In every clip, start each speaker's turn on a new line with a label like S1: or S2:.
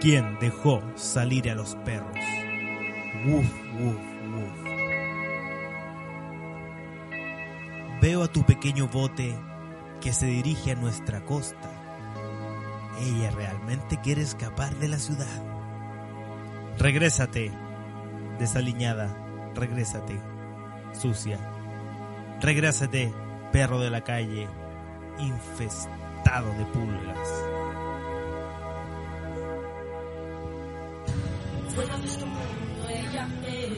S1: ¿Quién dejó salir a los perros? Woof, woof, woof. Veo a tu pequeño bote que se dirige a nuestra costa. Ella realmente quiere escapar de la ciudad. Regrésate, desaliñada, regrésate, sucia. Regrésate, perro de la calle, infestado de pulgas.
S2: Fuera de su mundo ella es.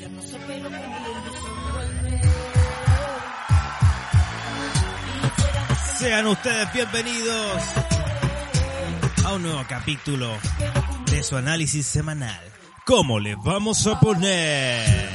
S2: Ya no se pelo con mi ilusión vuelve. Y fuera de su
S1: Sean ustedes bienvenidos a un nuevo capítulo de su análisis semanal. ¿Cómo les vamos a poner?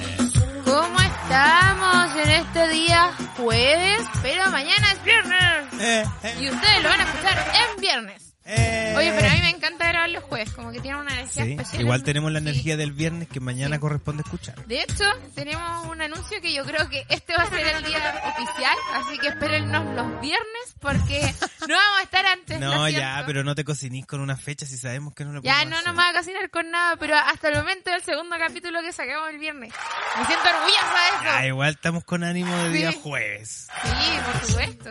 S3: ¿Cómo estamos en este día jueves? Pero mañana es viernes.
S1: Eh, eh,
S3: Y ustedes lo van a escuchar en viernes.
S1: eh.
S3: Oye, pero a mí me encanta grabar los jueves, como que tienen una energía
S1: Sí,
S3: especial.
S1: igual tenemos la energía
S3: Sí.
S1: del viernes que mañana corresponde escuchar.
S3: De hecho, tenemos un anuncio que yo creo que este va a ser el día oficial, así que espérennos los viernes porque no vamos a estar antes. lo
S1: No,
S3: siento.
S1: ya, pero no te cocinís con una fecha si sabemos que no lo
S3: Ya
S1: podemos
S3: no
S1: hacer.
S3: nos va a cocinar con nada, pero hasta el momento del segundo capítulo que sacamos el viernes. Me siento orgullosa de eso.
S1: Ya, Ah, igual estamos con ánimo de día
S3: Sí.
S1: jueves.
S3: Sí, por supuesto.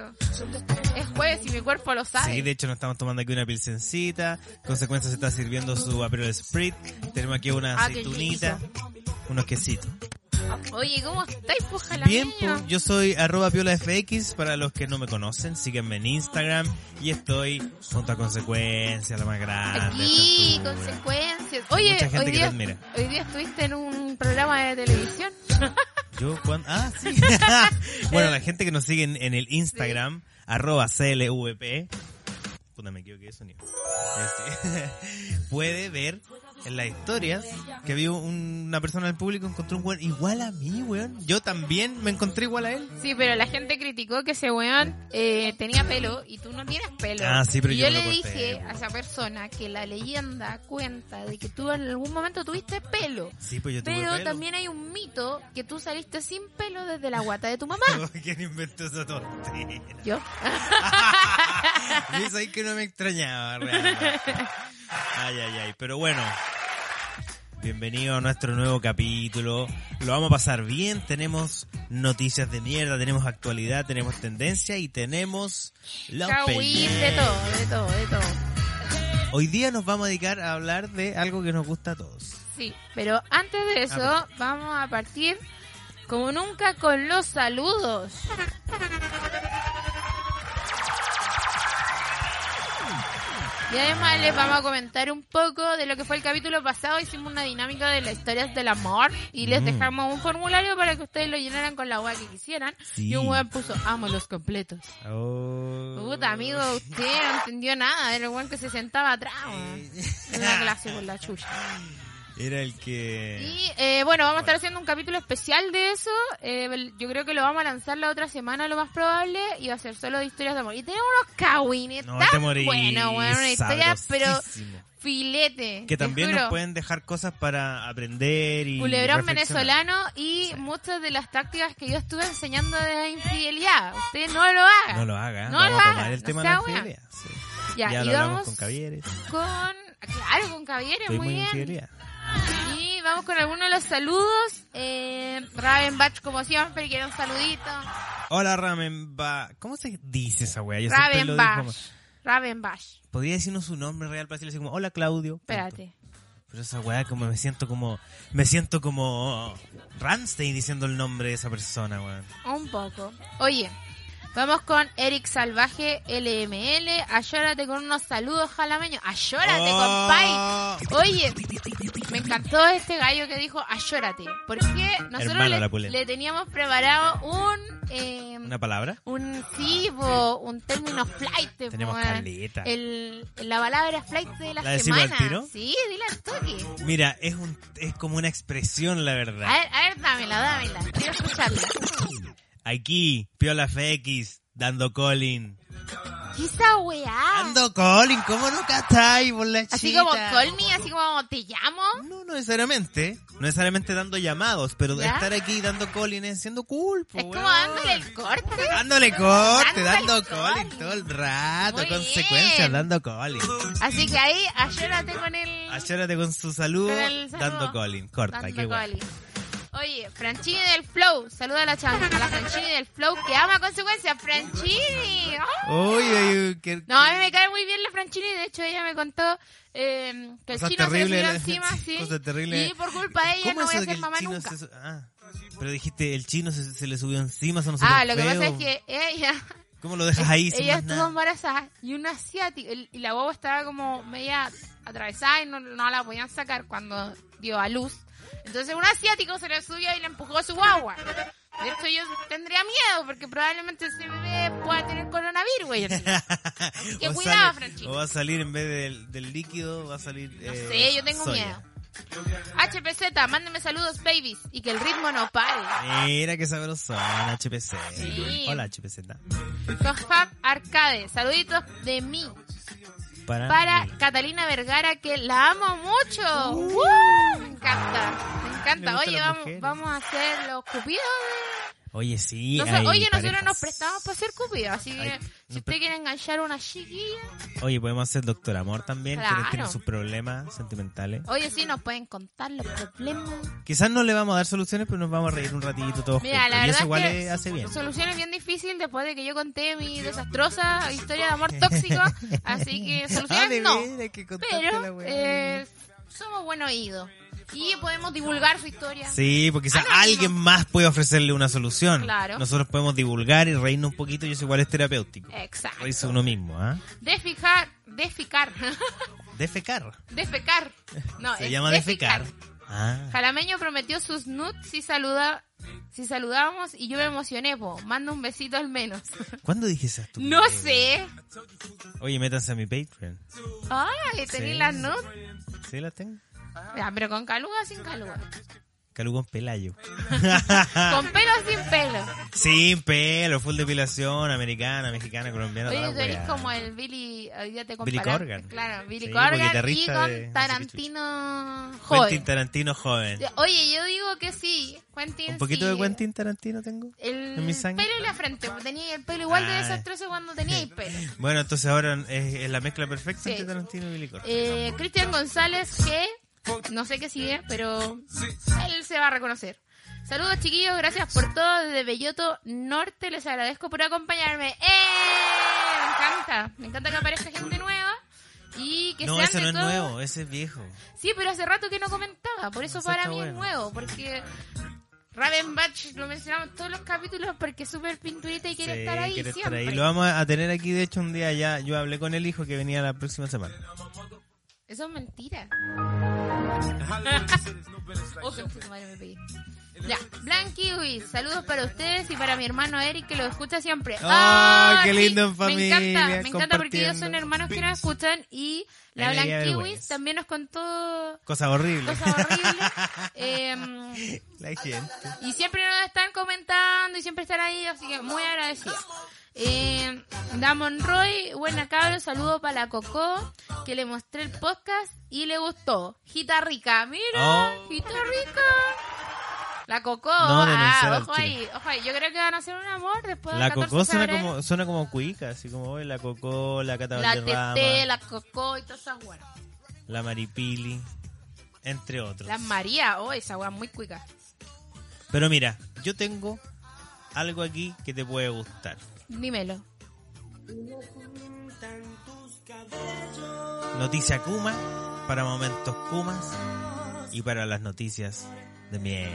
S3: Es jueves y mi cuerpo lo sabe.
S1: Sí, de hecho nos estamos tomando aquí una pilsencita. Consecuencia se está sirviendo su Aperol Sprit. Tenemos aquí una
S3: Ah, qué
S1: aceitunita, unos quesitos.
S3: Oye, ¿cómo estáis, pues,
S1: Bien,
S3: jalameño?
S1: pues, yo soy arroba piolafx para los que no me conocen, síguenme en Instagram y estoy junto a Consecuencia, la más grande. a
S3: Aquí,
S1: esta altura.
S3: consecuencias. Oye,
S1: Mucha gente
S3: hoy
S1: que
S3: día,
S1: te admira.
S3: hoy día estuviste en un programa de televisión.
S1: Yo, Juan, ah, sí. bueno, la gente que nos sigue en, en el Instagram, arroba CLVP, puta, me equivoqué de sonido. Este, puede ver en las historias que vio un- una persona del público encontró un weón igual a mí, weón. Yo también me encontré igual a él.
S3: Sí, pero la gente criticó que ese weón eh, tenía pelo y tú no tienes pelo.
S1: Ah, sí, pero
S3: y
S1: yo
S3: yo
S1: me
S3: le
S1: lo corté,
S3: dije
S1: po.
S3: a esa persona que la leyenda cuenta de que tú en algún momento tuviste pelo.
S1: Sí, pues yo tuve
S3: Pero
S1: pelo.
S3: también hay un mito que tú saliste sin pelo desde la guata de tu mamá.
S1: ¿Quién inventó esa tontera?
S3: Yo.
S1: Y eso ahí que no me extrañaba, realmente. Ay, ay, ay. Pero bueno, bienvenido a nuestro nuevo capítulo. Lo vamos a pasar bien. Tenemos noticias de mierda, tenemos actualidad, tenemos tendencia y tenemos los
S3: Cahuín, de
S1: peñeros.
S3: todo, de todo, de todo.
S1: Hoy día nos vamos a dedicar a hablar de algo que nos gusta a todos.
S3: Sí, pero antes de eso,
S1: Ah,
S3: vamos a partir como nunca con los saludos. Y además les vamos a comentar un poco de lo que fue el capítulo pasado. Hicimos una dinámica de las historias del amor y les
S1: Mm.
S3: dejamos un formulario para que ustedes lo llenaran con la hueá que quisieran.
S1: Sí.
S3: Y un weón puso, amo los completos.
S1: Oh.
S3: Puta, amigo, usted no entendió nada. Era el weón que se sentaba atrás. weón. En
S1: Ah.
S3: la clase con la chucha.
S1: Era el que...
S3: Y eh, bueno, vamos a estar haciendo un capítulo especial de eso. Eh, yo creo que lo vamos a lanzar la otra semana, lo más probable. Y va a ser solo de historias de amor. Y tenemos unos cagüines
S1: No te
S3: tan
S1: morís.
S3: buenos, weón. Una historia, pero
S1: sabrosísimo.
S3: filete.
S1: Que
S3: te
S1: también
S3: juro.
S1: nos pueden dejar cosas para aprender y.
S3: Culebrón
S1: reflexionar.
S3: venezolano y muchas de las tácticas que yo estuve enseñando de la infidelidad. Usted no lo haga.
S1: No lo haga. ¿eh?
S3: No
S1: vamos
S3: lo
S1: a
S3: haga,
S1: tomar el
S3: no
S1: tema de
S3: sea
S1: la
S3: weón.
S1: infidelidad. sí. Ya
S3: Ya, y
S1: lo hablamos
S3: vamos
S1: con Cavieres.
S3: con- Claro, con Cavieres,
S1: Estoy
S3: muy,
S1: muy
S3: bien.
S1: infidelidad.
S3: Y vamos con algunos de los saludos. Eh, Ravenbach, como siempre, quiere un saludito.
S1: Hola, Ramenba. ¿Cómo se dice esa wea? Yo siempre lo digo
S3: Ravenbach.
S1: como-
S3: Ravenbach.
S1: Podría decirnos su nombre real para decirle así como, hola, Claudio. punto.
S3: Espérate.
S1: Pero esa wea como me siento como. Me siento como. Ramstein diciendo el nombre de esa persona, weón.
S3: Un poco. Oye, vamos con Eric Salvaje LML. Ayórate con unos saludos jalameños. Ayórate, compay.
S1: Oh,
S3: Oye, me encantó este gallo que dijo ayórate. Porque nosotros
S1: Hermano
S3: le,
S1: la pulenta.
S3: le teníamos preparado un... eh,
S1: ¿Una palabra?
S3: un cibo, un término flight. po,
S1: Tenemos
S3: weón.
S1: caleta.
S3: El, la palabra flight de la,
S1: ¿La decimos al
S3: semana.
S1: tiro?
S3: Sí, dile al toque.
S1: Mira, es, un, es como una expresión, la verdad.
S3: A ver, a ver, dámela, dámela. Quiero escucharla.
S1: Aquí, Piola FX, dando Colin.
S3: ¿Qué esa weá?
S1: Ando Ah. Colin, ¿cómo no cacháis por la chica?
S3: así como call me, así como te llamo.
S1: No, no necesariamente. No necesariamente dando llamados, pero
S3: ¿Ya?
S1: estar aquí dando Colin es siendo cool, po,
S3: Es como
S1: weón.
S3: dándole el corte.
S1: Dándole corte,
S3: Dándole
S1: dando
S3: Colin.
S1: Colin todo el rato,
S3: Muy bien.
S1: consecuencias, dando Colin.
S3: Así que ahí, ayúdate con el...
S1: Achárate con su saludo,
S3: Con el saludo.
S1: dando Colin. Corta,
S3: Dando
S1: qué bueno.
S3: coli. Oye, Franchini del Flow, saluda a la chan, a la Franchini del Flow que ama consecuencias, Franchini. ¡Ah!
S1: Uy, uy, qué...
S3: No, a mí me cae muy bien la Franchini, de hecho ella me contó eh, que el
S1: Cosas
S3: chino se le
S1: terribles,
S3: subió
S1: la-
S3: encima, sí.
S1: cosas terribles.
S3: Y por culpa de ella
S1: ¿Cómo
S3: no voy
S1: eso
S3: a
S1: de que
S3: ser
S1: el
S3: mamá
S1: chino
S3: nunca.
S1: se su- ah, pero dijiste, el chino se, se le subió encima, eso no
S3: Ah, lo que pasa es que ella,
S1: ¿Cómo lo dejas ahí sin
S3: ella
S1: más
S3: estuvo
S1: nada?
S3: embarazada y una asiática, el- y la boba estaba como media atravesada y no, no la podían sacar cuando dio a luz. Entonces un asiático se le subió y le empujó a su guagua. De hecho yo tendría miedo porque probablemente ese bebé pueda tener coronavirus. güey. que
S1: O
S3: cuidado,
S1: sale-
S3: Franchino.
S1: O va a salir en vez del, del líquido, va a salir.
S3: No
S1: eh,
S3: sé, yo tengo
S1: soya.
S3: miedo. HPZ, mándeme saludos, babies, y que el ritmo no pare.
S1: Mira que sabrosona, HPC.
S3: Sí.
S1: Hola, HPC.
S3: Sohab Arcade, saluditos de mí.
S1: Para.
S3: para
S1: mí.
S3: Catalina Vergara, que la amo mucho. ¡Uh! me encanta, me
S1: Me
S3: encanta.
S1: gustan
S3: Oye,
S1: las
S3: vamos,
S1: mujeres.
S3: vamos a hacer los cupidos.
S1: Oye, sí.
S3: Noso-
S1: hay
S3: oye, nosotros
S1: parejas.
S3: nos prestamos para hacer cupidos, así que
S1: Ay,
S3: si
S1: no,
S3: usted
S1: pero-
S3: quiere enganchar a una chiquilla,
S1: Oye, podemos hacer Doctor Amor también,
S3: Claro.
S1: que tiene sus problemas sentimentales.
S3: oye, sí, nos pueden contar los problemas.
S1: Quizás no le vamos a dar soluciones, pero nos vamos a reír un ratito todos
S3: Mira,
S1: juntos.
S3: la
S1: y
S3: verdad
S1: eso igual
S3: es que
S1: le hace bien.
S3: solución es bien difícil después de que yo conté mi desastrosa historia de amor tóxico, así que
S1: Ah, de
S3: soluciones no.
S1: veras, que contaste la
S3: Pero
S1: wea.
S3: eh, somos buen oído y podemos divulgar su historia.
S1: Sí, porque quizás
S3: Anónimo.
S1: alguien más puede ofrecerle una solución.
S3: Claro.
S1: Nosotros podemos divulgar y reírnos un poquito y eso igual es terapéutico.
S3: Exacto.
S1: Reírse uno mismo, ¿ah?
S3: Desfijar, desficar,
S1: Defecar.
S3: despecar. No,
S1: Se
S3: es
S1: llama defecar. Ah.
S3: Jalameño prometió sus nudes si saluda, si saludábamos y yo me emocioné, po. Manda un besito al menos.
S1: ¿Cuándo dije esa estupidez?
S3: No sé.
S1: Oye, métanse a mi Patreon.
S3: Ay, tení
S1: Sí.
S3: las nudes.
S1: ¿Sí las tengo?
S3: Ya, pero con caluga o sin caluga.
S1: Calugón Pelayo. Ah.
S3: Con pelo o sin pelo.
S1: Sin pelo, full depilación, americana, mexicana, colombiana, toda
S3: Oye,
S1: la
S3: tú eres
S1: wea.
S3: como el Billy, hoy día te
S1: Billy
S3: comparaste.
S1: Corgan.
S3: Claro, Billy
S1: Sí, pues,
S3: Corgan y
S1: guitarrista
S3: con
S1: de- no sé qué
S3: Tarantino
S1: Quentin
S3: joven.
S1: Tarantino joven.
S3: Oye, yo digo que sí. Quentin
S1: Un poquito de
S3: sí. eh,
S1: Quentin Tarantino tengo.
S3: El
S1: en mi sangre.
S3: pelo y la frente, porque tenía el pelo igual de
S1: Ah.
S3: desastroso cuando tenía el pelo.
S1: Bueno, entonces ahora es, es la mezcla perfecta
S3: Sí.
S1: entre Tarantino y Billy Corgan.
S3: Eh, Cristian González, que no sé qué sigue, pero él se va a reconocer. Saludos chiquillos, gracias por todo desde Belloto Norte, les agradezco por acompañarme. ¡Eh! Me encanta, me encanta que aparezca gente nueva y que
S1: No,
S3: sean
S1: ese
S3: de
S1: no es
S3: todo-
S1: nuevo, ese es viejo.
S3: Sí, pero hace rato que no comentaba, por eso
S1: Eso
S3: para
S1: está
S3: mí es
S1: bueno.
S3: nuevo, porque Ravenbach lo mencionamos en todos los capítulos porque es súper pinturita y quiere
S1: Sí,
S3: estar ahí
S1: quiere estar
S3: siempre.
S1: ahí. Lo vamos a tener aquí, de hecho, un día ya. Yo hablé con el hijo que venía la próxima semana.
S3: Eso es mentira. oh, que puta madre me pegué. Ya, Blanquiwi, saludos para ustedes y para mi hermano Eric que lo escucha siempre.
S1: Ah,
S3: ¡Ah,
S1: qué lindo en
S3: Me
S1: familia,
S3: encanta, me encanta porque ellos son
S1: compartiendo.
S3: hermanos que nos escuchan y la
S1: Ahí me da
S3: Blanquiwi
S1: vergüenza.
S3: también nos contó
S1: Cosa horrible.
S3: cosas horribles. Em,
S1: la gente.
S3: y siempre nos están comentando y siempre están ahí, así que muy agradecidos. Eh, Damon Roy, buena cabros, saludo para la Coco, que le mostré el podcast y le gustó. Gita Rica, mira,
S1: Oh.
S3: Gita Rica. La Coco,
S1: No, denunciar
S3: ah,
S1: al
S3: ojo
S1: chile.
S3: ahí, ojo ahí. Yo creo que van a hacer un amor después del
S1: La
S3: 14
S1: Cocó suena
S3: de febrero.
S1: como, suena como cuica, así como hoy la Cocó, la Cata
S3: la
S1: Valderrama,
S3: Tete, la Coco y todas esas buenas.
S1: la Maripili, entre otros.
S3: La María, oh, esa weá muy cuica.
S1: Pero mira, yo tengo algo aquí que te puede gustar.
S3: Dímelo.
S1: Noticia Kuma para momentos Kumas y para las noticias de mierda.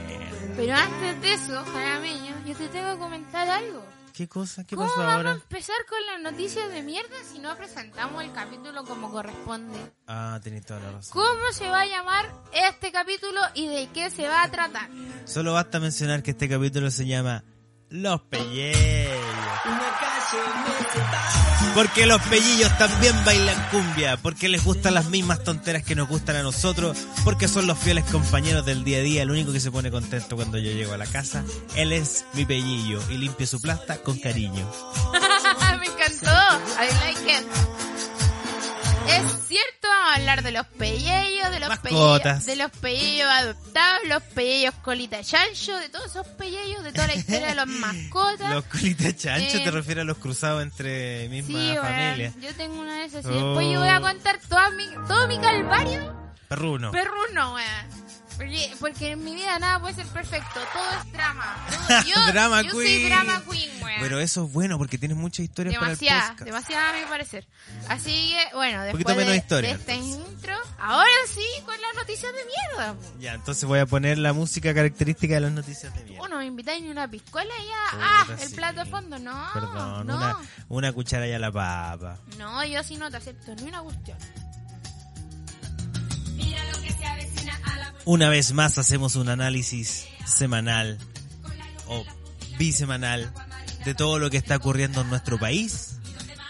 S3: Pero antes de eso, Jarameño, yo te tengo que comentar algo.
S1: ¿Qué cosa? ¿Qué
S3: ¿Cómo
S1: pasó
S3: vamos a
S1: ahora?
S3: empezar con las noticias de mierda si no presentamos el capítulo como corresponde?
S1: Ah, tenés toda la razón.
S3: ¿Cómo se va a llamar este capítulo y de qué se va a tratar?
S1: Solo basta mencionar que este capítulo se llama Los Pellillos. Porque los pellillos también bailan cumbia, porque les gustan las mismas tonteras que nos gustan a nosotros, porque son los fieles compañeros del día a día, el único que se pone contento cuando yo llego a la casa, él es mi pellillo y limpio su plasta con cariño.
S3: Ah, me encantó. I like it. Es cierto, vamos a hablar de los pellejos, de los
S1: Mascotas.
S3: pellejos, de los pellejos adoptados, los pellejos colita chancho, de todos esos pellejos, de toda la historia de los mascotas.
S1: Los colitas chancho
S3: Eh,
S1: te refieres a los cruzados entre misma
S3: Sí,
S1: familia.
S3: bueno, yo tengo una de esas. Y
S1: Oh.
S3: después yo voy a contar toda mi, todo mi calvario
S1: Perruno.
S3: perruno, weón. Porque, eh. porque en mi vida nada puede ser perfecto, todo es drama. Todo- Yo,
S1: Drama
S3: yo soy
S1: queen.
S3: drama queen, weón.
S1: Pero eso es bueno porque tienes muchas historias para el
S3: Demasiada,
S1: podcast.
S3: demasiada a mi parecer. Así que, bueno,
S1: Poquito
S3: después
S1: menos
S3: de,
S1: historia,
S3: de esta intro, ahora sí con las noticias de mierda. po.
S1: Ya, entonces voy a poner la música característica de las noticias de mierda.
S3: Uno me invitáis ni una piscola y ya, ah,
S1: Puta,
S3: el
S1: sí.
S3: plato de fondo, no,
S1: Perdón,
S3: no.
S1: una, una cuchara ya a la papa.
S3: No, yo así no te acepto ni una cuestión.
S1: Una vez más hacemos un análisis semanal o bisemanal de todo lo que está ocurriendo en nuestro país,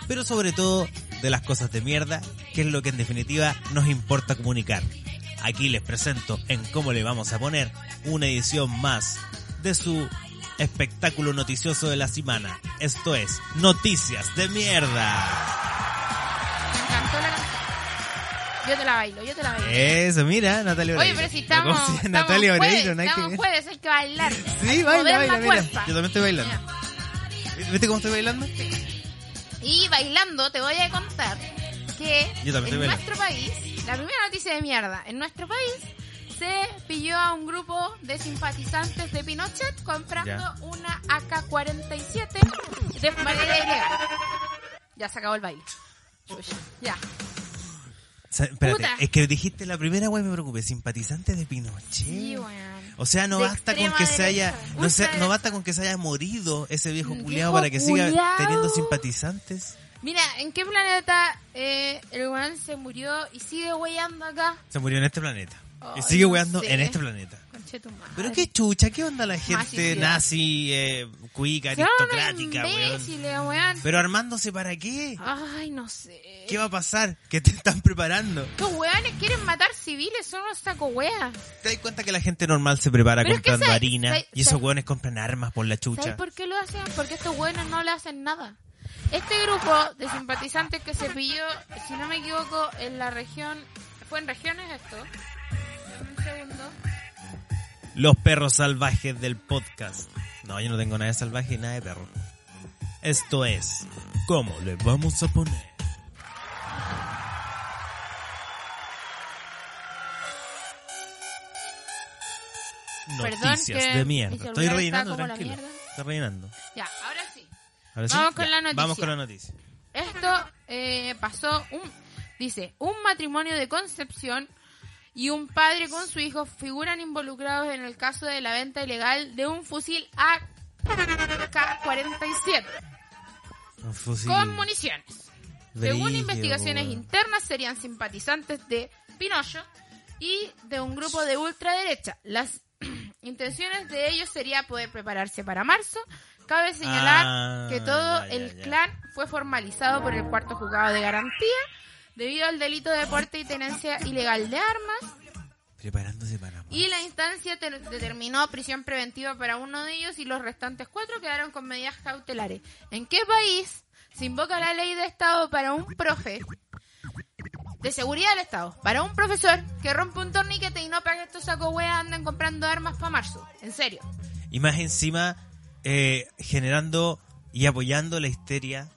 S1: pero sobre todo de las cosas de mierda, que es lo que en definitiva nos importa comunicar. Aquí les presento en cómo le vamos a poner una edición más de su espectáculo noticioso de la semana. Esto es Noticias de Mierda.
S3: Me encantó la canción. Yo te la bailo, yo te la bailo.
S1: Eso, mira, Natalia
S3: Oye,
S1: Oreiro.
S3: pero si estamos,
S1: ¿Cómo se llama?
S3: estamos
S1: Natalia
S3: jueves,
S1: Oreiro, no hay que
S3: estamos
S1: ver.
S3: jueves, hay que bailar. Hay
S1: Sí,
S3: que
S1: baila,
S3: mover
S1: baila,
S3: la
S1: mira.
S3: cuerpa.
S1: Yo también estoy bailando.
S3: Mira.
S1: ¿Viste cómo estoy bailando?
S3: Y bailando, te voy a contar que
S1: Yo también estoy
S3: en
S1: bailando.
S3: nuestro país, la primera noticia de mierda, en nuestro país se pilló a un grupo de simpatizantes de Pinochet comprando
S1: Ya.
S3: una AK-47 de manera ilegal. Ya se acabó el baile. Chucha, Ya.
S1: O sea, espérate,
S3: Puta.
S1: es que dijiste la primera, güey, me preocupé, simpatizantes de Pinochet.
S3: Sí, weón.
S1: O sea, no
S3: De
S1: basta con
S3: extrema
S1: que se
S3: derecha.
S1: haya no, sea-
S3: Ultra
S1: no
S3: derecha.
S1: basta con que se haya morido ese viejo
S3: Viejo
S1: culiado para que siga
S3: culiao.
S1: teniendo simpatizantes.
S3: Mira, ¿en qué planeta eh, el weón se murió y sigue weyando acá?
S1: Se murió en este planeta. y
S3: Ay,
S1: sigue
S3: Oh, no
S1: weando
S3: sé.
S1: en este planeta.
S3: Conche tu madre.
S1: Pero qué chucha, qué onda la gente
S3: Masicidad.
S1: nazi, eh, cuica,
S3: Son
S1: aristocrática, weón.
S3: imbéciles, eh, weón.
S1: Pero armándose para qué?
S3: Ay, no sé.
S1: ¿Qué va a pasar? ¿Qué te están preparando?
S3: Estos weones quieren matar civiles, son unos saco weas.
S1: ¿Te das cuenta que la gente normal se prepara
S3: Pero es que
S1: comprando
S3: sabe-
S1: harina
S3: sabe-
S1: y esos
S3: sabe-
S1: hueones compran armas por la
S3: ¿Sabes
S1: chucha?
S3: por qué lo hacen? Porque estos weones no le hacen nada. Este grupo de simpatizantes que se pilló, si no me equivoco, en la región. ¿Fue en regiones esto? Dame Un segundo.
S1: Los perros salvajes del podcast. No, yo no tengo nada de salvaje y nada de perro. Esto es ¿Cómo le vamos a poner?
S3: Perdón,
S1: Noticias
S3: que
S1: de
S3: mi
S1: mierda.
S3: celular
S1: Estoy
S3: está
S1: rellenando,
S3: como la
S1: tranquilo.
S3: mierda.
S1: Está rellenando.
S3: Ya, ahora sí.
S1: Ahora sí,
S3: Vamos con la
S1: Vamos
S3: noticia.
S1: con la noticia.
S3: Esto eh, pasó un dice un matrimonio de Concepción y un padre con su hijo figuran involucrados en el caso de la venta ilegal de un fusil AK-47
S1: Un fusil.
S3: con municiones. Según
S1: Brígido,
S3: investigaciones
S1: weón.
S3: internas serían simpatizantes de Pinocho y de un grupo de ultraderecha. Las intenciones de ellos sería poder prepararse para marzo. Cabe señalar
S1: Ah,
S3: que todo
S1: ya, ya,
S3: el
S1: ya.
S3: clan fue formalizado por el cuarto juzgado de garantía debido al delito de porte y tenencia ilegal de armas
S1: Preparándose para morir.
S3: y la instancia ter- determinó prisión preventiva para uno de ellos y los restantes cuatro quedaron con medidas cautelares. ¿En qué país se invoca la ley de Estado para un profe de seguridad del Estado? Para un profesor que rompe un torniquete y no paga estos saco weas andan comprando armas para marzo. En serio.
S1: Y más encima, eh, generando y apoyando la histeria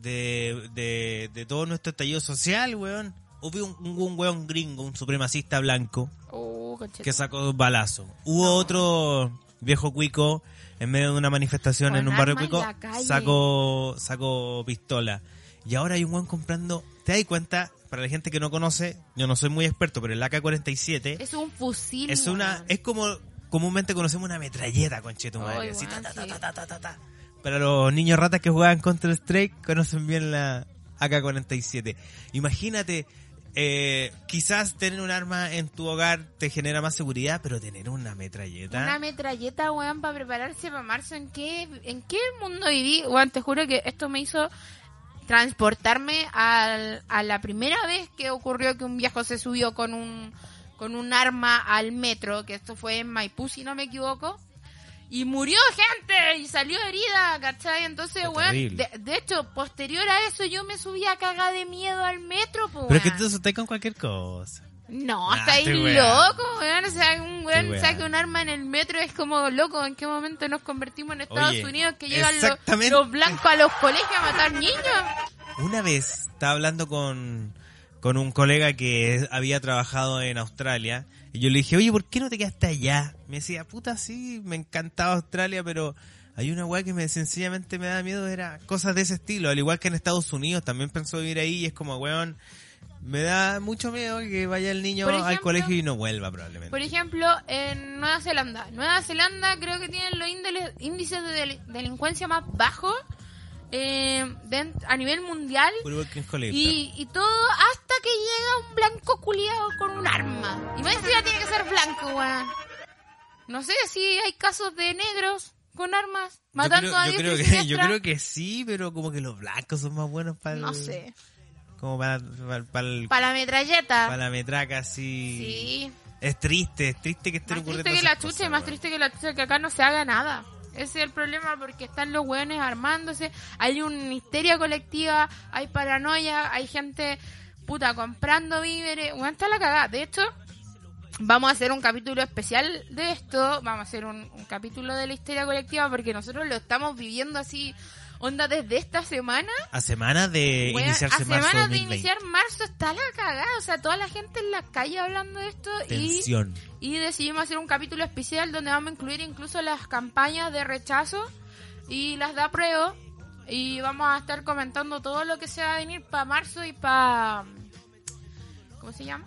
S1: de, de, de todo nuestro estallido social, weón. Hubo un, un, un weón gringo, un supremacista blanco,
S3: Oh,
S1: que sacó dos balazos. Hubo otro viejo cuico en medio de una manifestación
S3: Con
S1: en un barrio
S3: arma en
S1: cuico,
S3: la calle.
S1: sacó, sacó pistola. Y ahora hay un weón comprando. ¿Te das cuenta? Para la gente que no conoce, yo no soy muy experto, pero el AK-47
S3: es un fusil.
S1: es una
S3: weón.
S1: es como comúnmente conocemos una metralleta conchito
S3: Ay,
S1: madre así,
S3: weón,
S1: ta, ta,
S3: Oh, sí.
S1: ta, ta, ta, ta, ta. para los niños ratas que juegan Counter Strike conocen bien la AK-47 imagínate eh, quizás tener un arma en tu hogar te genera más seguridad pero tener una metralleta
S3: Una metralleta, weón, para prepararse para marzo. ¿En qué, ¿En qué mundo viví? Weón, te juro que esto me hizo transportarme al- a la primera vez que ocurrió que un viejo se subió con un, con un arma al metro, que esto fue en Maipú, si no me equivoco. Y murió gente y salió herida, ¿cachai? Entonces,
S1: Fue
S3: weón,
S1: terrible.
S3: de, de hecho, posterior a eso yo me subí a caga de miedo al metro, po,
S1: Pero es que
S3: weón.
S1: tú te asustas con cualquier cosa.
S3: No,
S1: Ah,
S3: estáis
S1: estoy weando.
S3: loco, weón. O sea, un weón
S1: Estoy
S3: saque
S1: weando.
S3: un arma en el metro es como loco. ¿En qué momento nos convertimos en Estados
S1: Oye,
S3: Unidos que llegan los,
S1: exactamente.
S3: los blancos a los colegios a matar niños?
S1: Una vez estaba hablando con, con un colega que había trabajado en Australia y yo le dije, oye, ¿por qué no te quedaste allá? Me decía, puta, sí, me encantaba Australia, pero hay una weá que me, sencillamente me da miedo, era cosas de ese estilo, al igual que en Estados Unidos, también pensó vivir ahí y es como, weón, me da mucho miedo que vaya el niño
S3: Por
S1: al
S3: ejemplo-
S1: colegio y no vuelva probablemente.
S3: Por ejemplo, en Nueva Zelanda. Nueva Zelanda creo que tienen los índeles- índices de del- delincuencia más bajos eh, den- a nivel mundial.
S1: Por igual que en colegio.
S3: Y, y todo hasta que llega un blanco culiado con un arma. Y más encima tiene que ser blanco, weón. No sé si hay casos de negros con armas matando
S1: yo creo,
S3: a
S1: yo
S3: Dios
S1: creo que, yo creo que sí, pero como que los blancos son más buenos para el-
S3: No sé.
S1: Como para, para, para el
S3: Para la metralleta.
S1: Para la metraca, sí.
S3: Ah. Sí.
S1: Es triste, es triste que esté
S3: Más
S1: ocurriendo.
S3: triste que
S1: esas
S3: la chucha,
S1: cosas,
S3: y más
S1: weón.
S3: triste que la chucha que acá no se haga nada. Ese es el problema porque están los hueones armándose, hay una histeria colectiva, hay paranoia, hay gente puta comprando víveres, weón, está la cagada. De hecho, vamos a hacer un capítulo especial de esto, vamos a hacer un, un capítulo de la histeria colectiva porque nosotros lo estamos viviendo así, onda desde esta semana.
S1: A semanas de
S3: Weón,
S1: Eh, iniciarse
S3: a
S1: marzo
S3: semanas de
S1: 2020.
S3: iniciar marzo está la cagada, o sea, toda la gente en la calle hablando de esto y...
S1: Tensión.
S3: Y decidimos hacer un capítulo especial donde vamos a incluir incluso las campañas de rechazo y las de apruebo. Y vamos a estar comentando todo lo que se va a venir para marzo y para... ¿Cómo se llama?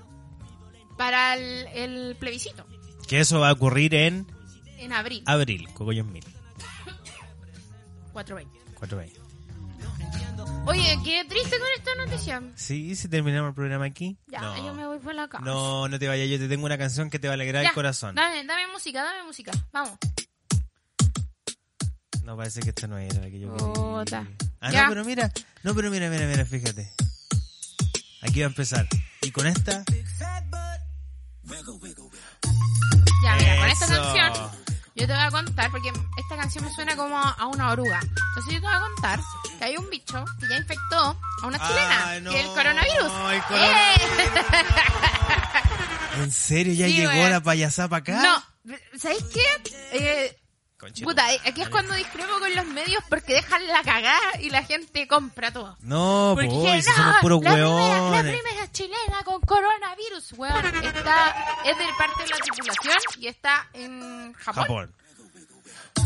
S3: Para el, el plebiscito,
S1: Que eso va a ocurrir en
S3: en abril,
S1: abril, Cogollos Mil.
S3: 420.
S1: Cuatro veinte.
S3: Oye, qué triste con esta noticia.
S1: Sí, si terminamos el programa aquí.
S3: Ya,
S1: no.
S3: yo me voy por la casa.
S1: no, no te vayas, yo te tengo una canción que te va a alegrar
S3: Ya,
S1: el corazón.
S3: Dame, dame música, dame música. Vamos.
S1: No, parece que esta no era la que yo quería.
S3: Puta.
S1: Ah,
S3: Ya.
S1: no, pero mira, no, pero mira, mira, mira, fíjate. Aquí va a empezar. Y con esta.
S3: Ya, mira, con esta
S1: Eso.
S3: canción yo te voy a contar, porque esta canción me suena como a una oruga. Entonces yo te voy a contar que hay un bicho que ya infectó a una chilena,
S1: Ay, Ah, no,
S3: que es el coronavirus.
S1: no, el
S3: ¡Eh!
S1: ¿En serio ya
S3: Sí,
S1: llegó
S3: weón.
S1: la payasada para acá?
S3: no, ¿sabéis qué? Eh, puta, eh, aquí es cuando discrepo con los medios porque dejan la cagada y la gente compra todo.
S1: No,
S3: Porque
S1: boy, si
S3: no,
S1: somos puros
S3: la primera, la
S1: hueones.
S3: primera chilena con coronavirus, weón, está, es del parte de la tripulación y está en
S1: Japón.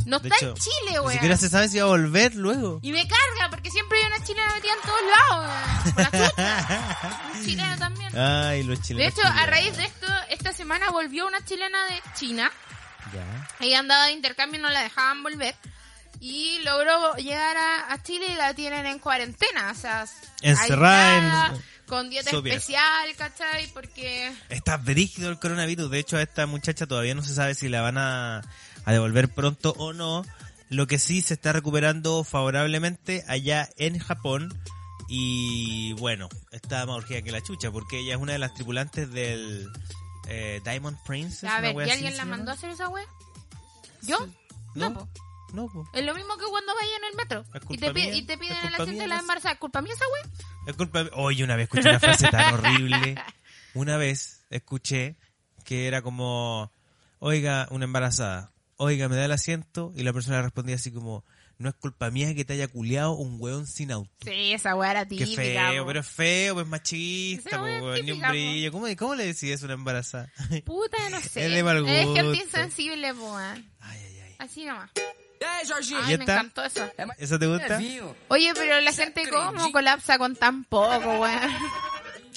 S3: No
S1: De
S3: está
S1: hecho,
S3: en Chile,
S1: Ni
S3: weón.
S1: siquiera se sabe si va a volver luego.
S3: Y me carga, porque siempre hay una chilena metida en todos lados, weón. Por la chucha. Un chileno también.
S1: Ay, los chilenos.
S3: De hecho, a
S1: chilenos.
S3: raíz de esto, esta semana volvió una chilena de China.
S1: Ya.
S3: Ella andaba de intercambio y no la dejaban volver. Y logró llegar a, a Chile y la tienen en cuarentena. O sea,
S1: Encerrada en-
S3: aislada, Con dieta
S1: Súper.
S3: especial, ¿cachai? Porque...
S1: Está brígido el coronavirus. De hecho, a esta muchacha todavía no se sabe si la van a, a devolver pronto o no. Lo que sí se está recuperando favorablemente allá en Japón. Y bueno, está más urgida que la chucha, porque ella es una de las tripulantes del eh, Diamond Princess.
S3: A
S1: una
S3: ver,
S1: wea
S3: ¿y
S1: así
S3: alguien
S1: se
S3: la
S1: llama.
S3: mandó a hacer esa wea? ¿Yo? No,
S1: No,
S3: po.
S1: no, po.
S3: Es lo mismo que cuando vayas en el metro.
S1: Es
S3: Y
S1: culpa
S3: te, pi-
S1: mía,
S3: y te piden
S1: es
S3: el
S1: culpa
S3: asiento
S1: mía,
S3: de la
S1: no sé.
S3: embarazada. ¿Culpa mía esa wea?
S1: Es culpa mía. Oye, una vez escuché una frase tan horrible. Una vez escuché que era como, oiga, una embarazada, oiga, me da el asiento. Y la persona respondía así como, no es culpa mía que te haya culeado un weón sin auto.
S3: Sí, esa weá era
S1: Qué
S3: típica.
S1: feo,
S3: po.
S1: pero es feo, pues
S3: Esa
S1: machista,
S3: weá
S1: pues,
S3: es
S1: ni un
S3: típica, po.
S1: brillo. ¿Cómo, ¿Cómo le decís eso a una embarazada? Ay,
S3: Puta, no sé.
S1: Es de mal
S3: gente
S1: gusto.
S3: insensible, po, ah.
S1: ay, ay.
S3: Así nomás.
S4: Hey, Jorginho!
S1: ¿Ya
S3: Ay, me
S1: está?
S3: encantó eso.
S1: ¿Eso te gusta?
S4: Vinho.
S3: Oye, pero la gente cómo colapsa con tan poco, weón.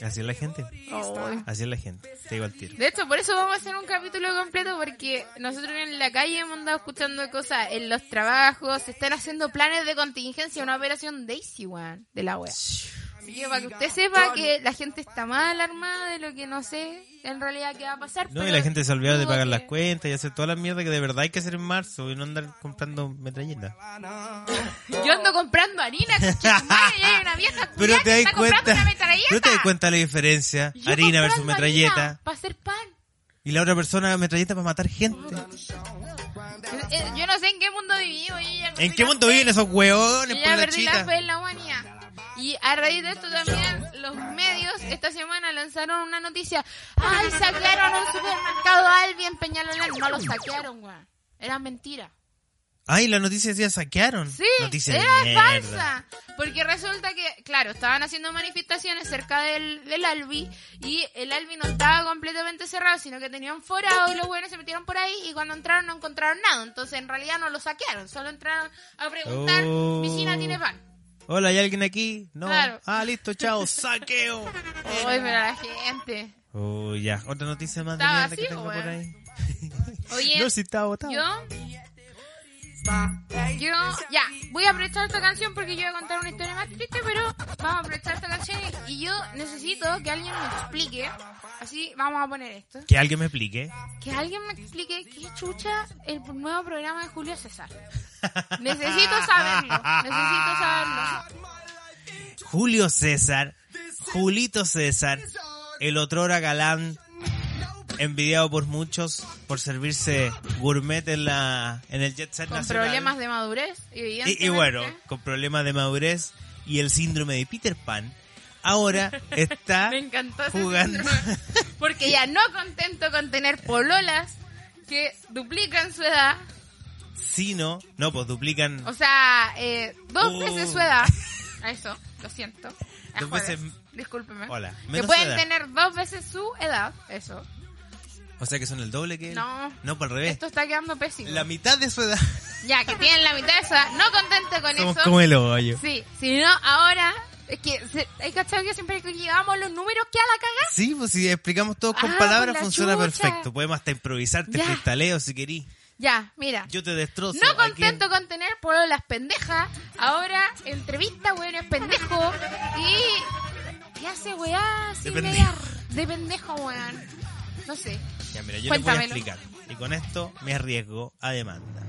S1: Así es la gente.
S3: Ay.
S1: Así es la gente. Te digo al tiro.
S3: De hecho, por eso vamos a hacer un capítulo completo porque nosotros en la calle hemos andado escuchando cosas en los trabajos, se están haciendo planes de contingencia, una operación Daisy, weón, de la wea. Así que para que usted sepa que la gente está más alarmada de lo que no sé en realidad qué va a pasar.
S1: No, y
S3: pero
S1: la gente se ha olvidado de
S3: dudo
S1: pagar las
S3: que-
S1: cuentas y hacer todas las mierdas que de verdad hay que hacer en marzo y no andar comprando metralletas.
S3: Yo ando comprando harina, conchetumare, y hay una vieja
S1: Pero
S3: culiá que
S1: te
S3: está
S1: das
S3: comprando
S1: cuenta,
S3: una metralleta.
S1: pero te das cuenta la diferencia, harina versus metralleta
S3: Para hacer pan. Oh,
S1: y la otra persona metralleta para matar gente.
S3: Eh, Yo no sé en qué mundo vivimos. yo ya
S1: ¿En
S3: perdí
S1: qué
S3: la
S1: mundo
S3: fe.
S1: viven esos hueones pues,
S3: Yo
S1: por
S3: ya
S1: la
S3: perdí la fe
S1: chita?
S3: en la humanidad. Y a raíz de esto también los medios esta semana lanzaron una noticia. ¡Ay, saquearon un supermercado Albi en Peñalolén! No lo saquearon, weón. Era mentira.
S1: Ay, la noticia decía saquearon.
S3: Sí,
S1: Noticia de
S3: era
S1: mierda.
S3: falsa. Porque resulta que, claro, estaban haciendo manifestaciones cerca del, del Albi y el Albi no estaba completamente cerrado, sino que tenían forado y los buenos se metieron por ahí y cuando entraron no encontraron nada. Entonces, en realidad no lo saquearon, solo entraron a preguntar,
S1: Oh.
S3: ¿piscina tiene pan?
S1: Hola, ¿hay alguien aquí? No.
S3: Claro.
S1: Ah, listo, chao, saqueo.
S3: Ay, pero la gente.
S1: Oh, ya. Otra noticia más de
S3: Estaba
S1: mierda que
S3: así,
S1: tengo
S3: weón.
S1: por ahí.
S3: Oye,
S1: No, si estaba botado.
S3: yo... Yo, ya, voy a aprovechar esta canción porque yo voy a contar una historia más triste, pero vamos a aprovechar esta canción y- y yo necesito que alguien me explique, así vamos a poner esto,
S1: Que alguien me explique.
S3: que alguien me explique qué chucha el nuevo programa de Julio César. Necesito saberlo, necesito saberlo.
S1: Julio César, Julito César, el otrora galán, envidiado por muchos por servirse gourmet en la en el jet set
S3: Con
S1: nacional.
S3: problemas de ¿eh? madurez, evidentemente.
S1: y, y bueno, con problemas de madurez y el síndrome de Peter Pan, ahora está
S3: Me encantó ese
S1: jugando.
S3: síndrome. Porque ya no contento con tener pololas que duplican su edad,
S1: sino, no, pues duplican
S3: o sea, eh, dos
S1: Oh.
S3: veces su edad. A eso, lo siento. A
S1: Dos
S3: jueves,
S1: veces-
S3: Discúlpeme.
S1: Hola, menos
S3: ¿eh? Que
S1: su
S3: pueden
S1: edad.
S3: tener dos veces su edad, eso.
S1: O sea que son el doble que él.
S3: No.
S1: No, por el revés.
S3: Esto está quedando pésimo.
S1: Eh. La mitad de su edad.
S3: Ya, que tienen la mitad de su edad, no contento con
S1: Somos
S3: eso.
S1: como el hoyo.
S3: Sí, si no, ahora, es que se- hay cachado que siempre que llegamos los números que a la cagada.
S1: Sí, pues si explicamos todo con
S3: Ah,
S1: palabras
S3: por la
S1: funciona
S3: chucha.
S1: perfecto. Podemos hasta improvisar, te
S3: Ya.
S1: cristaleo si querís.
S3: Ya, mira.
S1: Yo te destrozo.
S3: No
S1: aquí.
S3: contento con tener por las pendejas, ahora entrevista hueones pendejo y, y hace weá así
S1: De
S3: media-
S1: pendejo.
S3: de pendejo weón. No sé.
S1: Ya, mira, yo les voy a
S3: Cuéntamelo.
S1: explicar. Y con esto me arriesgo a demanda.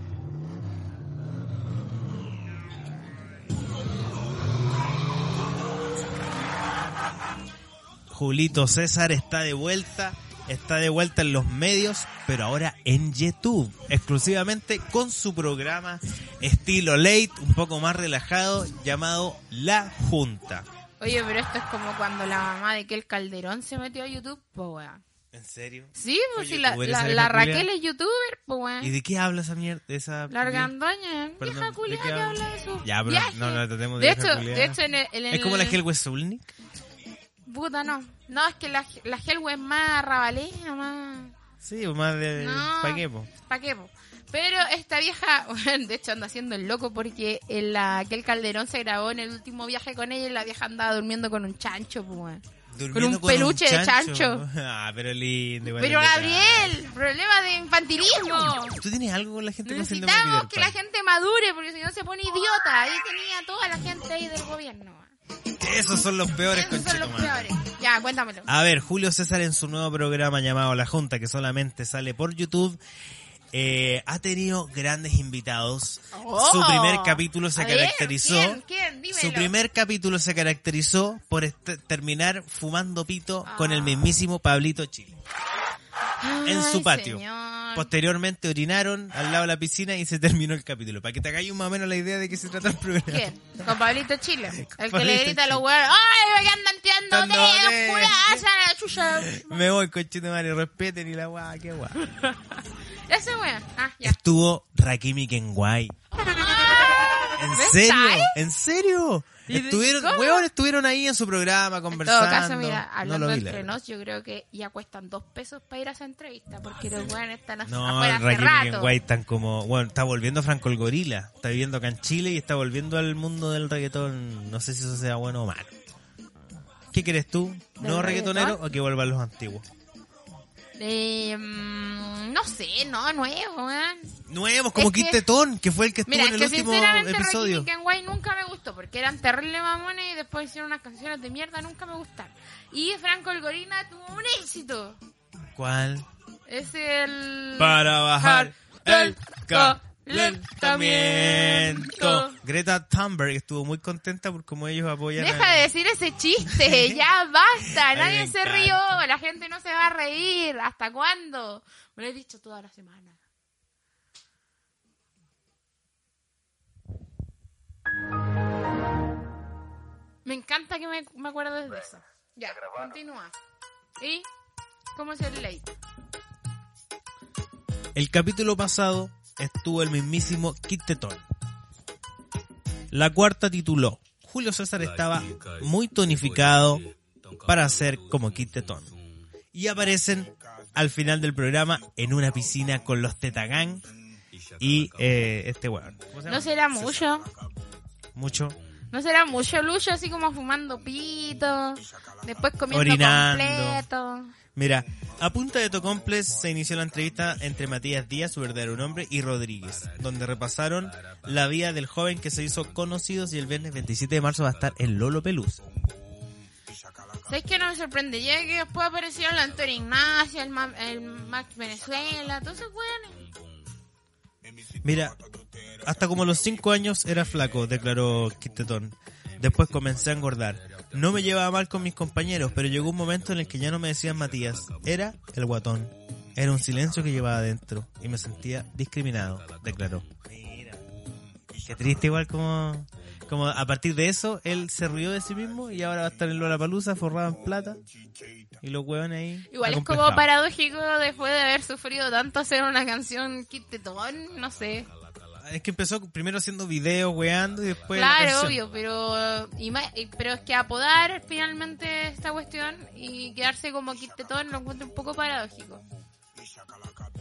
S1: Julito César está de vuelta, está de vuelta en los medios, pero ahora en YouTube, exclusivamente con su programa estilo late, un poco más relajado, llamado La Junta.
S3: Oye, pero esto es como cuando la mamá de que el Calderón se metió a YouTube, po weón.
S1: ¿En serio?
S3: Sí, pues
S1: Oye,
S3: si la,
S1: ¿tú eres
S3: la,
S1: esa
S3: la
S1: vieja
S3: Raquel
S1: culia?
S3: es youtuber, po
S1: ¿Y
S3: weón.
S1: de qué habla esa mierda? Esa...
S3: La Argandoña, eh,
S1: Perdón,
S3: vieja
S1: ¿de
S3: culia
S1: qué
S3: que
S1: habla?
S3: habla de su
S1: Ya, pero
S3: viaje.
S1: no la tratemos de
S3: de
S1: vieja
S3: hecho,
S1: culia.
S3: de hecho, en el, en
S1: ¿Es como la
S3: el-
S1: Helwe Zulnik?
S3: Puta, no. No, es que la, la Helwe es más rabalera, más...
S1: Sí, o más de...
S3: No.
S1: ¿Para qué, po?
S3: ¿Para qué? po? Pero esta vieja, bueno, de hecho anda haciendo el loco porque el, la- aquel Calderón se grabó en el último viaje con ella y la vieja andaba durmiendo con un chancho, po, weón.
S1: Durmiendo
S3: un peluche de chancho.
S1: Ah, pero lindo. igual
S3: Pero
S1: lindo.
S3: Gabriel, problema de infantilismo.
S1: ¿Tú tienes algo con la gente con síndrome de
S3: Necesitamos
S1: Peter
S3: que la
S1: Pan?
S3: gente madure porque si no se pone idiota. Ahí tenía toda la gente ahí del gobierno. weón.
S1: Esos son los peores,
S3: Esos son los
S1: conchetumare. Ah,
S3: peores. Ya, cuéntamelo.
S1: A ver, Julio César en su nuevo programa llamado La Junta, que solamente sale por YouTube, eh, ha tenido grandes invitados.
S3: Oh.
S1: su primer capítulo se
S3: A ver,
S1: caracterizó.
S3: ¿quién? ¿Quién? Dímelo.
S1: Su primer capítulo se caracterizó por est- terminar fumando pito con
S3: Ah.
S1: el mismísimo Pablito Chile. en su
S3: Ay,
S1: patio. Pues,
S3: señor.
S1: Posteriormente orinaron al lado de la piscina y se terminó el capítulo. Para que te hagáis más o menos la idea de qué se trata el programa.
S3: ¿Quién? Con Pablito Chile. El que le
S1: Pablito
S3: grita a los
S1: Chile.
S3: huevos. ¡Ay, me andan tirando
S1: Tirando
S3: dedos,
S1: dedos.
S3: culaza, la chucha!
S1: Me voy, conchito madre, respeten y la guay, qué guay.
S3: Ese weón. Ah, ya.
S1: Estuvo Rakimi Kenguay. ¿En
S3: ¿Ves?
S1: serio?
S3: ¿Sabes?
S1: ¿En serio?
S3: ¿Y de-
S1: Estuvieron,
S3: cómo?
S1: huevón, estuvieron ahí en su programa
S3: En
S1: conversando.
S3: todo caso, mira,
S1: no
S3: hablando
S1: lo vi, la
S3: entre
S1: verdad.
S3: nos, yo creo que ya cuestan dos pesos para ir a esa entrevista, porque los weones están af-
S1: No,
S3: afuera hace
S1: Rakimi
S3: rato.
S1: Kenguay están como, bueno, está volviendo Franco el Gorila, está viviendo acá en Chile y está volviendo al mundo del reggaetón. No sé si eso sea bueno o malo. ¿Qué crees tú?
S3: ¿Del
S1: ¿No reggaetonero
S3: reggaetón?
S1: o que vuelvan los antiguos?
S3: Eh, mm, no sé, no, nuevo, weón.
S1: Nuevos, como
S3: Es que-
S1: Quintetón, que fue el que estuvo
S3: Mira,
S1: en el
S3: es que
S1: último
S3: sinceramente
S1: episodio.
S3: Rakimi Kenway nunca me gustó, porque eran terrible mamones y después hicieron unas canciones de mierda, nunca me gustaron. Y Franco El Gorila tuvo un éxito.
S1: ¿Cuál?
S3: Mm. Es el...
S1: Para bajar el
S3: calentamiento.
S1: calentamiento. Greta Thunberg estuvo muy contenta por cómo ellos apoyan
S3: Deja
S1: a-
S3: de decir ese chiste, ya basta,
S1: Ay, me
S3: nadie se
S1: encanta.
S3: rió, la gente no se va a reír, ¿hasta cuándo? Me lo he dicho toda la semana. Me encanta que me, me acuerdes de eso. Ya, continúa. ¿Y cómo es el ley?
S1: El capítulo pasado estuvo el mismísimo Kit Tetón. La cuarta tituló Julio César estaba muy tonificado para ser como Kit Tetón. Y aparecen al final del programa en una piscina con los Tetagang y eh, este weón. ¿Cómo se llama?
S3: ¿No será mucho?
S1: Mucho.
S3: ¿No será mucho Lucho así como fumando pito? Después comiendo
S1: Orinando.
S3: completo.
S1: Mira, a punta de Tocomples se inició la entrevista entre Matías Díaz, su verdadero nombre, y Rodríguez, donde repasaron la vida del joven que se hizo conocido y el viernes 27 de marzo va a estar en Lolo Peluz.
S3: ¿Sabes qué no me sorprendería que después aparecieron la Antonio Ignacio, el, Ma- el Max Venezuela, todos esos weones?
S1: Mira, hasta como los 5 años era flaco, declaró Quintetón. Después comencé a engordar. No me llevaba mal con mis compañeros, pero llegó un momento en el que ya no me decían Matías. Era el guatón. Era un silencio que llevaba adentro y me sentía discriminado, declaró. Mira, qué triste igual como, como a partir de eso él se rió de sí mismo y ahora va a estar en Lollapalooza forrado en plata y los huevones ahí.
S3: Igual es como
S1: acomplejados.
S3: paradójico después de haber sufrido tanto hacer una canción quintetón, no sé.
S1: Es que empezó primero haciendo videos, weando y después... la
S3: claro,
S1: canción.
S3: obvio, pero, y ma- y- pero es que apodar finalmente esta cuestión y quedarse como quintetón lo encuentro un poco paradójico.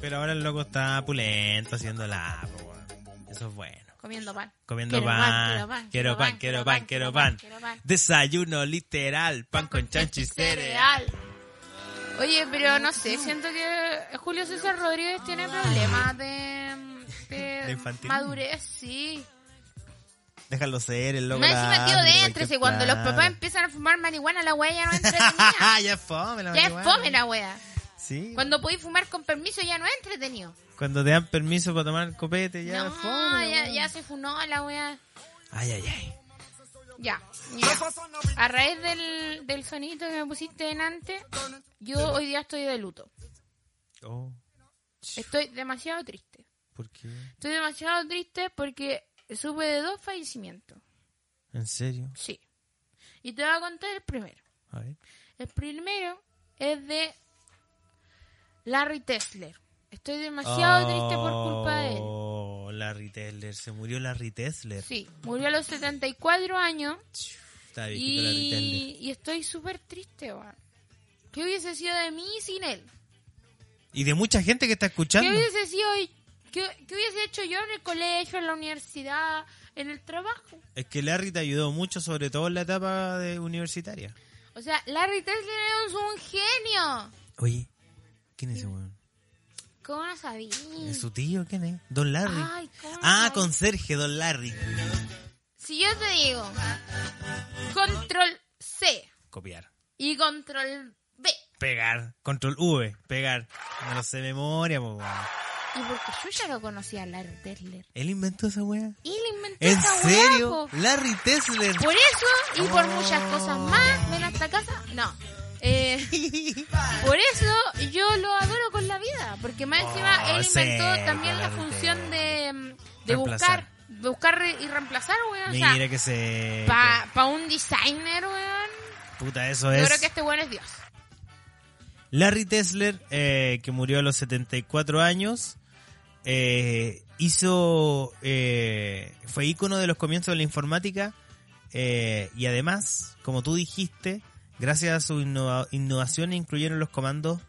S1: Pero ahora el loco está pulento haciendo la po, weón. Eso es bueno.
S3: Comiendo pan.
S1: Comiendo pan, quiero pan, quiero pan, quiero pan.
S3: quiero pan.
S1: Desayuno literal, pan con chancho y cereal. Mm.
S3: Cereal. Oye, pero no sé, siento que Julio César Rodríguez tiene problemas de,
S1: De
S3: de,
S1: infantilismo.
S3: madurez, sí.
S1: Déjalo ser, el loco.
S3: Me
S1: la
S3: encima tío
S1: hace,
S3: dentro,
S1: cualquier
S3: si cuando los
S1: plata.
S3: papás empiezan a fumar marihuana, la wea ya no es entretenida.
S1: ya es fome la
S3: ya es
S1: marihuana.
S3: fome la wea.
S1: Sí. Cuando...
S3: Cuando podéis fumar con permiso ya no es entretenido.
S1: te dan permiso para tomar copete, ya es
S3: no,
S1: fome. la
S3: ya,
S1: weá.
S3: ya se funó la wea.
S1: Ay, ay, ay.
S3: Ya, mira. A raíz del, del sonidito que me pusiste en antes, yo hoy día estoy de luto.
S1: Oh,
S3: Estoy demasiado triste.
S1: ¿por qué?
S3: Estoy demasiado triste porque supe de dos fallecimientos.
S1: ¿En serio?
S3: Sí. Y te voy a contar el primero.
S1: A ver.
S3: El primero es de Larry Tesler. Estoy demasiado triste por culpa de él.
S1: Oh, Larry Tesler. Se murió Larry Tesler.
S3: Sí, murió a los 74 años
S1: Está viejito Larry Tesler.
S3: y, y estoy súper triste, weón. ¿Qué hubiese sido de mí sin él?
S1: Y de mucha gente que está escuchando.
S3: ¿Qué hubiese sido y- qué, qué hubiese hecho yo en el colegio, en la universidad, en el trabajo?
S1: Es que Larry te ayudó mucho, sobre todo en la etapa de universitaria.
S3: O sea, Larry Tesler es un genio.
S1: Oye, ¿quién es ese weón?
S3: ¿Cómo no sabía?
S1: ¿Es su tío? ¿Quién es? Don Larry.
S3: Ay, ¿cómo
S1: ah,
S3: no?
S1: con Sergio, Don Larry.
S3: Si yo te digo control C
S1: Copiar.
S3: y control B,
S1: Pegar. Control V. Pegar. No lo sé de memoria, po, weón.
S3: y porque yo ya lo conocía a Larry Tesler,
S1: Él inventó esa weá.
S3: y le inventé
S1: ¿En
S3: esa weá,
S1: serio? Oh.
S3: po.
S1: Larry Tesler.
S3: Por eso y por muchas cosas más, ven a esta casa, no. Eh, por eso yo lo adoro con la vida, porque más
S1: Oh,
S3: encima él inventó
S1: seco,
S3: también la
S1: Larry
S3: función de, mm, de
S1: Reemplazar.
S3: buscar, de buscar re- y reemplazar, weón. O sea,
S1: Mira que se.
S3: para un designer, weón,
S1: Puta, eso
S3: yo
S1: es.
S3: creo que este weón es Dios.
S1: Larry Tesler, eh, que murió a los 74 años, eh, hizo, eh, fue ícono de los comienzos de la informática eh, y además, como tú dijiste, gracias a sus innova- innovaciones incluyeron los comandos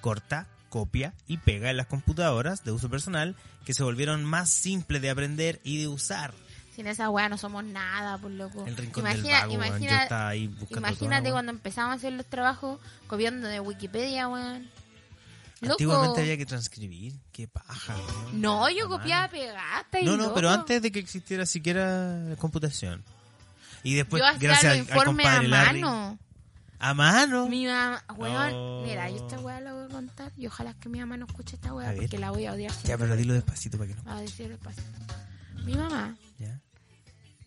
S1: corta, copia y pega en las computadoras de uso personal que se volvieron más simples de aprender y de usar.
S3: Sin esa weá no somos nada, por loco.
S1: El rincón
S3: Oh, Imagina-
S1: del vago, weón.
S3: imagina-
S1: yo estaba ahí buscando
S3: Imagínate
S1: todo,
S3: cuando empezamos a hacer los trabajos copiando de Wikipedia, weón. Loco.
S1: Antiguamente había que transcribir, qué paja. weón.
S3: No, yo
S1: La mano.
S3: copiaba pegata y
S1: No, no,
S3: loco.
S1: pero antes de que existiera siquiera computación. Y después,
S3: yo hacía
S1: pues, gracias al,
S3: los
S1: al
S3: informes a
S1: compadre Larry.
S3: mano.
S1: A mano.
S3: Mi mamá, weón,
S1: Oh.
S3: mira, yo esta weá la voy a contar y ojalá que mi mamá no escuche esta
S1: A
S3: weá
S1: ver.
S3: porque la voy a odiar.
S1: Ya,
S3: siempre.
S1: pero dilo despacito para que no.
S3: Va a decir el paso. Mi mamá,
S1: ¿Ya?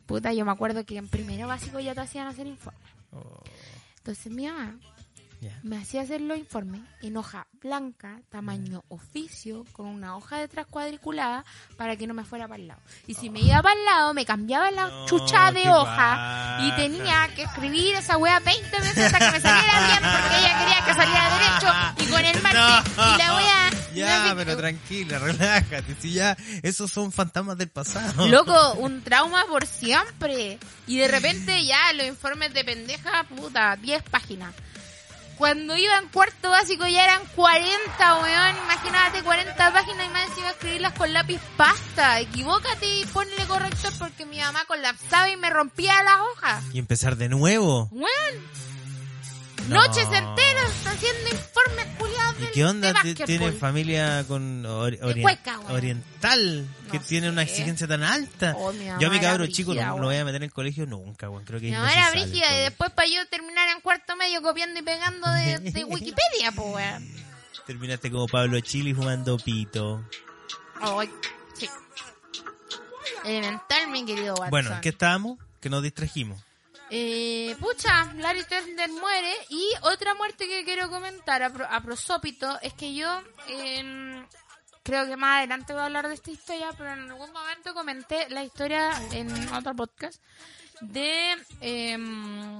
S3: puta, yo me acuerdo que en primero básico ya te hacían hacer informes.
S1: Oh.
S3: Entonces mi mamá
S1: Ya.
S3: Me hacía hacer los informes en hoja blanca, tamaño oficio, con una hoja detrás cuadriculada para que no me fuera para el lado. Y si me iba para el lado, me cambiaba la
S1: No,
S3: chucha de
S1: qué
S3: hoja y
S1: paja.
S3: tenía que escribir esa wea 20 veces hasta que me saliera bien porque ella quería que saliera derecho y con el margen.
S1: No.
S3: Y la wea.
S1: Ya,
S3: no sé-
S1: pero tranquila, relájate. Si ya, esos son fantasmas del pasado.
S3: Loco, un trauma por siempre. Y de repente ya los informes de pendeja, puta, 10 páginas. Cuando iba en cuarto básico ya eran 40, weón. Imagínate 40 páginas y más encima escribirlas con lápiz pasta. Equivócate y ponle corrector porque mi mamá colapsaba y me rompía las hojas.
S1: Y empezar de nuevo.
S3: Weón,
S1: No.
S3: noches enteras haciendo informes culiados
S1: ¿Y
S3: del-
S1: qué onda?
S3: de
S1: ¿Ti-
S3: básquetbol.
S1: ¿Tiene familia con ori- ori-
S3: cueca, weón.
S1: oriental que
S3: No
S1: tiene una
S3: sé.
S1: exigencia tan alta?
S3: Oh, mi mamá
S1: Yo a mi
S3: era
S1: cabro chico
S3: brígida,
S1: no
S3: weón.
S1: lo voy a meter en el colegio nunca, weón. Creo que
S3: Mi
S1: es
S3: mamá era
S1: innecesario el
S3: brígida y
S1: colegio.
S3: después para yo terminar en cuarto medio copiando y pegando de, de Wikipedia, pues, weón.
S1: Terminaste como Pablo Chili fumando pito.
S3: Ay, sí. Elemental, mi querido Watson.
S1: Bueno, ¿en qué estábamos? Que nos distrajimos.
S3: Eh, pucha, Larry Tender muere y otra muerte que quiero comentar a, pro- a prosópito es que yo em, creo que más adelante voy a hablar de esta historia, pero en algún momento comenté la historia en otro podcast de em,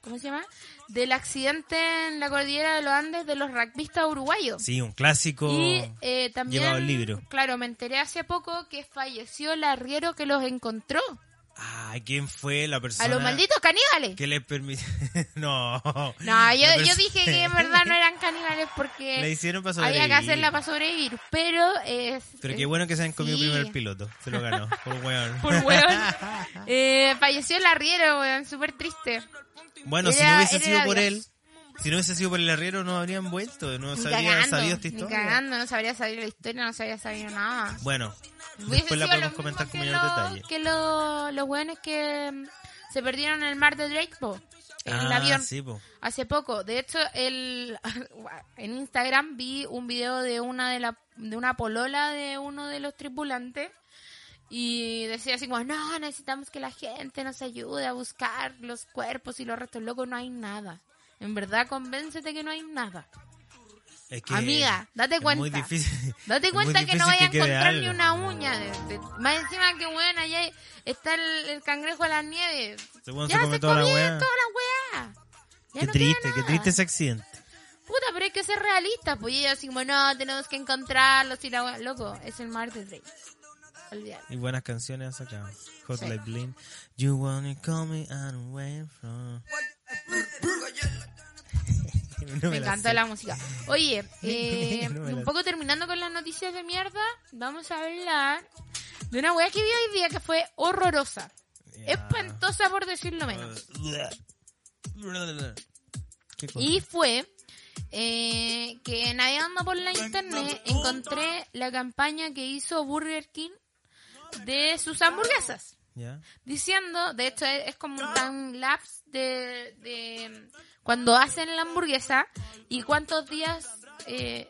S3: ¿cómo se llama? Del accidente en la cordillera de los Andes de los rugbyistas uruguayos.
S1: Sí, un clásico.
S3: Y eh, también,
S1: llevado Oh, el libro.
S3: claro, me enteré hace poco que falleció el arriero que los encontró.
S1: Ah, ¿quién fue la persona?
S3: a los malditos caníbales.
S1: Que les permitió. no.
S3: No, yo,
S1: La
S3: yo
S1: perso-
S3: dije que en verdad no eran caníbales
S1: La
S3: porque
S1: hicieron para sobrevivir.
S3: había que hacerla para sobrevivir, pero es...
S1: Pero
S3: eh,
S1: qué bueno que se han comido
S3: sí.
S1: primero el piloto. Se lo ganó. Por weón.
S3: Por weón. eh, falleció el arriero, weón, súper triste.
S1: Bueno, si
S3: Era-
S1: no hubiese
S3: era
S1: sido por
S3: Dios.
S1: él, si no hubiese sido por el arriero, no habrían vuelto, no
S3: Ni
S1: se habría
S3: cagando,
S1: sabido esta
S3: ni
S1: historia.
S3: cagando, no sabría saber la historia, no sabría saber nada.
S1: Bueno,
S3: Hubiese
S1: después la
S3: sido
S1: podemos
S3: lo
S1: comentar
S3: mismo
S1: con
S3: que
S1: mayor
S3: lo-
S1: detalle.
S3: Que lo- los weones que mm, se perdieron en el mar de Drake, po, en el
S1: Ah,
S3: avión.
S1: sí, po.
S3: Hace poco, de hecho, el, en Instagram vi un video de una de la de una polola de uno de los tripulantes y decía así como, "No, necesitamos que la gente nos ayude a buscar los cuerpos y los restos locos, no hay nada." En verdad, convéncete que no hay nada.
S1: Es que
S3: Amiga, date
S1: es
S3: cuenta.
S1: Muy difícil.
S3: Date
S1: es muy
S3: cuenta que no
S1: difícil
S3: vaya a
S1: quede
S3: encontrar ni
S1: algo.
S3: una uña. de- de- más encima que, bueno, allá está el, el cangrejo de las nieves.
S1: Según
S3: ya
S1: se comió
S3: se, comió
S1: toda la weá.
S3: toda la weá. Ya
S1: Qué
S3: no queda
S1: triste, qué
S3: nada.
S1: triste ese accidente.
S3: Puta, pero hay que ser realistas, pues y ellos así como, no, tenemos que encontrarlos y la wea- Loco, es el mar de Drake. Olvidar.
S1: Y buenas canciones sacadas. Hot
S3: Sí.
S1: Like Bling. You wanna call me out away from. No
S3: me
S1: la
S3: encanta
S1: sé.
S3: la música. Oye, eh,
S1: No me la
S3: un
S1: sé.
S3: poco terminando con las noticias de mierda, vamos a hablar de una wea que vi hoy día que fue horrorosa.
S1: Ya.
S3: Espantosa por decirlo menos.
S1: ¿Qué cosa?
S3: Y fue eh, que navegando por la internet encontré la campaña que hizo Burger King de sus hamburguesas.
S1: ¿Ya?
S3: diciendo, de hecho es, es como un time lapse de, de cuando hacen la hamburguesa y cuántos días eh,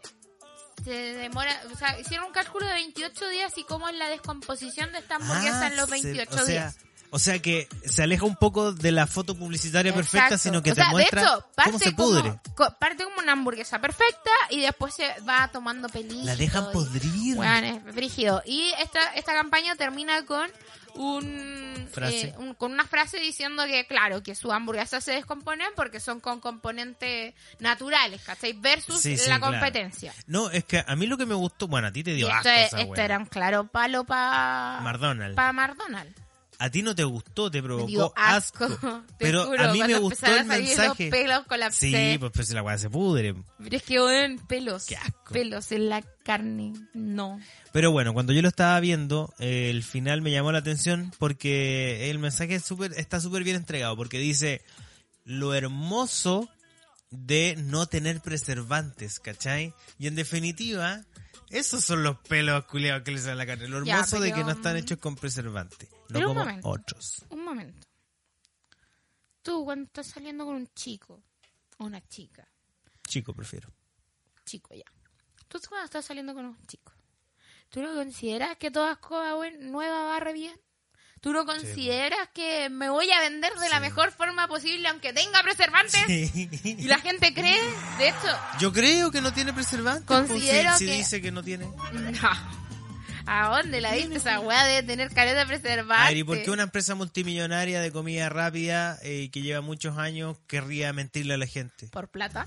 S3: se demora, o sea, hicieron un cálculo de 28 días y cómo es la descomposición de esta hamburguesa
S1: Ah,
S3: en los
S1: se-
S3: 28
S1: o sea,
S3: días.
S1: O sea que se aleja un poco de la foto publicitaria perfecta,
S3: Exacto.
S1: sino que
S3: O
S1: te
S3: sea,
S1: muestra
S3: de hecho, parte
S1: cómo se pudre.
S3: Como, co- parte como una hamburguesa perfecta y después se va tomando pelitos.
S1: La dejan
S3: y-
S1: podrir.
S3: Weón, es brígido. Y esta, esta campaña termina con un,
S1: Frase.
S3: eh, un- con una frase diciendo que, claro, que sus hamburguesas se descomponen porque son con componentes naturales, ¿cachai? Versus
S1: Sí, sí,
S3: la
S1: claro.
S3: competencia.
S1: No, es que a mí lo que me gustó, bueno, a ti te
S3: Y
S1: dio
S3: esto,
S1: asco
S3: es-
S1: esa
S3: esto
S1: wea.
S3: era un claro palo para
S1: McDonald's.
S3: pa McDonald's.
S1: A ti no te gustó, te
S3: Me
S1: provocó
S3: dio asco. te
S1: Pero
S3: juro,
S1: a mí me
S3: cuando
S1: gustó
S3: empezaron
S1: el
S3: a salir los
S1: mensaje.
S3: pelos colapsé.
S1: Sí, pues, pero si la weá se pudre.
S3: Pero es que, weón, pelos.
S1: Qué asco.
S3: Pelos en la carne. No.
S1: Pero bueno, cuando yo lo estaba viendo, eh, el final me llamó la atención porque el mensaje es súper- está súper bien entregado. Porque dice lo hermoso de no tener preservantes, ¿cachai? Y en definitiva, esos son los pelos culiados que le salen a la carne. Lo
S3: Ya,
S1: hermoso de
S3: pero,
S1: que no están
S3: mm,
S1: hechos con preservantes, no
S3: pero un
S1: como
S3: momento.
S1: otros.
S3: Un momento. Tú, cuando estás saliendo con un chico, o una chica,
S1: Chico, prefiero.
S3: chico ya. Tú, cuando estás saliendo con un chico, ¿tú lo consideras que toda escoba buen- nueva barre bien? ¿Tú no consideras que me voy a vender de la mejor forma posible aunque tenga preservantes?
S1: Sí.
S3: Y la gente cree, de hecho,
S1: Yo creo que no tiene preservante.
S3: Considero
S1: si,
S3: que-
S1: dice que no tiene.
S3: no. ¿A dónde la viste esa weá de tener careta preservante?
S1: A ver, ¿y por qué una empresa multimillonaria de comida rápida eh, que lleva muchos años querría mentirle a la gente?
S3: Por plata.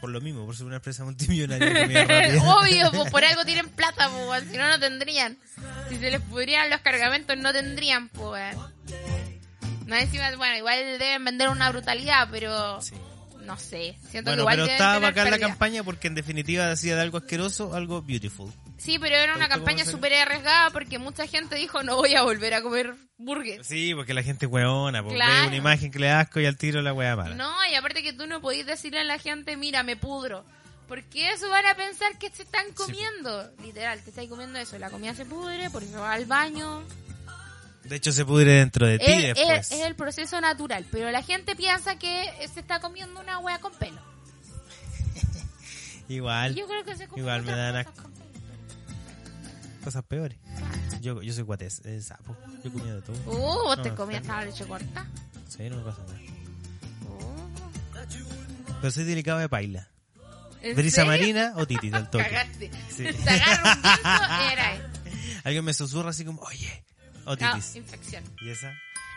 S1: Por lo mismo, por ser una empresa multimillonaria de comida rápida.
S3: Obvio, pues por algo tienen plata, pues, weón, si no, no tendrían. Si se les pudrieran los cargamentos, no tendrían, pues. weón. No encima, bueno, igual deben vender una brutalidad, pero
S1: Sí.
S3: no sé. Siento que
S1: Bueno,
S3: igual
S1: pero
S3: deben
S1: estaba
S3: tener
S1: bacán la
S3: pérdida.
S1: campaña porque en definitiva hacía de algo asqueroso algo beautiful.
S3: Sí, pero
S1: ¿Te
S3: era una
S1: gustó cómo
S3: campaña
S1: salió?
S3: súper arriesgada porque mucha gente dijo, no voy a volver a comer burgues.
S1: Sí, porque la gente es hueona, porque
S3: Claro.
S1: ve una imagen que le da asco y al tiro la hueá mala.
S3: No, y aparte que tú no podís decirle a la gente, mira, me pudro. Porque eso van a pensar que se están comiendo. Literal, te estáis comiendo eso. La comida se pudre, por eso va al baño.
S1: De hecho, se pudre dentro de ti
S3: Es, es-
S1: después.
S3: es el proceso natural. Pero la gente piensa que se está comiendo una hueá con pelo. Y
S1: Igual,
S3: yo creo que se come
S1: Igual me
S3: otras
S1: dan
S3: cosas con pelo.
S1: cosas peores. Yo, yo soy guates, eh, sapo. Yo he comido de todo.
S3: Uh, vos te
S1: No,
S3: comías
S1: está
S3: hasta la leche corta.
S1: Sí, no me pasa nada.
S3: Uh,
S1: Pero soy delicado de paila.
S3: ¿en
S1: Brisa
S3: serio?
S1: marina o titi del toque.
S3: Cagaste.
S1: Sí.
S3: Te agarra un viento, era ahí.
S1: Alguien me susurra así como, oye, o
S3: No,
S1: titis.
S3: infección.
S1: ¿Y esa?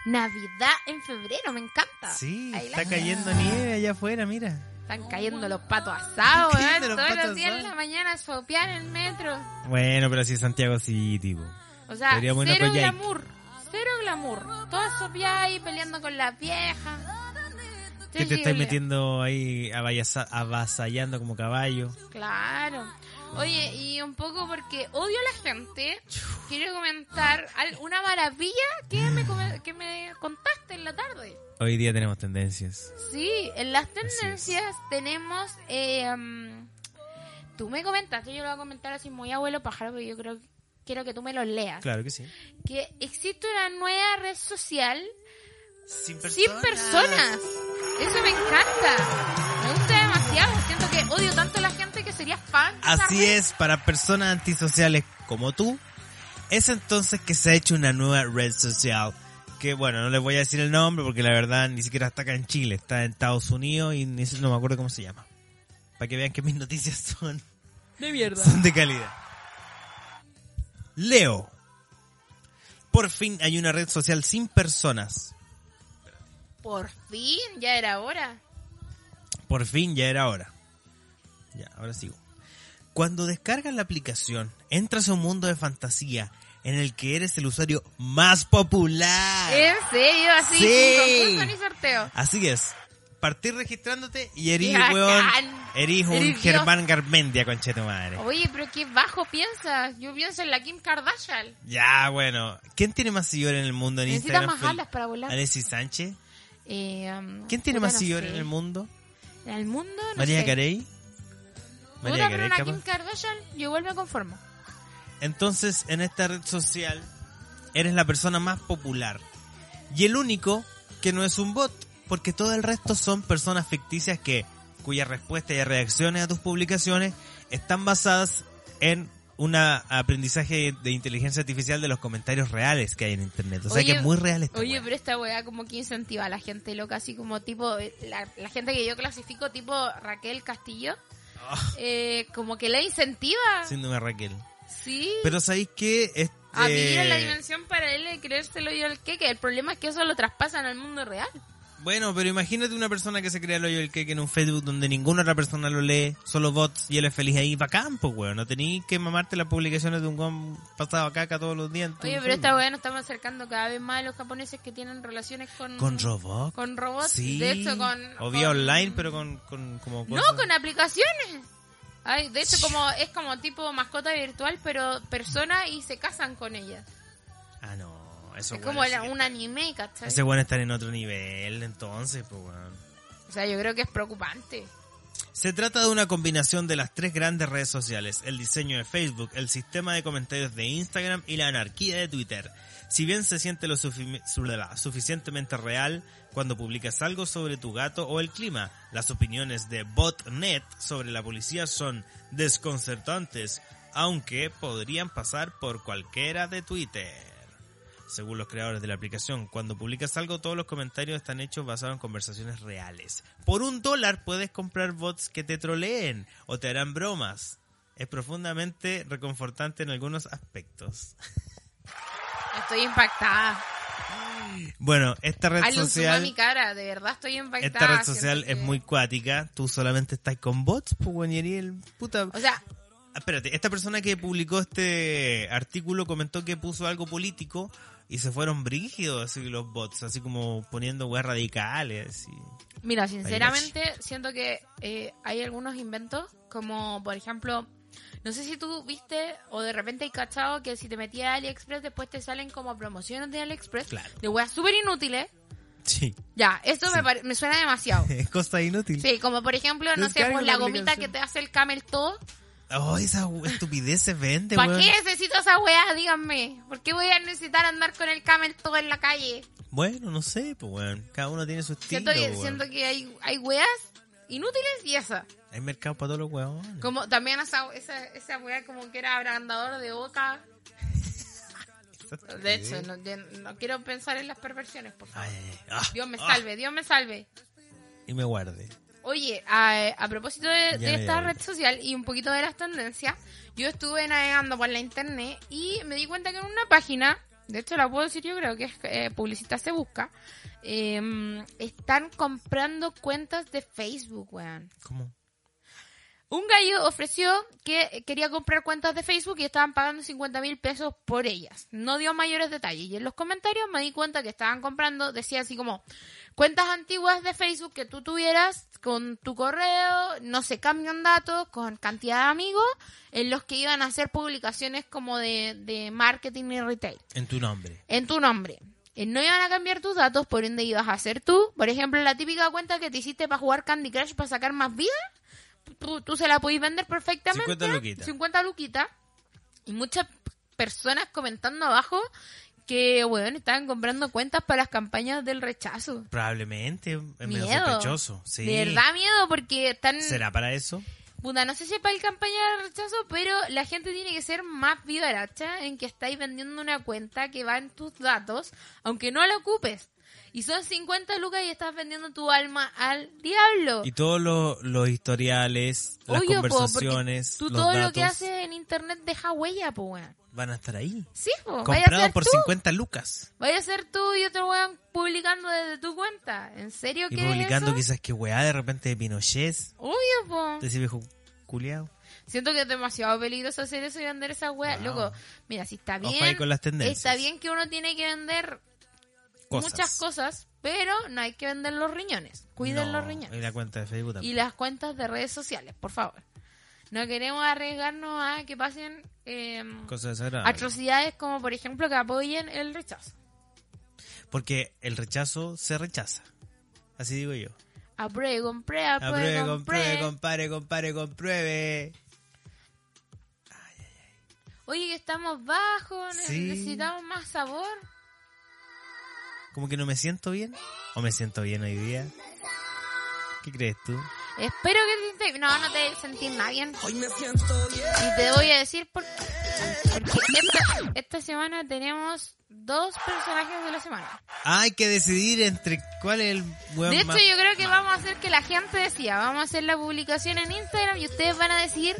S3: Navidad en febrero, me encanta.
S1: Sí,
S3: Ahí la-
S1: está cayendo nieve allá afuera, mira.
S3: Están cayendo los patos
S1: Están
S3: asados, weón.
S1: cayendo los
S3: Todos
S1: patos
S3: los días en
S1: asados.
S3: la mañana a sopear en el metro.
S1: Bueno, pero así es Santiago sí, tipo.
S3: O sea,
S1: Podríamos ir a
S3: cero
S1: Coyhaique.
S3: glamour. Cero glamour. Todas sopeadas ahí peleando con las viejas.
S1: Que te estás
S3: Terrible.
S1: metiendo ahí avallasa- avasallando como caballo.
S3: Claro. Oye, y un poco porque odio a la gente, quiero comentar al- una maravilla que me, come- que me contaste en la tarde.
S1: Hoy día tenemos tendencias.
S3: Sí, en las
S1: es.
S3: tendencias tenemos. eh, mm, tú me comentaste, yo lo voy a comentar así muy abuelo pájaro, pero yo creo quiero que tú me lo leas.
S1: Claro que sí.
S3: Que existe una nueva red social
S1: Sin
S3: sin personas. Eso me encanta. Me gusta demasiado. Siento que odio tanto a la gente que sería fan. de esa
S1: Así
S3: red.
S1: es, para personas antisociales como tú, es entonces que se ha hecho una nueva red social. Que bueno, no les voy a decir el nombre porque la verdad ni siquiera está acá en Chile, está en Estados Unidos y ni- no me acuerdo cómo se llama. Para que vean que mis noticias son
S3: De mierda.
S1: son de calidad. Leo. Por fin hay una red social sin personas.
S3: Por fin, ya era hora.
S1: Por fin ya era hora. Ya, ahora sigo. Cuando descargas la aplicación, entras a un mundo de fantasía en el que eres el usuario más popular.
S3: ¿En serio? Así,
S1: Sí.
S3: sin concurso ni sorteo.
S1: Así es. Partir registrándote y erís,
S3: Bacán.
S1: weón, erís un
S3: Erís Dios. Oh.
S1: Germán Garmendia, conche tu madre.
S3: Oye, pero qué bajo piensas. Yo pienso en la Kim Kardashian.
S1: Ya, bueno. ¿Quién tiene más seguidores en el mundo en
S3: Necesitas
S1: Instagram?
S3: más alas para volar.
S1: Alexis Sánchez.
S3: Eh, um,
S1: ¿Quién tiene
S3: puta,
S1: más
S3: no
S1: seguidores
S3: sé.
S1: en el mundo?
S3: En el mundo, no
S1: María
S3: sé.
S1: Carey.
S3: Puta,
S1: María
S3: pero
S1: Carey,
S3: una
S1: capaz.
S3: Kim Kardashian, yo igual me conformo.
S1: Entonces, en esta red social, eres la persona más popular. Y el único que no es un bot, porque todo el resto son personas ficticias que, cuyas respuestas y reacciones a tus publicaciones están basadas en un aprendizaje de inteligencia artificial de los comentarios reales que hay en internet. O sea
S3: Oye,
S1: que es muy real esta
S3: Oye,
S1: wea.
S3: pero esta weá como que incentiva a la gente loca, así como tipo, eh, la, la gente que yo clasifico tipo Raquel Castillo,
S1: Oh,
S3: eh, como que la incentiva. Sí.
S1: síndrome Raquel. Pero sabéis que este,
S3: A vivir en la dimensión paralela de creérselo yo el queque. El problema es que eso lo traspasan al mundo real.
S1: Bueno, pero imagínate una persona que se crea el hoyo del cake en un Facebook donde ninguna otra persona lo lee, solo bots y él es feliz ahí. Bacán, pues, weón. No tenéis que mamarte las publicaciones de un guan pasado a caca todos los días. en tu
S3: Oye, pero
S1: Facebook.
S3: esta weá nos estamos acercando cada vez más a los japoneses que tienen relaciones con,
S1: Con robots.
S3: con robots.
S1: Sí.
S3: De hecho, con.
S1: O vía
S3: con-
S1: online, pero con, con como
S3: No,
S1: cosas.
S3: con aplicaciones. Ay, de hecho, como es como tipo mascota virtual, pero persona y se casan con ellas.
S1: Ah, no. Eso,
S3: es como la- un anime, ¿cachai?
S1: Ese weón está en otro nivel, entonces, pues, weón.
S3: O sea, yo creo que es preocupante.
S1: Se trata de una combinación de las tres grandes redes sociales, el diseño de Facebook, el sistema de comentarios de Instagram y la anarquía de Twitter. Si bien se siente lo sufi- su- la- suficientemente real cuando publicas algo sobre tu gato o el clima, las opiniones de Botnet sobre la policía son desconcertantes, aunque podrían pasar por cualquiera de Twitter. Según los creadores de la aplicación, cuando publicas algo, todos los comentarios están hechos basados en conversaciones reales. Por un dólar puedes comprar bots que te troleen o te harán bromas. Es profundamente reconfortante en algunos aspectos.
S3: Estoy impactada.
S1: Bueno, esta red
S3: Hazle un zoom a
S1: social
S3: mi cara, de verdad estoy impactada.
S1: esta red
S3: siento
S1: social
S3: que-
S1: es muy cuática. Tú solamente estás con bots, pues, weón, y eres el puta. Ah,
S3: O sea,
S1: Espérate, esta persona que publicó este artículo comentó que puso algo político y se fueron brígidos así los bots, así como poniendo weas radicales. Y...
S3: Mira, sinceramente, siento que eh, hay algunos inventos, como por ejemplo, no sé si tú viste o de repente hay cachado que si te metías a AliExpress, después te salen como promociones de AliExpress
S1: Claro.
S3: de weas súper inútiles.
S1: Sí,
S3: Ya, esto me, pare- me suena demasiado.
S1: es cosa inútil.
S3: Sí, como por ejemplo, no sé,
S1: Descarga
S3: pues
S1: la
S3: la gomita
S1: aplicación.
S3: que te hace el camel todo.
S1: Oh, esa we- estupidez se vende,
S3: ¿Para
S1: Este weón.
S3: qué necesito esa wea? Díganme. ¿Por qué voy a necesitar andar con el camel todo en la calle?
S1: Bueno, no sé, pues, weón. Cada uno tiene su estilo.
S3: Siento que,
S1: pues, weón.
S3: siento que hay, hay weas inútiles y esa.
S1: Hay mercado para todos los weones.
S3: Como también esa, esa, esa weá como que era abrandador de boca. De hecho, no, yo no quiero pensar en las perversiones, por favor.
S1: Ay, ay, ay. Ah,
S3: Dios me
S1: ah,
S3: salve, Dios me salve.
S1: y me guarde.
S3: Oye, a, a propósito de,
S1: Ya,
S3: de
S1: ya,
S3: esta
S1: ya.
S3: red social y un poquito de las tendencias, yo estuve navegando por la internet y me di cuenta que en una página, de hecho la puedo decir yo creo que es eh, Publicista se busca, em, están comprando cuentas de Facebook, weón.
S1: ¿Cómo?
S3: Un gallo ofreció que quería comprar cuentas de Facebook y estaban pagando 50 mil pesos por ellas. No dio mayores detalles. Y en los comentarios me di cuenta que estaban comprando, decía así como, cuentas antiguas de Facebook que tú tuvieras con tu correo, no se cambian datos, con cantidad de amigos, en los que iban a hacer publicaciones como de, de marketing y retail
S1: En tu nombre.
S3: en tu nombre. Eh, No iban a cambiar tus datos, por ende ibas a ser tú. Por ejemplo, la típica cuenta que te hiciste para jugar Candy Crush para sacar más vida, tú, tú se la podís vender perfectamente.
S1: 50 luquitas.
S3: 50 luquitas. Y muchas personas comentando abajo que, bueno, estaban comprando cuentas para las campañas del rechazo.
S1: Probablemente. Es medio
S3: Miedo.
S1: sospechoso. Sí.
S3: De verdad miedo, porque están...
S1: ¿Será para eso?
S3: Puta, no sé si es para el campaña de rechazo, pero la gente tiene que ser más vivaracha en que estáis vendiendo una cuenta que va en tus datos, aunque no la ocupes. Y son 50 lucas y estás vendiendo tu alma al diablo.
S1: Y todos los, los historiales, las
S3: Obvio, po, porque
S1: conversaciones,
S3: tú
S1: los
S3: todo
S1: datos
S3: lo que haces en internet deja huella, po, weón.
S1: van a estar ahí.
S3: Sí, po, vaya a
S1: Comprados
S3: ser
S1: por
S3: tú.
S1: 50 lucas.
S3: Vaya a ser tú y otro weón publicando desde tu cuenta. ¿En serio
S1: Y
S3: que
S1: publicando
S3: eso?
S1: quizás que weá de repente de Pinochet.
S3: Obvio, po.
S1: Te sirve culiado.
S3: Siento que es demasiado peligroso hacer eso y vender esa wea.
S1: Wow.
S3: Loco, mira, si está
S1: Ojo ahí
S3: bien.
S1: con las tendencias.
S3: Está bien que uno tiene que vender
S1: Cosas.
S3: muchas cosas, pero no hay que vender los riñones. Cuiden los riñones.
S1: Y la cuenta de Facebook
S3: Y
S1: también.
S3: las cuentas de redes sociales, por favor. No queremos arriesgarnos a que pasen eh,
S1: Cosas desagradables.
S3: atrocidades como, por ejemplo, que apoyen el rechazo.
S1: Porque el rechazo se rechaza. Así digo yo.
S3: Apruebe, compre, apruebe,
S1: Apruebe, compruebe,
S3: compre.
S1: compare, compare, compruebe.
S3: Oye, que estamos bajos, ne-
S1: Sí.
S3: necesitamos más sabor.
S1: Como que no me siento bien. ¿O me siento bien hoy día? ¿Qué crees tú?
S3: Espero que te sientas- No, no te sentís nada bien. Y te voy a decir por qué. Porque esta, esta semana tenemos dos personajes de la semana.
S1: Ah, hay que decidir entre cuál es el weón
S3: De hecho,
S1: más-
S3: yo creo que vamos a hacer que la gente decida. Vamos a hacer la publicación en Instagram y ustedes van a decidir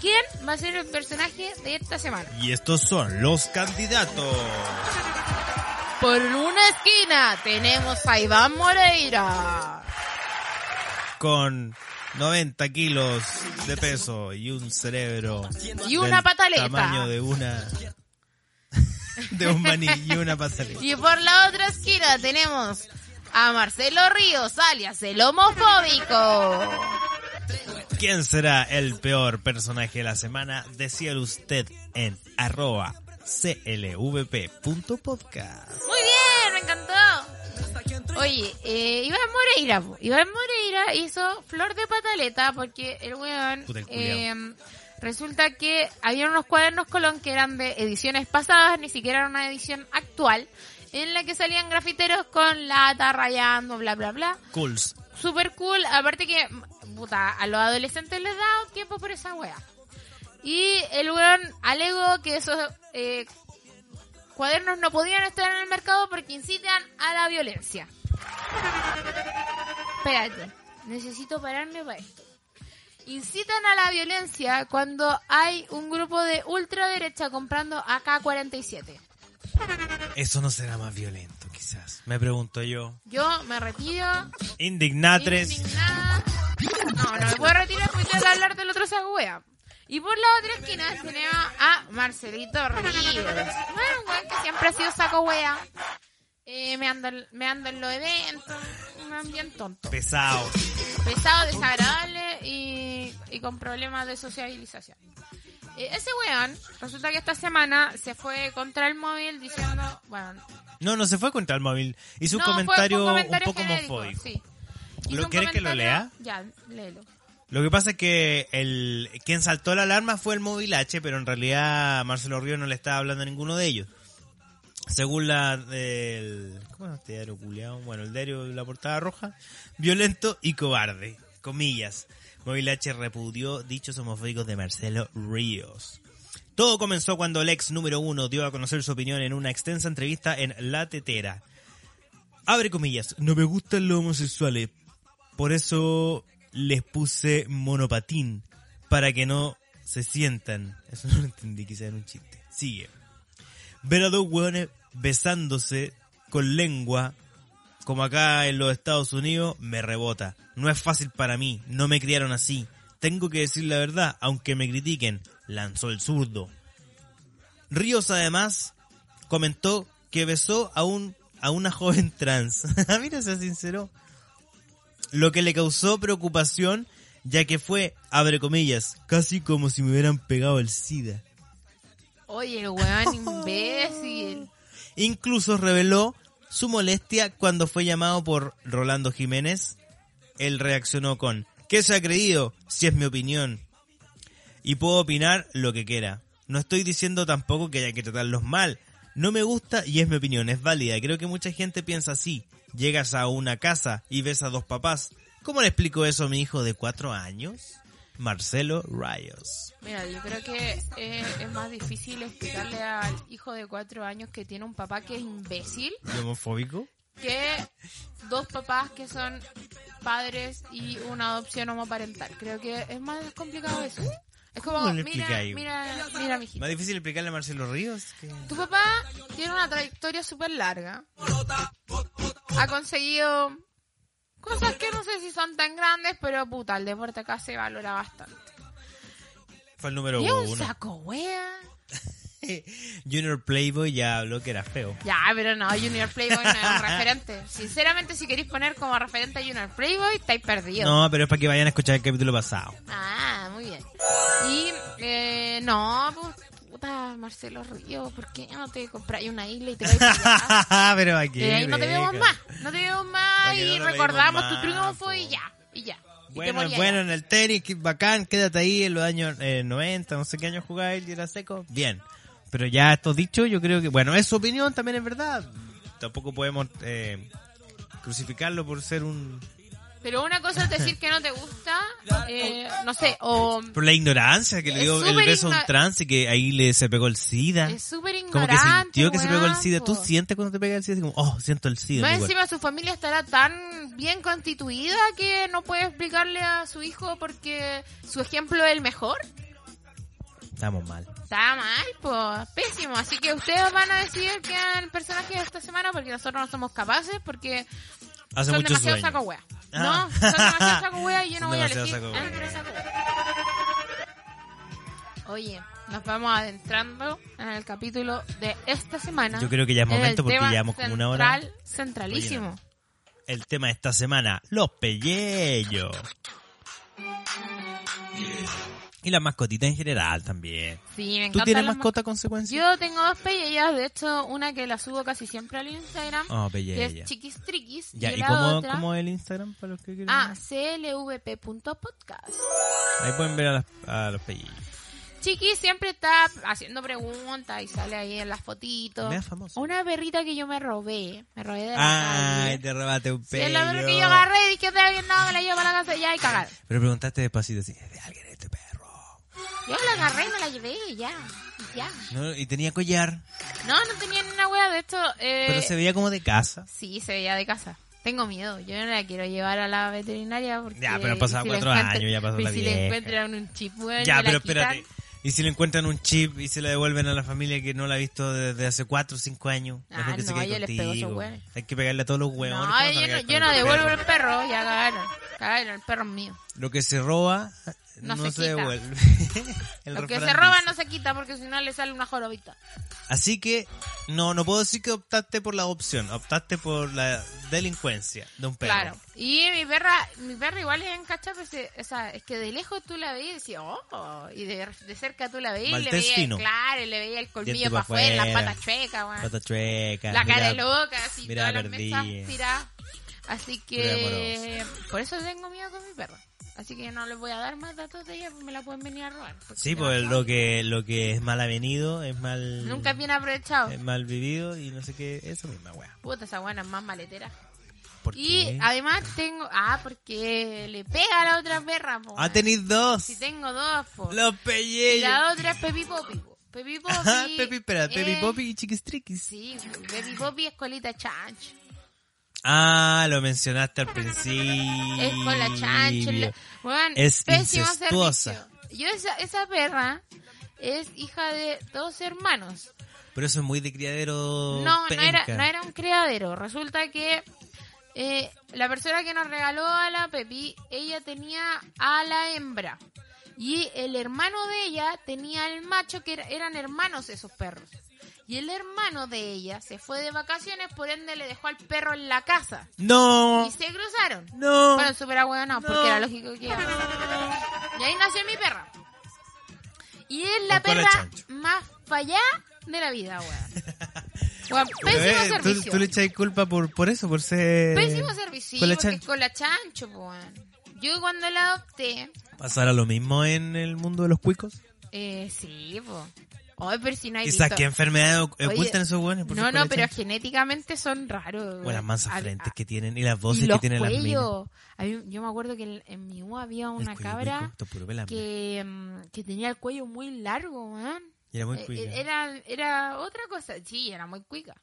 S3: quién va a ser el personaje de esta semana.
S1: Y estos son los candidatos.
S3: Por una esquina tenemos a Iván Moreira.
S1: Con 90 kilos de peso y un cerebro.
S3: Y una
S1: del
S3: pataleta.
S1: Tamaño de una. De un maní y una pataleta.
S3: Y por la otra esquina tenemos a Marcelo Ríos, alias el homofóbico.
S1: ¿Quién será el peor personaje de la semana? Decíalo usted en arroba clvp.podcast.
S3: Muy bien, me encantó. Oye, eh, Iván Moreira, po. Iván Moreira hizo flor de pataleta porque el weón
S1: Puta, el
S3: eh, resulta que había unos cuadernos Colón que eran de ediciones pasadas, ni siquiera era una edición actual, en la que salían grafiteros con lata rayando, bla, bla, bla.
S1: Cools.
S3: Super cool, aparte que puta, a los adolescentes les da tiempo por esa wea. Y el weón alegó que esos eh, cuadernos no podían estar en el mercado porque incitan a la violencia. Espérate, necesito pararme para esto. Incitan a la violencia cuando hay un grupo de ultraderecha comprando AK-47.
S1: Eso no será más violento, quizás. Me pregunto yo.
S3: Yo me retiro.
S1: Indignatres.
S3: indignada. No, no me puedo retirar porque tengo que hablar del otro esa wea. Y por la otra esquina tenemos a Marcelito Ríos. Bueno, un weón que siempre ha sido saco wea. Eh, me, ando, me ando en los eventos. Un ambiente tonto.
S1: Pesados.
S3: Pesado, desagradable y, y con problemas de sociabilización. Eh, ese weón, resulta que esta semana se fue contra el móvil diciendo, bueno,
S1: No, no se fue contra el móvil. Hizo un,
S3: no, fue- fue
S1: comentario, un poco
S3: genérico,
S1: homofóbico.
S3: sí.
S1: ¿Lo
S3: Hizo un
S1: quieres que lo
S3: comentario- Ya, léelo.
S1: Lo que pasa es que el quien saltó la alarma fue el móvil H, pero en realidad Marcelo Río no le estaba hablando a ninguno de ellos. Según la del ¿cómo es este diario culiao? Bueno, el diario de la portada roja, violento y cobarde, comillas. Móvil H repudió dichos homofóbicos de Marcelo Ríos. Todo comenzó cuando el ex número uno dio a conocer su opinión en una extensa entrevista en La Tetera. Abre comillas, no me gustan los homosexuales, por eso les puse monopatín, para que no se sientan. Eso no lo entendí, quizá era un chiste. Sigue. Ver a dos hueones besándose con lengua, como acá en los Estados Unidos, me rebota. No es fácil para mí, no me criaron así. Tengo que decir la verdad, aunque me critiquen, lanzó el zurdo. Ríos además comentó que besó a un a una joven trans. Mira, se sinceró lo que le causó preocupación, ya que fue, abre comillas, casi como si me hubieran pegado el SIDA.
S3: Oye, el weón imbécil.
S1: Incluso reveló su molestia cuando fue llamado por Rolando Jiménez. Él reaccionó con, ¿qué se ha creído? Si es mi opinión. Y puedo opinar lo que quiera. No estoy diciendo tampoco que haya que tratarlos mal. No me gusta y es mi opinión, es válida. Creo que mucha gente piensa así. Llegas a una casa y ves a dos papás. ¿Cómo le explico eso a mi hijo de cuatro años? Marcelo Rayos.
S3: Mira, yo creo que eh, es más difícil explicarle al hijo de cuatro años que tiene un papá que es imbécil
S1: ¿Y homofóbico?
S3: que dos papás que son padres y una adopción homoparental. Creo que es más complicado eso. Es como,
S1: ¿Cómo le
S3: mira,
S1: explicáis?
S3: mira, mira, mijito.
S1: ¿Más difícil explicarle a Marcelo Ríos? que-
S3: Tu papá tiene una trayectoria súper larga. Ha conseguido cosas que no sé si son tan grandes, pero puta, el deporte acá se valora bastante.
S1: Fue el número
S3: Y es un
S1: uno.
S3: saco, wea.
S1: Junior Playboy ya habló que era feo.
S3: Ya, pero no, Junior Playboy no es un referente. Sinceramente, si queréis poner como referente a Junior Playboy, estáis perdidos.
S1: No, pero es para que vayan a escuchar el capítulo pasado.
S3: Ah, muy bien. Y, eh, no, pues, puta, Marcelo Río, ¿por qué no te compráis una isla y te vais para allá? Eh,
S1: pero aquí.
S3: Ah. Y ahí no te vemos más, no te vemos más
S1: Para que
S3: y
S1: no te
S3: recordamos
S1: veamos
S3: tu
S1: más,
S3: triunfo
S1: po.
S3: y ya, y ya. Y te
S1: Bueno,
S3: morías
S1: bueno,
S3: ya.
S1: en el tenis, que bacán, quédate ahí en los años eh, 90, no sé qué año jugaba él y era seco. Bien. Pero ya esto dicho, yo creo que, bueno, es su opinión, también es verdad. Tampoco podemos eh, crucificarlo por ser un...
S3: Pero una cosa es decir que no te gusta, eh, no sé, o
S1: Por la ignorancia que le
S3: Es
S1: dio el
S3: súper
S1: beso a un
S3: igno-
S1: trans y que ahí le se pegó el SIDA.
S3: es súper
S1: Como
S3: ignorante.
S1: que sintió que se pegó el
S3: weón,
S1: SIDA. ¿Tú
S3: po.
S1: sientes cuando te pega el SIDA? Así Como, oh, siento el SIDA.
S3: Más
S1: en mi cuerpo.
S3: encima su familia estará tan bien constituida que no puede explicarle a su hijo porque su ejemplo es el mejor.
S1: Estamos mal.
S3: Está mal, pues, pésimo. Así que ustedes van a decidir que el personaje de esta semana porque nosotros no somos capaces porque
S1: Hace
S3: son
S1: mucho
S3: demasiado
S1: sueño.
S3: saco wea.
S1: Ah.
S3: No, son demasiado saco wea y yo no
S1: Son
S3: voy a
S1: demasiado
S3: elegir
S1: saco wea.
S3: entre saco wea. Oye, nos vamos adentrando en el capítulo de esta semana.
S1: Yo creo que ya es
S3: en el
S1: momento porque
S3: tema
S1: llevamos como una hora.
S3: central, Centralísimo.
S1: Oye, El tema de esta semana, los pellellos. Y las mascotitas en general también.
S3: Sí, me
S1: ¿Tú
S3: encantan
S1: tienes
S3: las
S1: mascota a consecuencia?
S3: Yo tengo dos pellellas, de hecho, una que la subo casi siempre al Instagram,
S1: Oh,
S3: que
S1: pellella.
S3: es Chiquis Triquis.
S1: Ya,
S3: y
S1: ¿y
S3: la
S1: cómo,
S3: otra,
S1: cómo es el Instagram para los que quieren?
S3: Ah, clvp.podcast.
S1: Ahí pueden ver a, las- a los pellellos.
S3: Chiqui siempre está haciendo preguntas y sale ahí en las fotitos.
S1: Mea famosa.
S3: Una perrita que yo me robé, me robé de la
S1: Ay,
S3: calle.
S1: te robaste un
S3: Sí,
S1: pello.
S3: es la perra que yo agarré y dije, "Está bien, no, me la llevo para la casa ya y cagar.
S1: Pero preguntaste despacito así, ¿es de alguien este perro?
S3: Yo la agarré y me la llevé y ya. y ya.
S1: No, y tenía collar,
S3: No, no tenía ni una wea de esto. eh,
S1: pero se veía como de casa.
S3: Sí, se veía de casa. Tengo miedo. Yo no la quiero llevar a la veterinaria porque...
S1: Ya, pero han pasado
S3: la
S1: cuatro
S3: encuentran-
S1: años, ya pasó
S3: y
S1: la
S3: si
S1: vieja.
S3: le encuentran un chip, weón,
S1: Ya,
S3: me la
S1: pero
S3: quitan.
S1: espérate. ¿Y si le encuentran un chip y se la devuelven a la familia que no la ha visto desde hace 4 o 5 años? La
S3: Ah,
S1: gente se
S3: no,
S1: queda
S3: yo les pego a esos
S1: contigo.
S3: hueones.
S1: Hay que pegarle a todos los huevones.
S3: No, yo no, yo no devuelvo el perro, ya cagaron. Cagaron, el perro es mío.
S1: Lo que se roba no,
S3: No
S1: se,
S3: se quita.
S1: devuelve. El
S3: Lo que
S1: refrán
S3: se roba
S1: dice.
S3: no se quita porque si no le sale una jorobita.
S1: Así que no, no puedo decir que optaste por la opción, optaste por la delincuencia de un perro.
S3: Claro. Y mi perra, mi perra igual es encachada, pero se- eh, o sea, es que de lejos tú la veías y decías, oh, y de, de cerca tú la veías y le
S1: Maltés
S3: veía,
S1: fino.
S3: claro, y le veía el colmillo
S1: Diente
S3: para
S1: pa'
S3: afuera, las
S1: afuera.
S3: patas chuecas, weón.
S1: Pata chueca.
S3: la cara
S1: mira,
S3: loca, así
S1: mirada
S3: todas las
S1: perdida.
S3: mesas tiradas. Así
S1: Mirada
S3: que por eso tengo miedo con mi perra. Así que no les voy a dar más datos de ella, porque me la pueden venir a robar. porque
S1: Sí,
S3: me la
S1: pues
S3: roban.
S1: lo que, lo que es mal avenido es mal.
S3: Nunca es bien aprovechado.
S1: es mal vivido y no sé qué. Eso misma, wea.
S3: Puta, esa buena es más maletera.
S1: ¿Por
S3: Y
S1: qué?
S3: además tengo... Ah, porque le pega a la otra perra, po,
S1: Ah,
S3: weón.
S1: tenéis dos.
S3: Si tengo dos, po.
S1: Los
S3: Y
S1: pellejos.
S3: la otra es Pepi Popi. po. Pepi Popi.
S1: Ajá, Pepi, espera, Pepi
S3: es-
S1: Poppy y Chiquistriquis.
S3: Sí, Pepi Popi es colita chancho.
S1: Ah, lo mencionaste al principio.
S3: Es con la chancha. la- Weón,
S1: Es
S3: pésimo
S1: incestuosa.
S3: servicio. Yo, esa, esa perra es hija de dos hermanos.
S1: Pero eso es muy de criadero.
S3: No, no era,
S1: Oh, penca.
S3: no era un criadero. Resulta que eh, la persona que nos regaló a la Pepi, ella tenía a la hembra. Y el hermano de ella tenía al macho, que era- eran hermanos esos perros. Y el hermano de ella se fue de vacaciones, por ende le dejó al perro en la casa.
S1: No,
S3: Y se cruzaron.
S1: no.
S3: Bueno, súper ahueonados,
S1: No.
S3: porque era lógico que iba. Y ahí nació mi perra. Y es la
S1: Con cola de
S3: perra
S1: chancho.
S3: más fallada de la vida, weón. Weón,
S1: Pero,
S3: pésimo
S1: eh, tú-
S3: servicio.
S1: Tú, le echáis culpa por, por eso, por ser.
S3: Pésimo servicio,
S1: con la
S3: porque es
S1: chancho.
S3: con la chancho, po, weón. Yo cuando la adopté,
S1: ¿Pasará lo mismo en el mundo de los cuicos?
S3: eh, sí, po. Ay, pero si no hay
S1: Quizás
S3: visto-
S1: qué enfermedades oc-
S3: Oye,
S1: eh, ocultan esos hueones. por
S3: No,
S1: ser
S3: no,
S1: cola
S3: pero
S1: chancho.
S3: genéticamente son raros,
S1: O
S3: weón.
S1: las mansas
S3: Hab-
S1: frentes que tienen y las
S3: y
S1: voces
S3: los
S1: que tienen las minas.
S3: cuellos. A mí- Yo me acuerdo que en, en mi U había
S1: El
S3: una
S1: cuello
S3: cabra...
S1: cuico, esto puro pelame.
S3: que, mm, que tenía el cuello muy largo, weón.
S1: Y era muy
S3: Eh,
S1: cuica.
S3: Era, era otra cosa. Sí, era muy cuica.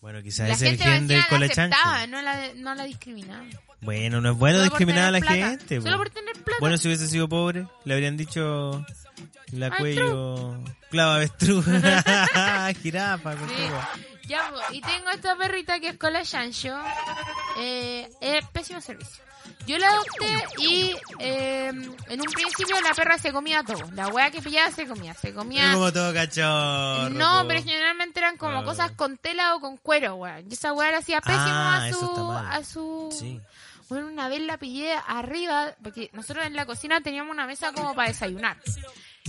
S1: Bueno,
S3: la
S1: quizás es el
S3: gente
S1: gen del
S3: vecina la
S1: cola
S3: aceptaba,
S1: chancho.
S3: no la, no la discriminaba.
S1: Bueno, no es bueno
S3: Solo por
S1: discriminar a la
S3: tener plata.
S1: gente.
S3: Solo
S1: po.
S3: por tener plata.
S1: Bueno, si hubiese sido pobre, le habrían dicho la
S3: Avestruz.
S1: cuello clava avestruz, jirafa,
S3: Sí.
S1: cualquier hueá.
S3: Ya, po, y tengo esta perrita que es cola chancho. Eh, es pésimo servicio. Yo la adopté y eh, en un principio la perra se comía todo. La wea que pillaba se comía. Se
S1: Es
S3: comía
S1: como todo cachorro.
S3: No,
S1: po.
S3: pero generalmente eran como
S1: Ah.
S3: cosas con tela o con cuero, weón. Y esa weá le hacía pésimo
S1: Ah,
S3: a
S1: eso está
S3: su...
S1: mal.
S3: A su...
S1: Sí.
S3: Bueno, una vez la pillé arriba, porque nosotros en la cocina teníamos una mesa como para desayunar.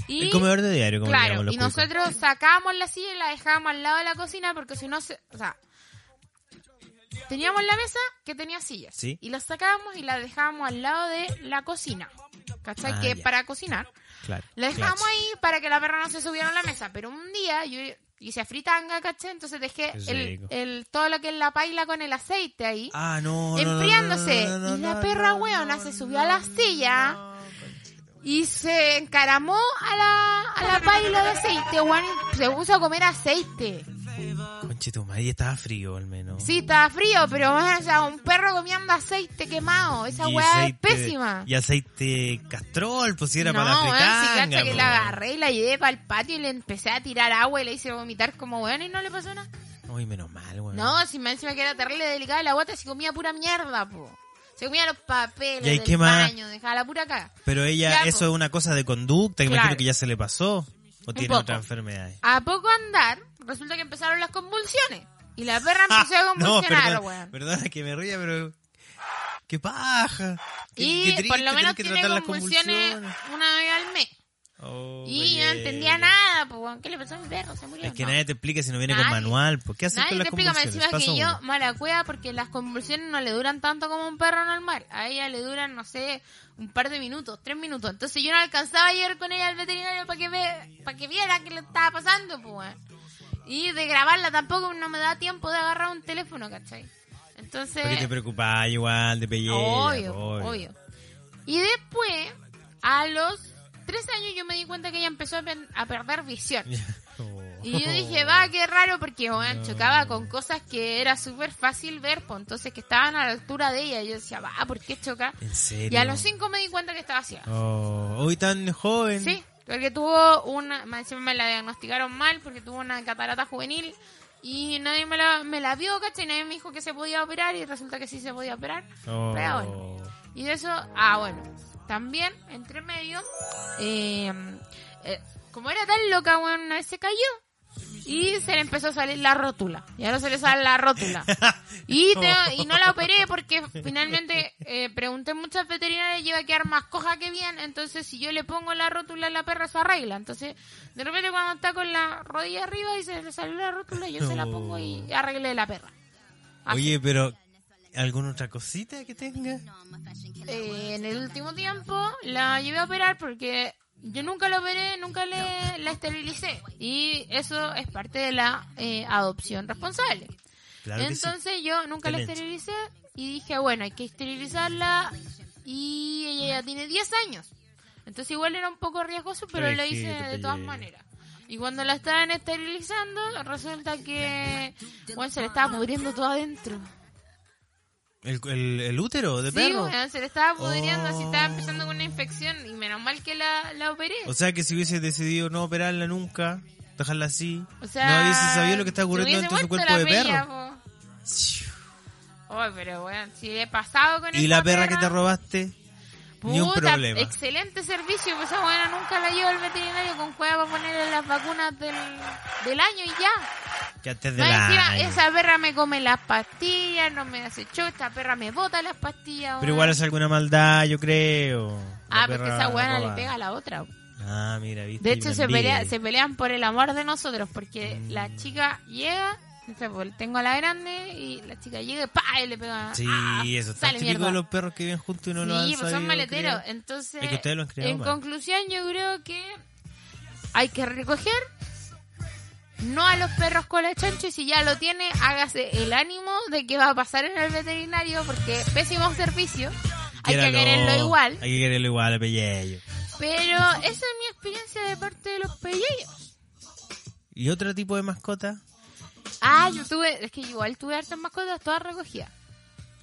S3: Y,
S1: El comedor de diario, como le
S3: claro,
S1: llamamos los
S3: y
S1: cuicos.
S3: nosotros sacábamos la silla y la dejábamos al lado de la cocina porque si no se... O sea, teníamos la mesa que tenía sillas.
S1: Sí.
S3: Y la sacábamos y la dejábamos al lado de la cocina. ¿Cachai?
S1: Ah,
S3: que
S1: ya.
S3: para cocinar.
S1: Claro.
S3: La dejamos
S1: claro.
S3: ahí para que la perra no se subiera a la mesa. Pero un día yo hice fritanga, ¿caché? Entonces dejé
S1: Qué
S3: el,
S1: rico.
S3: el- todo lo que es la paila con el aceite ahí,
S1: Ah, no, no, no,
S3: enfriándose.
S1: no, no, no,
S3: y la
S1: no,
S3: perra
S1: no,
S3: weona
S1: no,
S3: se
S1: no,
S3: subió a la
S1: no,
S3: silla
S1: no,
S3: y se encaramó a la, a la paila de aceite, weón, y se puso a comer aceite.
S1: Conchetumare, y estaba frío al menos.
S3: Sí, estaba frío, pero weón, o sea, un perro comiendo aceite quemado. Esa
S1: Y
S3: weá es
S1: aceite-
S3: pésima.
S1: Y aceite castrol, pues si era
S3: no,
S1: para la pues,
S3: weón,
S1: fritanga.
S3: sí, cacha que
S1: po.
S3: la agarré y la llevé para el patio y le empecé a tirar agua y le hice vomitar como weón y no le pasó nada.
S1: Uy, menos mal, weón.
S3: No, si me encima que era terrible delicada la guata, se comía pura mierda, po. Se comía los papeles
S1: ¿Y ahí
S3: del
S1: qué más?
S3: baño, dejaba la pura caga.
S1: Pero ella,
S3: Ya, po.
S1: eso es una cosa de conducta, que
S3: Claro.
S1: imagino que ya se le pasó. O tiene
S3: poco.
S1: otras enfermedades.
S3: A poco andar, resulta que empezaron las convulsiones. Y la perra empezó a convulsionar,
S1: Ah, no, perdona,
S3: pues, weón.
S1: perdona que me ría, pero... ¡Qué paja! Qué-
S3: y
S1: qué triste
S3: por lo
S1: tener
S3: menos
S1: que
S3: tiene
S1: tratar las
S3: convulsiones
S1: convulsiones.
S3: una vez al mes.
S1: Oh,
S3: y yo no
S1: belleza.
S3: entendía nada, po. weón. ¿Qué le pasó a mi perro? Se murió.
S1: Es que
S3: No.
S1: nadie te explica si no viene con
S3: Nadie.
S1: manual. ¿Por qué haces
S3: Nadie
S1: con
S3: te
S1: las
S3: explica, me
S1: convulsiones?
S3: encima que
S1: Pasa
S3: yo
S1: uno.
S3: mala cueva porque las convulsiones no le duran tanto como a un perro normal. A ella le duran, no sé, un par de minutos, tres minutos. Entonces yo no alcanzaba a llegar con ella al veterinario para que, ve, para que viera qué le estaba pasando, pues. weón. Y de grabarla tampoco no me da tiempo de agarrar un teléfono, ¿cachai? Entonces...
S1: Porque te preocupás igual, de pelleja.
S3: Obvio, obvio. Y después, a los 13 años yo me di cuenta que ella empezó a, pen- a perder visión.
S1: Oh.
S3: Y yo dije, va, qué raro, porque weón,
S1: No.
S3: chocaba con cosas que era súper fácil ver, pues entonces que estaban a la altura de ella. Y yo decía, va, ¿por qué choca?
S1: ¿En serio?
S3: Y a los 5 me di cuenta que estaba ciega.
S1: Oh, hoy tan joven.
S3: Sí, porque tuvo una, más encima me la diagnosticaron mal porque tuvo una catarata juvenil y nadie me la, me la vio, ¿cachai? Nadie me dijo que se podía operar y resulta que sí se podía operar.
S1: Oh.
S3: Pero bueno. Y de eso, ah, bueno, también, entre medio, eh, eh, como era tan loca, bueno, una vez se cayó y se le empezó a salir la rótula. Y ahora se le sale la rótula. Y, te- y no la operé porque finalmente eh, pregunté a muchas veterinarias y iba a quedar más coja que bien. Entonces, si yo le pongo la rótula a la perra, se arregla. Entonces, de repente, cuando está con la rodilla arriba y se le salió la rótula, yo se la pongo y arreglé la perra. Así.
S1: Oye, pero ¿alguna otra cosita que tenga?
S3: Eh, en el último tiempo la llevé a operar porque yo nunca la operé, nunca le, la esterilicé. Y eso es parte de la eh, adopción responsable.
S1: Claro que sí.
S3: Entonces yo nunca la
S1: Excelente.
S3: esterilicé y dije, bueno, hay que esterilizarla. Y ella ya tiene 10 años. Entonces igual era un poco riesgoso, pero
S1: Ay,
S3: lo hice
S1: qué
S3: de todas
S1: pelea.
S3: maneras. Y cuando la estaban esterilizando, resulta que bueno, se le estaba pudriendo todo adentro.
S1: ¿El, el, el útero de
S3: Sí,
S1: perro?
S3: weón, se le estaba pudriendo, así
S1: Oh.
S3: estaba empezando con una infección y menos mal que la, la operé.
S1: O sea que si hubiese decidido no operarla nunca, dejarla así,
S3: O sea,
S1: no hubiese sabido lo que está
S3: se
S1: ocurriendo
S3: hubiese
S1: dentro de su
S3: muerto
S1: cuerpo
S3: la
S1: de
S3: pella,
S1: perro.
S3: po. Ay, pero bueno, si he pasado con
S1: Y
S3: esta
S1: la perra que te robaste, ni un
S3: puta,
S1: problema.
S3: Excelente servicio, pues esa buena nunca la llevo al veterinario con cueva para ponerle las vacunas del, del año y ya.
S1: Que antes de
S3: Más encima,
S1: la...
S3: esa perra me come las pastillas, no me hace cho, esta perra me bota las pastillas.
S1: Pero
S3: weón.
S1: igual hace alguna maldad, yo creo. La
S3: Ah, porque
S1: perra
S3: esa buena le
S1: robada.
S3: pega a la otra. po.
S1: Ah, mira, viste.
S3: De hecho,
S1: la
S3: se,
S1: envidia
S3: pelea-
S1: ahí.
S3: se pelean por el amor de nosotros, porque
S1: Mm.
S3: la chica llega, no sé, pues, tengo a la grande y la chica llega y, ¡pa! y le pega.
S1: Sí,
S3: ¡ah!
S1: eso está
S3: Sale
S1: típico
S3: mierda.
S1: de los perros que viven juntos y no lo han
S3: sí, pues son
S1: sabido
S3: maleteros.
S1: criar.
S3: Entonces,
S1: Es que ustedes lo han criado
S3: en
S1: mal.
S3: conclusión, yo creo que hay que recoger no a los perros cola chancho y si ya lo tiene, hágase el ánimo de que va a pasar en el veterinario porque pésimo servicio. Hay que
S1: Quiéralo.
S3: quererlo igual.
S1: Hay que quererlo igual a Pelleyo.
S3: Pero esa es mi experiencia de parte de los pellejos.
S1: ¿Y otro tipo de mascota? Mm.
S3: Ah, yo tuve, es que igual tuve hartas mascotas todas recogidas.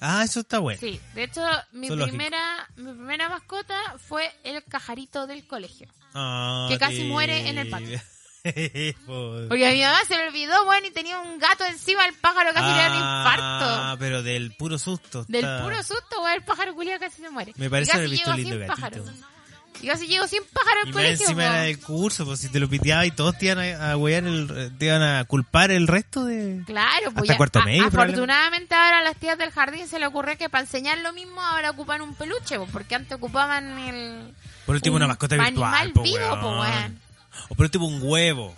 S1: Ah, eso está bueno.
S3: Sí, de hecho, mi
S1: Zoológico.
S3: primera mi primera mascota fue el cajarito del colegio.
S1: Ah,
S3: Que casi muere en el patio.
S1: Pobre.
S3: Porque a mi mamá se le olvidó, bueno, y tenía un gato encima, el pájaro casi le da un
S1: Ah,
S3: infarto.
S1: pero del puro susto.
S3: Del
S1: está.
S3: puro susto, weón, el pájaro culiado casi se muere.
S1: Me parece
S3: y
S1: haber
S3: casi
S1: visto un
S3: llego
S1: lindo
S3: sin
S1: gatito.
S3: pájaro. Y casi llego sin pájaro al
S1: Y más
S3: colegio.
S1: encima era
S3: po.
S1: del curso, pues si te lo piteaba y todos te iban a, a huear el- te iban a culpar el resto de...
S3: Claro, pues
S1: Hasta
S3: ya-
S1: cuarto
S3: a-
S1: medio,
S3: afortunadamente ahora a las tías del jardín se le ocurre que para enseñar lo mismo ahora ocupan un peluche, pues, porque antes ocupaban el...
S1: Por último
S3: un
S1: una mascota virtual,
S3: animal
S1: po,
S3: vivo,
S1: weón.
S3: po, weón.
S1: O por último un huevo.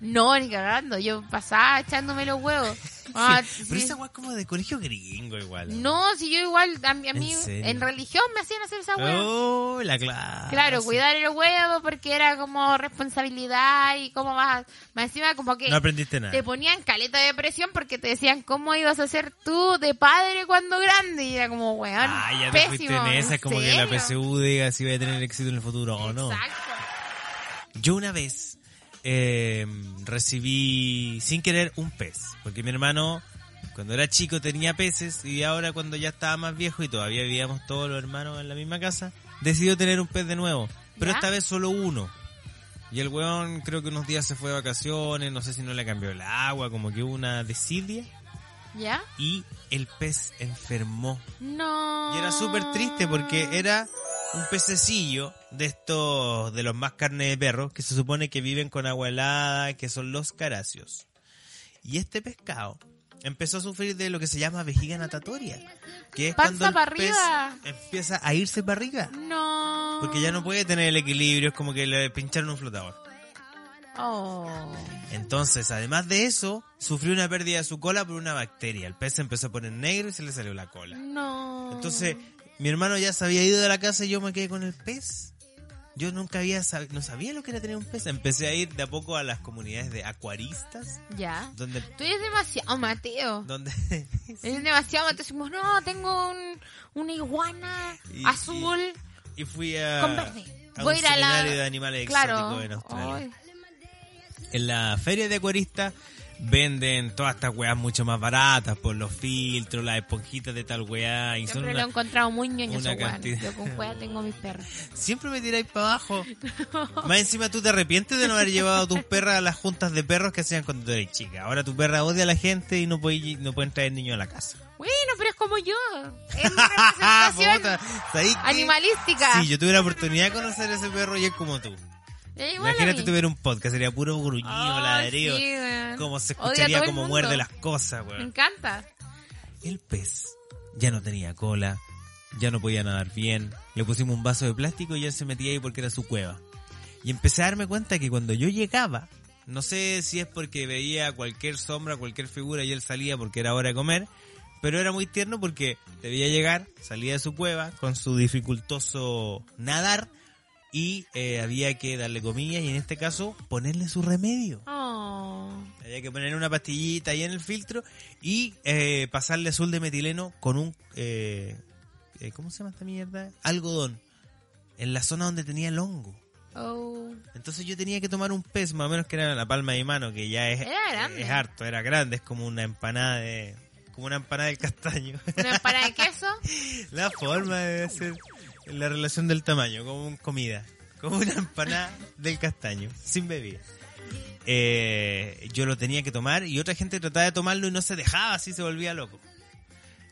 S3: No, ni cagando, yo pasaba echándome los huevos. Ah,
S1: Pero
S3: sí. Mm,
S1: esa hueá es como de colegio gringo igual.
S3: No, si yo igual, a mí, a mí-
S1: ¿En
S3: ¿En,
S1: serio?
S3: religión me hacían hacer esa hueá.
S1: Oh, la clase.
S3: Claro, cuidar el huevo porque era como responsabilidad y cómo vas, a- más encima como que
S1: No aprendiste nada.
S3: te ponían caleta de presión porque te decían cómo ibas a ser tú de padre cuando grande y era como weón,
S1: Ah, ya te
S3: pésimo,
S1: fuiste en esa, es como que la
S3: serio?
S1: PSU diga si voy a tener éxito en el futuro o no.
S3: Exacto.
S1: Yo una vez eh, recibí sin querer un pez, porque mi hermano cuando era chico tenía peces y ahora cuando ya estaba más viejo y todavía vivíamos todos los hermanos en la misma casa, decidió tener un pez de nuevo, pero
S3: ¿Ya?
S1: esta vez solo uno. Y el weón creo que unos días se fue de vacaciones, no sé si no le cambió el agua, como que hubo una desidia
S3: ¿Ya?
S1: y el pez enfermó.
S3: No.
S1: Y era súper triste porque era un pececillo de estos, de los más carne de perro, que se supone que viven con agua helada, que son los caracios. Y este pescado empezó a sufrir de lo que se llama vejiga natatoria, que es
S3: Panza
S1: cuando el
S3: para
S1: pez
S3: arriba.
S1: empieza a irse para arriba,
S3: No.
S1: porque ya no puede tener el equilibrio, es como que le pincharon un flotador.
S3: Oh.
S1: Entonces, además de eso, sufrió una pérdida de su cola por una bacteria. El pez se empezó a poner negro y se le salió la cola.
S3: No.
S1: Entonces, mi hermano ya se había ido de la casa y yo me quedé con el pez. Yo nunca había sab- no sabía lo que era tener un pez. Empecé a ir de a poco a las comunidades de acuaristas,
S3: Ya.
S1: donde
S3: Tú eres demasiado oh, Mateo.
S1: donde
S3: Eres demasiado Mateo. Decimos, no, tengo un, una iguana
S1: Y-
S3: azul
S1: y fui a
S3: con verde.
S1: a
S3: Voy
S1: un
S3: a ir a la-
S1: seminario de animales
S3: Claro.
S1: exóticos en Australia.
S3: Ay,
S1: En la feria de acuaristas venden todas estas weas mucho más baratas por los filtros, las esponjitas de tal wea. Y son
S3: siempre
S1: una-
S3: lo he encontrado muy ñoño
S1: una
S3: esos weones.
S1: cantidad.
S3: Yo con cueva tengo mis perros.
S1: Siempre me tiráis para abajo. Más encima tú te arrepientes de no haber llevado a tus perras a las juntas de perros que hacían cuando tú eres chica. Ahora tu perra odia a la gente y no puede, no pueden traer niños a la casa.
S3: Bueno, pero es como yo. Es mi representación
S1: Puta, ¿sabéis qué?
S3: animalística.
S1: Si yo tuviera la oportunidad de conocer a ese perro y es como tú.
S3: Es igual a
S1: Imagínate
S3: mí.
S1: tuviera un podcast, sería puro gruñido,
S3: Ay,
S1: ladrillo.
S3: sí, weón.
S1: Cómo se
S3: Odia a
S1: escucharía
S3: todo el
S1: cómo
S3: mundo.
S1: muerde las cosas,
S3: Me
S1: weón.
S3: encanta.
S1: El pez ya no tenía cola, ya no podía nadar bien. Le pusimos un vaso de plástico y él se metía ahí porque era su cueva. Y empecé a darme cuenta que cuando yo llegaba, no sé si es porque veía cualquier sombra, cualquier figura y él salía porque era hora de comer, pero era muy tierno porque debía llegar, salía de su cueva con su dificultoso nadar y eh, había que darle comida y en este caso ponerle su remedio.
S3: Oh.
S1: Había que poner una pastillita ahí en el filtro y eh, pasarle azul de metileno con un... eh, eh, ¿Cómo se llama esta mierda? Algodón. En la zona donde tenía el hongo.
S3: Oh.
S1: Entonces yo tenía que tomar un pez, más o menos que era la palma de mi mano, que ya es,
S3: Era grande.
S1: es harto, era grande, es como una empanada de... Como una empanada del castaño.
S3: ¿Una empanada de queso?
S1: la forma de hacer la relación del tamaño, como un comida, como una empanada del castaño, sin bebida. Eh, yo lo tenía que tomar y otra gente trataba de tomarlo y no se dejaba, así se volvía loco.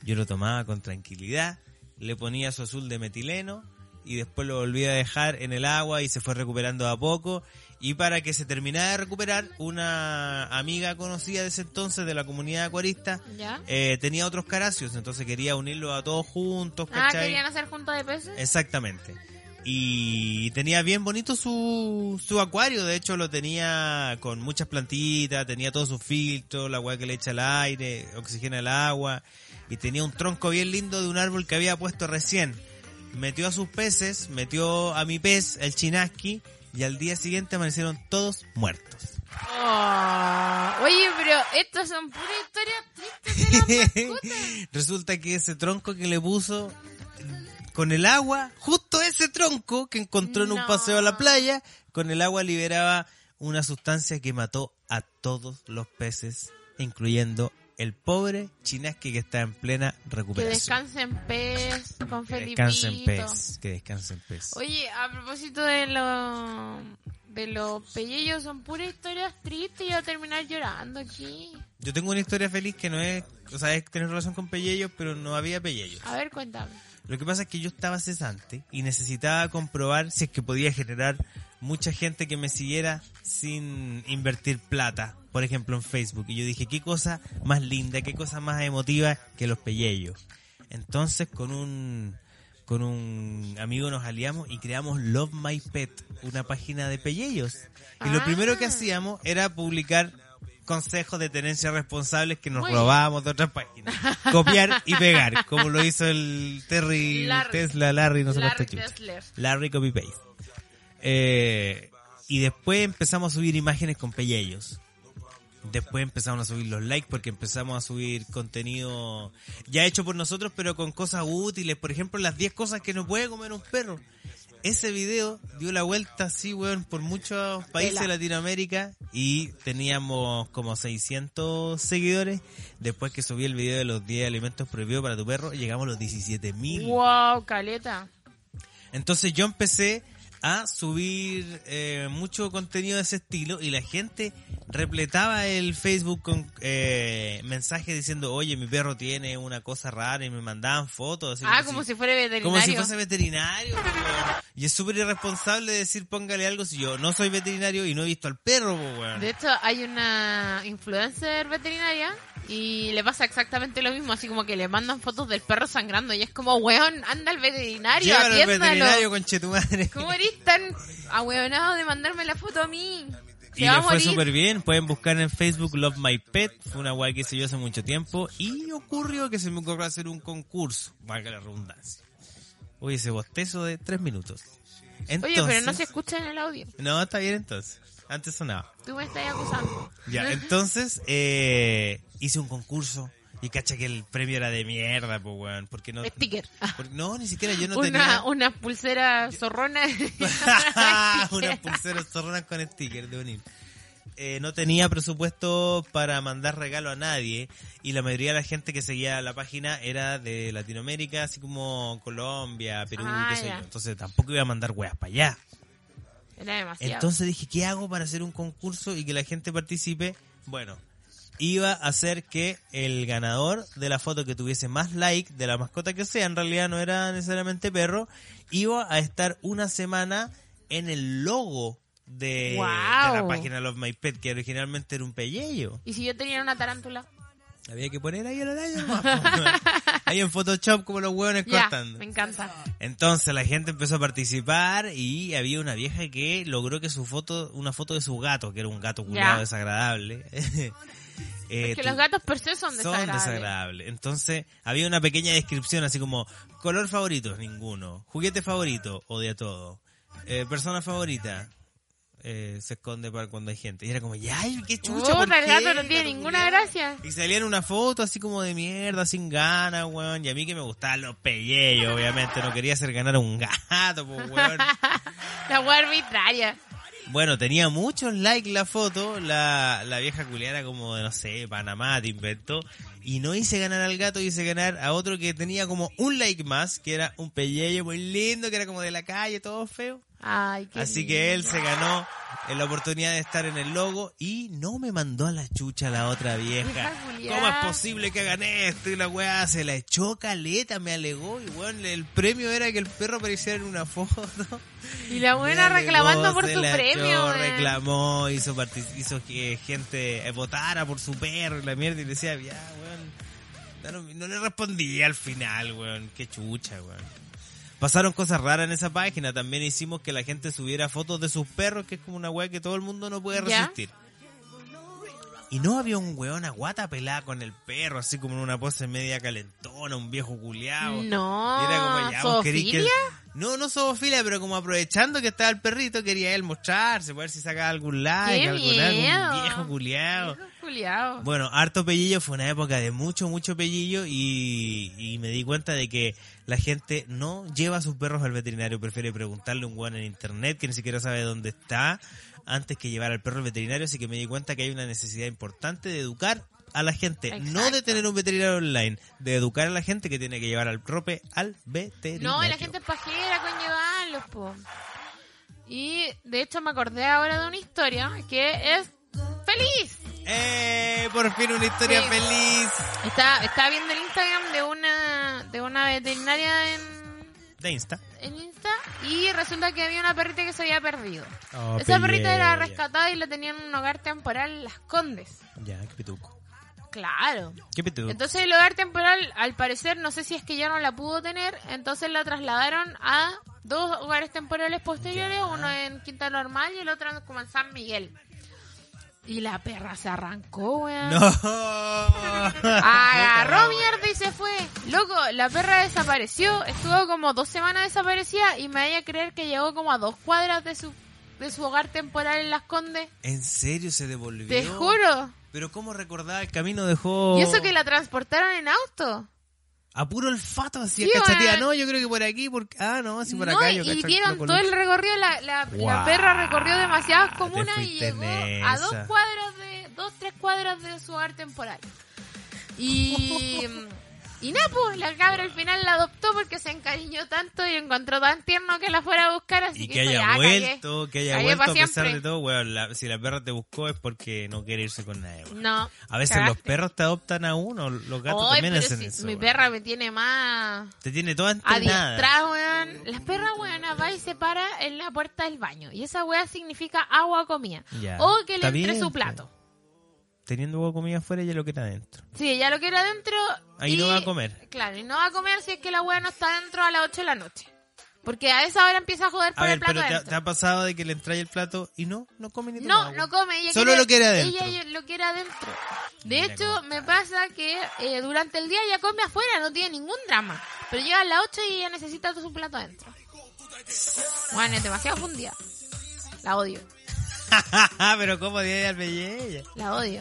S1: Yo lo tomaba con tranquilidad, le ponía su azul de metileno y después lo volvía a dejar en el agua y se fue recuperando de a poco. Y para que se terminara de recuperar, una amiga conocida de ese entonces de la comunidad acuarista
S3: ¿Ya?
S1: eh, tenía otros caracios, entonces quería unirlos a todos juntos,
S3: Ah,
S1: ¿cachai? Eh.
S3: ¿querían hacer junta de peces?
S1: Exactamente. Y tenía bien bonito su, su acuario, de hecho lo tenía con muchas plantitas, tenía todos sus filtros, la agua que le echa el aire, oxigena el agua, y tenía un tronco bien lindo de un árbol que había puesto recién. Metió a sus peces, metió a mi pez, el chinaski, y al día siguiente amanecieron todos muertos.
S3: Oh. Oye, pero estas son puras historias tristes de las mascotas.
S1: Resulta que ese tronco que le puso con el agua, justo ese tronco que encontró en un
S3: No.
S1: paseo a la playa, con el agua liberaba una sustancia que mató a todos los peces, incluyendo el pobre chinasque que está en plena
S3: Que
S1: recuperación.
S3: descansen pez con
S1: Que
S3: Felipito.
S1: descansen pez, que descansen pez.
S3: Oye, a propósito de los de los pellejos, son puras historias tristes y voy a terminar llorando aquí.
S1: Yo tengo una historia feliz que no es, o sea, es tener relación con pellellos, pero no había pellellos.
S3: A ver, cuéntame.
S1: Lo que pasa es que yo estaba cesante y necesitaba comprobar si es que podía generar mucha gente que me siguiera sin invertir plata, por ejemplo en Facebook. Y yo dije, qué cosa más linda, qué cosa más emotiva que los pellellos. Entonces con un con un amigo nos aliamos y creamos Love My Pet, una página de pellellos. Y lo
S3: Ah.
S1: primero que hacíamos era publicar consejos de tenencia responsables que nos
S3: Muy bien.
S1: robábamos de otras páginas. Copiar y pegar, como lo hizo el Terry
S3: Larry.
S1: Tesla, Larry, no sé
S3: Larry
S1: cuánto chucha.
S3: Tesler.
S1: Larry Copy Paste. Eh, y después empezamos a subir imágenes con pellejos. Después empezamos a subir los likes porque empezamos a subir contenido ya hecho por nosotros, pero con cosas útiles. Por ejemplo, las 10 cosas que no puede comer un perro. Ese video dio la vuelta así, weón, por muchos países
S3: Tela.
S1: de Latinoamérica y teníamos como 600 seguidores. Después que subí el video de los 10 alimentos prohibidos para tu perro, llegamos a los 17 mil.
S3: Wow, caleta.
S1: Entonces yo empecé a subir eh, mucho contenido de ese estilo y la gente repletaba el Facebook con eh, mensajes diciendo, oye, mi perro tiene una cosa rara y me mandaban fotos. así
S3: Ah, como si fuera veterinario.
S1: como si fuese veterinario. po, weón. Y es súper irresponsable decir póngale algo si yo no soy veterinario y no he visto al perro, po, weón.
S3: De hecho, hay una influencer veterinaria y le pasa exactamente lo mismo, así como que le mandan fotos del perro sangrando y es como, weón, anda al veterinario,
S1: Llévalo al
S3: atiéndalo.
S1: veterinario, conchetumadre.
S3: ¿Cómo eres tan ahueonado de mandarme la foto a mí? Se
S1: Y
S3: va
S1: le
S3: a
S1: fue
S3: morir.
S1: súper bien. Pueden buscar en Facebook Love My Pet. Fue una guay que hice yo hace mucho tiempo. Y ocurrió que se me ocurrió hacer un concurso. Valga la redundancia. Uy, ese bostezo de tres minutos.
S3: Oye, pero no se
S1: Entonces-
S3: escucha en el audio.
S1: No, está bien entonces. Antes sonaba.
S3: Tú me estás acusando.
S1: Ya, entonces eh, hice un concurso Y cacha que el premio era de mierda, pues, weón. Porque no,
S3: Sticker.
S1: porque- no, ni siquiera yo no
S3: una,
S1: tenía.
S3: una pulsera zorrona.
S1: Unas pulseras zorronas con sticker de unir. Eh, no tenía presupuesto para mandar regalo a nadie y la mayoría de la gente que seguía la página era de Latinoamérica, así como Colombia, Perú,
S3: Ah,
S1: qué sé
S3: ya.
S1: yo. Entonces tampoco iba a mandar weas para allá.
S3: Era demasiado.
S1: Entonces dije, ¿qué hago para hacer un concurso y que la gente participe? Bueno, iba a hacer que el ganador de la foto que tuviese más like, de la mascota que sea, en realidad no era necesariamente perro, iba a estar una semana en el logo de,
S3: Guau.
S1: de la página Love My Pet, que originalmente era un pelleyo.
S3: ¿Y si yo tenía una tarántula?
S1: Había que poner ahí el araña nomás, po. Ahí en Photoshop como los hueones
S3: Ya,
S1: cortando.
S3: me encanta.
S1: Entonces la gente empezó a participar y había una vieja que logró que su foto, una foto de su gato, que era un gato culiado
S3: Ya.
S1: desagradable. eh,
S3: Es que
S1: tu-
S3: los gatos per se son
S1: son
S3: desagradables.
S1: desagradables. Entonces había una pequeña descripción así como color favorito, ninguno. Juguete favorito, odia todo. Eh, persona favorita, eh, se esconde para cuando hay gente. Y era como, ya, ay, qué chucha. ¿por
S3: Puta, el
S1: qué,
S3: gato no tiene ninguna
S1: culiao?"
S3: gracia.
S1: Y salían una foto así como de mierda, sin ganas, weón. Y a mí que me gustaban los pellejos, obviamente. No quería hacer ganar a un gato, pues, weón.
S3: La wea arbitraria.
S1: Bueno, tenía muchos likes la foto. La, la vieja culiara como de, no sé, Panamá, te inventó. Y no hice ganar al gato, hice ganar a otro que tenía como un like más, que era un pellejo muy lindo, que era como de la calle, todo feo.
S3: Ay, qué
S1: Así que él
S3: lindo.
S1: se ganó eh, la oportunidad de estar en el logo y no me mandó a la chucha la otra vieja.
S3: Vieja culiá.
S1: ¿Cómo es posible que hagan esto? Y la weá se la echó caleta, me alegó. Y weón, el premio era que el perro pareciera en una foto.
S3: Y la
S1: Me
S3: buena
S1: alegó,
S3: reclamando por
S1: se
S3: su
S1: la echó,
S3: premio. ¿eh? weón.
S1: reclamó, hizo, partic- hizo que gente eh, votara por su perro y la mierda. Y le decía, ya, weón. ya No, no le respondía al final, weón. Qué chucha, weón. Pasaron cosas raras en esa página. También hicimos que la gente subiera fotos de sus perros, que es como una weá que todo el mundo no puede
S3: ¿Ya?
S1: resistir. Y no había un weón aguata pelada con el perro, así como en una pose media calentona, un viejo culiao.
S3: No.
S1: Y era como, ya, vos querís que-
S3: ¿zoofilia?
S1: No, no zoofilia, pero como aprovechando que estaba el perrito, quería él mostrarse, ver si sacaba algún like,
S3: ¡Qué
S1: algún, algún
S3: miedo!
S1: viejo culiao.
S3: Viejo culiao.
S1: Bueno, harto pellillo fue una época de mucho, mucho pellillo y, y me di cuenta de que la gente no lleva a sus perros al veterinario, prefiere preguntarle a un weón en internet que ni siquiera sabe dónde está antes que llevar al perro al veterinario, así que me di cuenta que hay una necesidad importante de educar a la gente, no de
S3: Exacto.
S1: tener un veterinario online, de educar a la gente que tiene que llevar al rope al veterinario.
S3: No, y la gente es pajera con llevarlos, po. Y de hecho me acordé ahora de una historia que es feliz.
S1: ¡Eh! Por fin una historia
S3: Sí.
S1: feliz.
S3: Estaba, estaba viendo el Instagram de una, de una veterinaria en,
S1: De Insta.
S3: en Insta y resulta que había una perrita que se había perdido.
S1: Oh,
S3: Esa perrita era rescatada y la tenían en un hogar temporal en Las Condes.
S1: Ya, qué pituco.
S3: Claro.
S1: Qué pituco.
S3: Entonces el hogar temporal, al parecer, no sé si es que ya no la pudo tener, entonces la trasladaron a dos hogares temporales posteriores,
S1: Ya.
S3: uno en Quinta Normal y el otro como en San Miguel. Y la perra se arrancó, weón.
S1: No.
S3: Agarró mierda y se fue. Loco, la perra desapareció. Estuvo como dos semanas desaparecida y me vaya a creer que llegó como a dos cuadras de su, de su hogar temporal en Las Condes.
S1: ¿En serio se devolvió?
S3: Te juro.
S1: Pero cómo recordaba el camino dejó
S3: Y eso que la transportaron en auto.
S1: a puro olfato así
S3: Sí,
S1: cachatía,
S3: weón.
S1: no, yo creo que por aquí, por ah, no, si por
S3: No,
S1: acá
S3: y-
S1: yo
S3: y
S1: cacho el
S3: dieron
S1: loco
S3: todo el
S1: Lucho.
S3: recorrido, la, la, la
S1: Guau,
S3: perra recorrió demasiadas
S1: te
S3: comunas y
S1: fuiste
S3: llegó
S1: en
S3: a dos
S1: esa.
S3: cuadras de, dos, tres cuadras de su hogar temporal. Y, y nada, pues, la cabra al final la adoptó porque se encariñó tanto y encontró tan tierno que la fuera a buscar, así
S1: y
S3: que,
S1: que
S3: dijo,
S1: haya
S3: "Ya, cagué".
S1: vuelto, que haya
S3: Cagué
S1: vuelto
S3: pa'
S1: a pesar
S3: siempre.
S1: de todo, weón, la- si la perra te buscó es porque no quiere irse con nadie. weón.
S3: No.
S1: A veces los
S3: cagaste.
S1: perros te adoptan a uno, los gatos
S3: Ay,
S1: también
S3: pero
S1: hacen
S3: si
S1: eso.
S3: Mi
S1: weón.
S3: perra me tiene más
S1: Te tiene toda entrenada.
S3: Adiestrada, weón. Las perras, weón, va y se para en la puerta del baño. Y esa weá significa agua o comida.
S1: Ya.
S3: O que le
S1: Está
S3: entre
S1: bien,
S3: su
S1: po.
S3: plato.
S1: Teniendo agua comida afuera ya lo que está adentro.
S3: Sí, ella lo quiere adentro.
S1: Ahí
S3: y-
S1: no va a comer.
S3: Claro, y no va a comer si es que la weá no está adentro a las 8 de la noche. Porque a esa hora empieza a joder
S1: A
S3: por
S1: ver,
S3: el plato
S1: pero te ha,
S3: adentro.
S1: te ha pasado de que le entráis el plato y no, no come ni toma
S3: No,
S1: agua.
S3: no come. Ella
S1: Solo lo quiere adentro.
S3: Ella lo quiere adentro. De
S1: Mira
S3: hecho,
S1: cómo
S3: me pasa que eh, durante el día ella come afuera, no tiene ningún drama. Pero llega a las 8 y ella necesita todo su plato adentro. Bueno, es demasiado fundida. La odio,
S1: pero cómo día al belleza.
S3: la odio.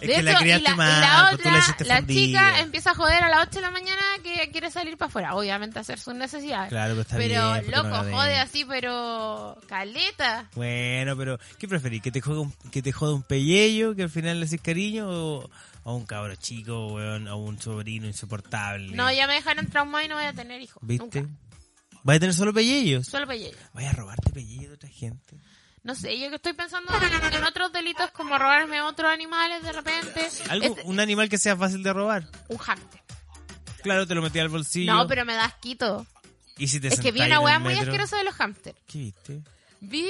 S1: Es
S3: De
S1: que la
S3: hecho, y
S1: criaste
S3: la- y
S1: mal,
S3: la
S1: pues tú
S3: otra,
S1: la hiciste
S3: la
S1: fundida.
S3: chica em- empieza a joder a las 8 de la mañana que quiere salir para afuera, obviamente a hacer sus necesidades.
S1: Claro, pero está
S3: pero
S1: bien, porque no
S3: loco,
S1: la ven.
S3: jode así, pero caleta.
S1: Bueno, pero ¿qué preferís? ¿Que te juegue un, que te jode un pelleyo que al final le haces cariño o a un cabro chico, weón, a un sobrino insoportable?
S3: No, ya me dejaron trauma y no voy a tener hijos.
S1: ¿Viste?
S3: Nunca.
S1: ¿Vas a tener solo pellejos?
S3: Solo pellejo.
S1: ¿Vas a robarte pellejos de otra gente?
S3: No sé, yo que estoy pensando en otros delitos como robarme otros animales de repente.
S1: ¿Algo,
S3: Este-
S1: un animal que sea fácil de robar.
S3: un hámster.
S1: Claro, te lo metí al bolsillo.
S3: No, pero me da asquito.
S1: ¿Y si te
S3: Es que vi
S1: sentáis
S3: una
S1: en
S3: weá
S1: el
S3: muy
S1: metro?
S3: asquerosa de los hámsters.
S1: ¿Qué viste?
S3: Vi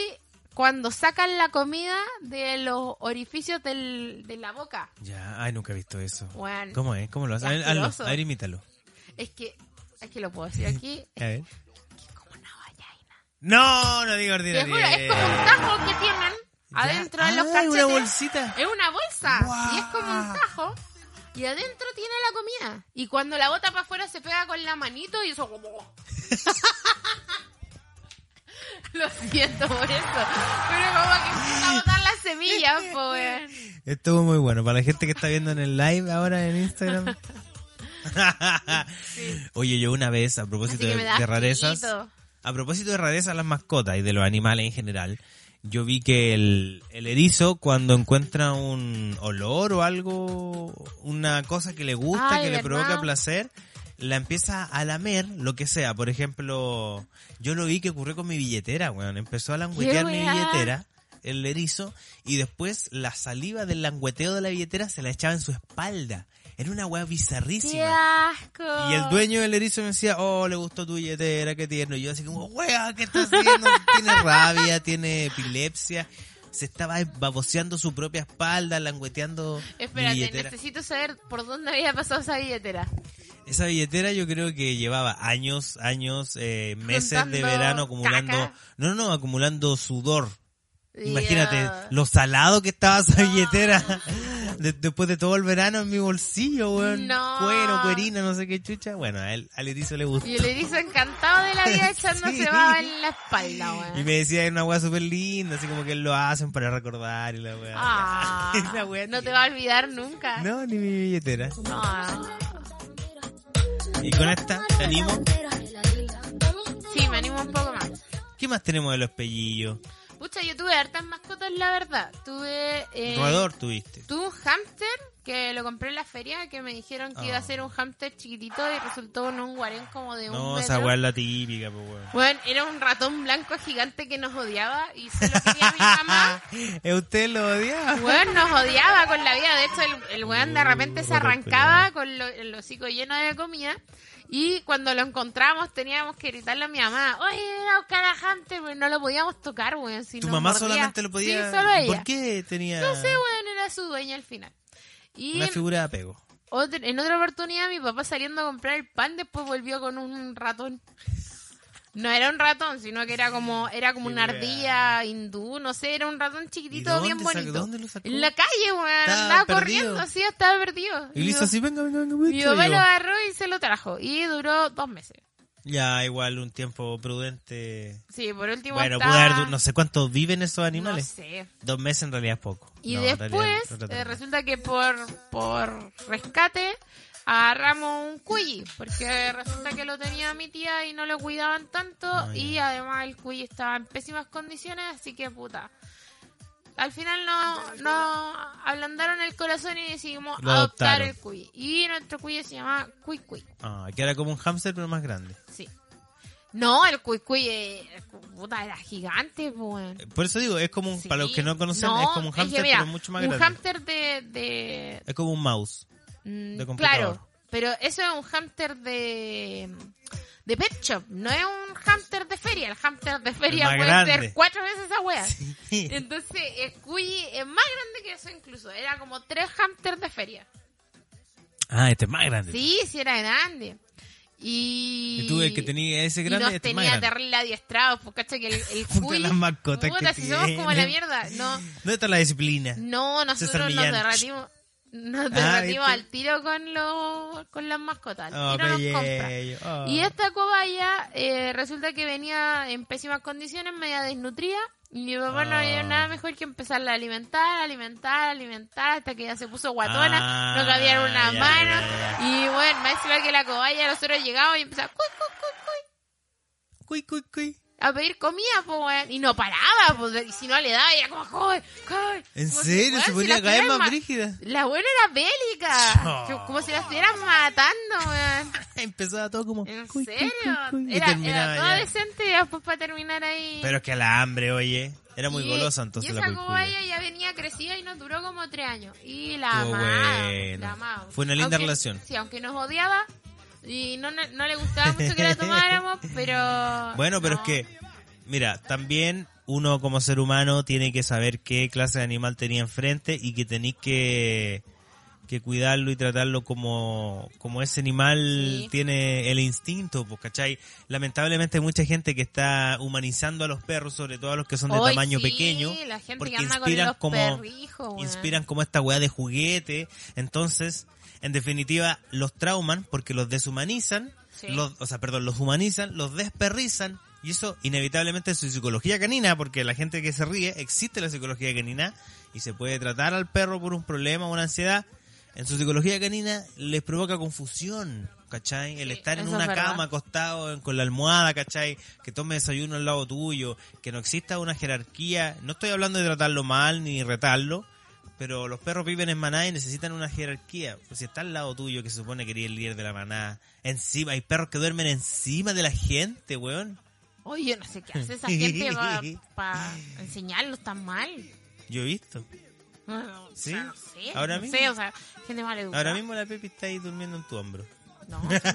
S3: cuando sacan la comida de los orificios del- de la boca.
S1: Ya, ay, nunca he visto eso.
S3: Weón.
S1: ¿Cómo es? ¿Cómo lo haces? A ver, hazlo,
S3: Asqueroso.
S1: a ver, imítalo.
S3: Es que, es que lo puedo decir aquí.
S1: A ver.
S3: Es como una vallaina.
S1: No, no digo
S3: Te
S1: ordinario.
S3: juro, es como un tajo que tienen adentro de los
S1: Ay,
S3: cachetes.
S1: Ah, una bolsita.
S3: Es una bolsa.
S1: Guau.
S3: Y es como un tajo. Y adentro tiene la comida. Y cuando la bota para afuera se pega con la manito y eso como... Lo siento por eso. Pero como que empieza a botar las semillas, pues.
S1: Estuvo muy bueno. Para la gente que está viendo en el live ahora en Instagram. Oye, yo una vez, a propósito
S3: Así
S1: de,
S3: que me da
S1: de rarezas,
S3: asquito.
S1: a propósito de rarezas, las mascotas y de los animales en general, yo vi que el, el erizo cuando encuentra un olor o algo, una cosa que le gusta,
S3: Ay,
S1: que le
S3: ¿verdad?
S1: provoca placer, la empieza a lamer, lo que sea. Por ejemplo, yo lo vi que ocurrió con mi billetera, weón. Empezó a languetear mi
S3: weá?
S1: billetera, el erizo, y después la saliva del langueteo de la billetera se la echaba en su espalda. Era una weá
S3: ¡Qué
S1: bizarrísima.
S3: asco!
S1: Y el dueño del erizo me decía, oh, le gustó tu billetera, qué tierno. Y yo así como, wea, ¿qué estás haciendo? tiene rabia, tiene epilepsia. Se estaba baboseando su propia espalda, langueteando mi
S3: Espérate,
S1: billetera.
S3: necesito saber por dónde había pasado esa billetera.
S1: Esa billetera yo creo que llevaba años, años, eh, meses de
S3: Juntando
S1: verano acumulando...
S3: caca.
S1: No, no, acumulando sudor. Imagínate
S3: Ya.
S1: lo salado que estaba esa billetera de- después de todo el verano en mi bolsillo, weón.
S3: No.
S1: Cuero, cuerina, no sé qué chucha. Bueno, a él, al erizo le gustó.
S3: Y el erizo encantado de la vida echándose
S1: Sí.
S3: baba en la espalda,
S1: Y
S3: weón.
S1: me decía es una weá súper linda, así como que lo hacen para recordar y la weá.
S3: Ah,
S1: Esa weá
S3: no te
S1: tiene-
S3: va a olvidar nunca.
S1: No, ni mi billetera.
S3: No.
S1: Y con esta, ¿te animo?
S3: Sí, me animo un poco más.
S1: ¿Qué más tenemos de los pellillos?
S3: Pucha, yo tuve hartas mascotas, la verdad. Tuve... Eh,
S1: Roedor tuviste.
S3: Tuve un hámster que lo compré en la feria, que me dijeron que iba a
S1: Oh.
S3: ser un hámster chiquitito y resultó en un guarén como de un
S1: No,
S3: metro.
S1: esa weá es la típica, pues weón.
S3: Bueno, era un ratón blanco gigante que nos odiaba y solo quería a mi mamá.
S1: Eh, ¿Usted lo odiaba?
S3: Weón nos odiaba con la vida. De hecho, el, el weón de repente se
S1: Uh, ratón
S3: arrancaba con lo- el hocico lleno de comida. Y cuando lo encontramos, teníamos que gritarle a mi mamá: Oye, ven a buscar a Hunter, weón. No lo podíamos tocar, weón. Si
S1: Tu
S3: nos
S1: mamá
S3: mordía.
S1: solamente lo podía.
S3: Sí, solo ella.
S1: ¿Por qué tenía
S3: No sé, weón, era su dueña al final. Y
S1: una figura de apego?
S3: otra- en otra oportunidad, mi papá saliendo a comprar el pan, después volvió con un ratón. No era un ratón, sino que era como era como
S1: Qué
S3: una
S1: weá.
S3: ardilla hindú, no sé, era un ratón
S1: ¿Y
S3: chiquitito
S1: dónde
S3: bien
S1: sac-
S3: bonito.
S1: dónde lo sacó?
S3: En la calle, weón,
S1: Estaba
S3: andaba
S1: perdido.
S3: corriendo, así estaba perdido.
S1: Y le
S3: mi
S1: hizo
S3: pa-
S1: así, venga, venga, venga,
S3: Mi
S1: esto,
S3: papá
S1: yo.
S3: lo agarró y se lo trajo. Y duró dos meses.
S1: Ya, igual un tiempo prudente.
S3: Sí, por último
S1: Bueno,
S3: hasta-
S1: pudo haber du- no sé cuántos viven esos
S3: no
S1: animales.
S3: sé.
S1: Dos meses en realidad es poco.
S3: Y
S1: No, en realidad
S3: después
S1: no tanto.
S3: eh, resulta que por, por rescate agarramos un cuyi, porque resulta que lo tenía mi tía y no lo cuidaban tanto
S1: Ah, ya.
S3: y además el cuyi estaba en pésimas condiciones, así que puta. Al final no, no ablandaron el corazón y decidimos
S1: Lo
S3: adoptar
S1: adoptaron.
S3: el cuyi. Y nuestro cuyi se llama Cuy Cuy.
S1: Ah, que era como un hámster pero más grande.
S3: Sí. No, el cuy cuy eh, puta, era gigante, pues. weón.
S1: Por eso digo, es como un, Eh,
S3: Sí.
S1: para los que no conocen, es como un
S3: que
S1: hámster
S3: mira,
S1: pero mucho más
S3: Un
S1: grande.
S3: hámster de, de,
S1: Es como un mouse.
S3: mm,
S1: de computador.
S3: claro, pero eso es un hámster de de pet shop, no es un hámster de feria, el hámster de feria
S1: más
S3: puede
S1: grande.
S3: ser cuatro veces esa wea. Entonces, el cuy es más grande que eso incluso, era como tres hámsters de feria.
S1: Ah, este es más grande.
S3: Sí, sí era grande. Y,
S1: Y tú el que tenía ese grande,
S3: y nos
S1: este es más
S3: tenía
S1: grande.
S3: terrible adiestrados, porque cacha que el, el
S1: Puta,
S3: cuy...
S1: las mascotas que
S3: puta, si somos como la
S1: tienen.
S3: mierda, no...
S1: ¿Dónde está la disciplina?
S3: No,
S1: César
S3: nosotros nos
S1: Millán.
S3: derretimos. Nos
S1: Ah,
S3: debatimos
S1: ¿viste?
S3: al tiro con, los con las mascotas. Al
S1: Oh,
S3: tiro nos compra.
S1: bello, oh.
S3: Y esta cobaya eh, resulta que venía en pésimas condiciones, media desnutrida. Y mi papá no
S1: Ah.
S3: había nada mejor que empezarla a alimentar, alimentar, alimentar, hasta que ya se puso guatona,
S1: Ah,
S3: no cabía en una
S1: ya,
S3: mano.
S1: ya,
S3: Y bueno, más encima que la cobaya, nosotros llegamos y empezaba "Cuic, cuic, cuic, cuic",
S1: Cuy, cuy, cuy.
S3: a pedir comida, pues, weón. Y no paraba, pues, y si no le daba, era como, joder, joder.
S1: ¿En
S3: Como si,
S1: serio?
S3: weón,
S1: ¿Se
S3: si
S1: ponía
S3: la
S1: cada vez
S3: estuvieran
S1: más
S3: ma-
S1: brígida?
S3: La abuela era bélica,
S1: Chao.
S3: como si la estuvieran matando, weón.
S1: Empezaba todo como...
S3: ¿En
S1: cuy, cuy,
S3: serio?
S1: cuy, cuy, y
S3: Era,
S1: terminaba
S3: era todo
S1: ya.
S3: decente y después para terminar ahí.
S1: Pero es que a la hambre, oye. Era muy
S3: Y-
S1: golosa entonces
S3: y
S1: la
S3: esa
S1: cuicuya.
S3: cobaya ya venía crecida y nos duró como tres años. Y la
S1: Estuvo
S3: amaba.
S1: bueno.
S3: la amaba.
S1: Fue una linda
S3: Aunque-
S1: relación.
S3: Sí, aunque nos odiaba y no, no, no le gustaba mucho que la tomáramos, pero.
S1: Bueno, pero
S3: no.
S1: es que, mira, también uno como ser humano tiene que saber qué clase de animal tenía enfrente y que tenéis que, que cuidarlo y tratarlo como, como ese animal
S3: Sí.
S1: tiene el instinto, pues, ¿cachai? Lamentablemente hay mucha gente que está humanizando a los perros, sobre todo a los que son de
S3: Hoy
S1: tamaño
S3: sí,
S1: pequeño,
S3: La gente
S1: porque
S3: que anda
S1: inspiran
S3: con
S1: como-
S3: los perrijos, weón.
S1: inspiran como esta weá de juguete, entonces... En definitiva, los trauman porque los deshumanizan
S3: Sí.
S1: los, o sea, perdón, los humanizan, los desperrizan, y eso inevitablemente es su psicología canina, porque la gente que se ríe, existe la psicología canina, y se puede tratar al perro por un problema, una ansiedad, en su psicología canina les provoca confusión, ¿cachai? El
S3: Sí,
S1: estar en
S3: eso es
S1: una
S3: verdad.
S1: cama acostado en- con la almohada, ¿cachai? Que tome desayuno al lado tuyo, que no exista una jerarquía, no estoy hablando de tratarlo mal ni retarlo, pero los perros viven en maná y necesitan una jerarquía. Pues si está al lado tuyo, que se supone que eres el líder de la maná, encima, hay perros que duermen encima de la gente, weón.
S3: Oye, yo no sé qué hace esa gente para enseñarlos tan mal.
S1: Yo he visto.
S3: Bueno,
S1: Sí,
S3: O sea, no sé.
S1: ahora
S3: no
S1: mismo.
S3: sé, o sea, gente mal educada.
S1: Ahora mismo la Pepi está ahí durmiendo en tu hombro.
S3: No. sí, no sé.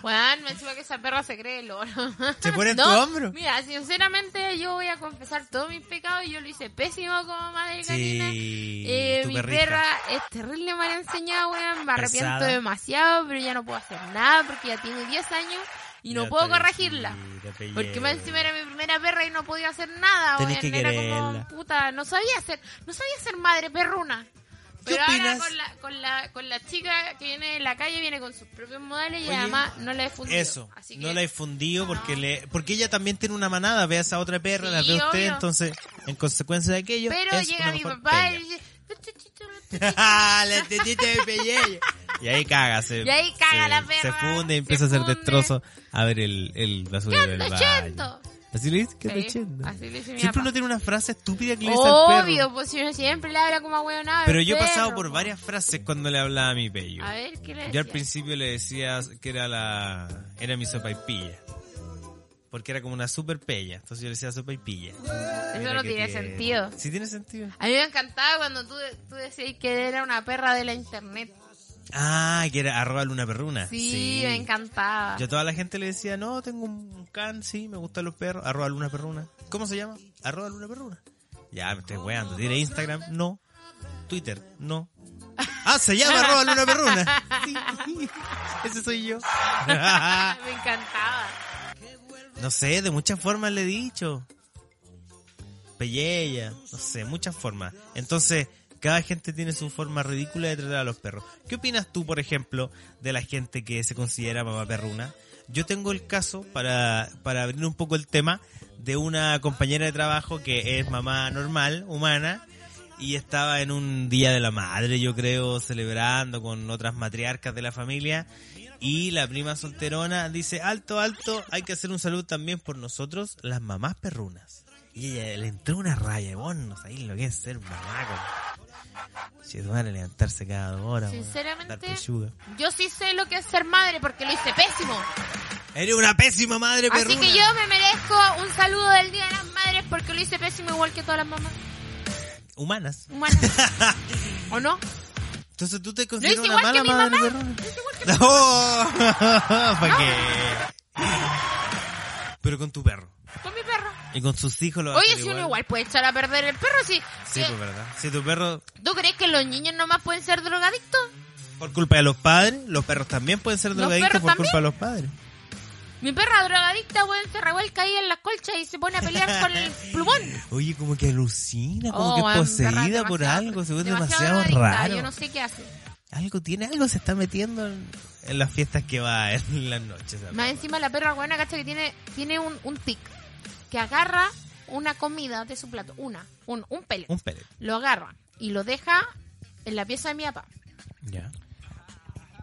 S3: Bueno, me encima que esa perra se cree el oro.
S1: ¿Se pone en
S3: Ah, No,
S1: tu hombro?
S3: Mira, sinceramente yo voy a confesar todos mis pecados. Yo lo hice pésimo como madre canina.
S1: Sí,
S3: Eh,
S1: tu
S3: mi
S1: perrita.
S3: perra es terrible mal enseñada, weón. Me arrepiento
S1: Pesada.
S3: demasiado, pero ya no puedo hacer nada porque ya tiene 10 años y no
S1: Ya
S3: puedo
S1: te vi,
S3: corregirla.
S1: te pillé.
S3: Porque más encima era mi primera perra y no podía hacer nada,
S1: Tenés
S3: weón.
S1: que
S3: era
S1: quererla.
S3: como puta, no sabía ser, no sabía ser madre perruna. Pero ahora
S1: opinas?
S3: con la, con, la, con la chica que viene de la calle viene con sus propios modales y
S1: Oye,
S3: además no la he fundido.
S1: Eso,
S3: Así
S1: no
S3: que-
S1: la he fundido porque le porque ella también tiene una manada, ve a esa otra perra,
S3: Sí,
S1: la ve usted,
S3: obvio.
S1: entonces en consecuencia de aquello
S3: Pero
S1: es
S3: llega
S1: una
S3: mi
S1: mejor
S3: papá
S1: peña.
S3: y dice... "Tuchuchuchu,
S1: la tetita de Pellello. Y ahí caga, se,
S3: Y ahí caga
S1: se-
S3: la perra,
S1: Se funde y
S3: se
S1: empieza a hacer
S3: funde.
S1: destrozo a ver el, el basurero
S3: ¿Qué
S1: del
S3: anda
S1: baño.
S3: echando?
S1: Así le dice, ¿qué anda
S3: Sí,
S1: echando?
S3: así le dice mi
S1: Siempre
S3: papá.
S1: uno tiene una frase estúpida que le dice al
S3: Obvio,
S1: perro.
S3: pues si uno siempre le habla como a hueonado.
S1: Pero yo he pasado por varias frases cuando le hablaba a mi pello.
S3: A ver, ¿qué le
S1: Yo al
S3: decía?
S1: principio le decía que era la era mi sopaipilla. Porque era como una super pella. Entonces yo le decía sopaipilla. Mira
S3: no
S1: qué
S3: tiene
S1: tierno.
S3: sentido.
S1: Sí tiene sentido.
S3: A mí me encantaba cuando tú, tú decías que era una perra de la internet.
S1: Ah, que era arroba luna perruna.
S3: Sí, me encantaba.
S1: Yo a toda la gente le decía, no, tengo un un can, sí, me gustan los perros, arroba luna perruna. ¿Cómo se llama? Arroba luna perruna. Ya, me estoy weando. ¿Tiene Instagram? No. ¿Twitter? No. Ah, se llama arroba luna perruna. Sí, ese soy yo.
S3: me encantaba.
S1: No sé, de muchas formas le he dicho. Pellella, no sé, muchas formas. Entonces, cada gente tiene su forma ridícula de tratar a los perros. ¿Qué opinas tú, por ejemplo, de la gente que se considera mamá perruna? Yo tengo el caso, para, para abrir un poco el tema, de una compañera de trabajo que es mamá normal, humana, y estaba en un día de la madre, yo creo, celebrando con otras matriarcas de la familia. Y la prima solterona dice, alto, alto, hay que hacer un saludo también por nosotros, las mamás perrunas. Y ella le entró una raya, y vos no sabés lo que es ser mamá. Si van a levantarse cada dos horas, weón,
S3: Sinceramente,
S1: dar pechuga.
S3: Yo sí sé lo que es ser madre porque lo hice pésimo.
S1: Eres una pésima madre
S3: Así
S1: perruna.
S3: que yo me merezco un saludo del Día de las Madres porque lo hice pésimo igual que todas las mamás
S1: Humanas.
S3: humanas. ¿O no?
S1: Entonces tú te
S3: Lo hice
S1: consideras una
S3: igual
S1: mala
S3: que mi
S1: madre
S3: mamá.
S1: perruna.
S3: Lo hice igual que-
S1: No, ¿para qué? Pero con tu perro.
S3: Con mi perro.
S1: Y con sus hijos lo va a
S3: Oye,
S1: hacer
S3: si uno igual puede echar a perder el perro, si...
S1: Sí,
S3: si-
S1: pues verdad. Si tu perro,
S3: ¿Tú crees que los niños nomás pueden ser drogadictos?
S1: por culpa de los padres, los perros también pueden ser
S3: Los
S1: drogadictos
S3: perros
S1: por culpa de los padres.
S3: Mi perra drogadicta, weón, se revuelca ahí en las colchas y se pone a pelear con el plumón.
S1: Oye, como que alucina, como
S3: Oh,
S1: que
S3: weón,
S1: es
S3: perra
S1: poseída por
S3: demasiado-
S1: algo, se ve demasiado,
S3: drogadicta,
S1: raro.
S3: Yo no sé qué hace.
S1: Algo tiene, algo se está metiendo en, en las fiestas que va en las noches. ¿sabes?
S3: Más encima la perra buena, cacha, que tiene, tiene un, un tic. Que agarra una comida de su plato. Una. Un, un pellet.
S1: Un pellet.
S3: Lo agarra y lo deja en la pieza de mi papá.
S1: Ya.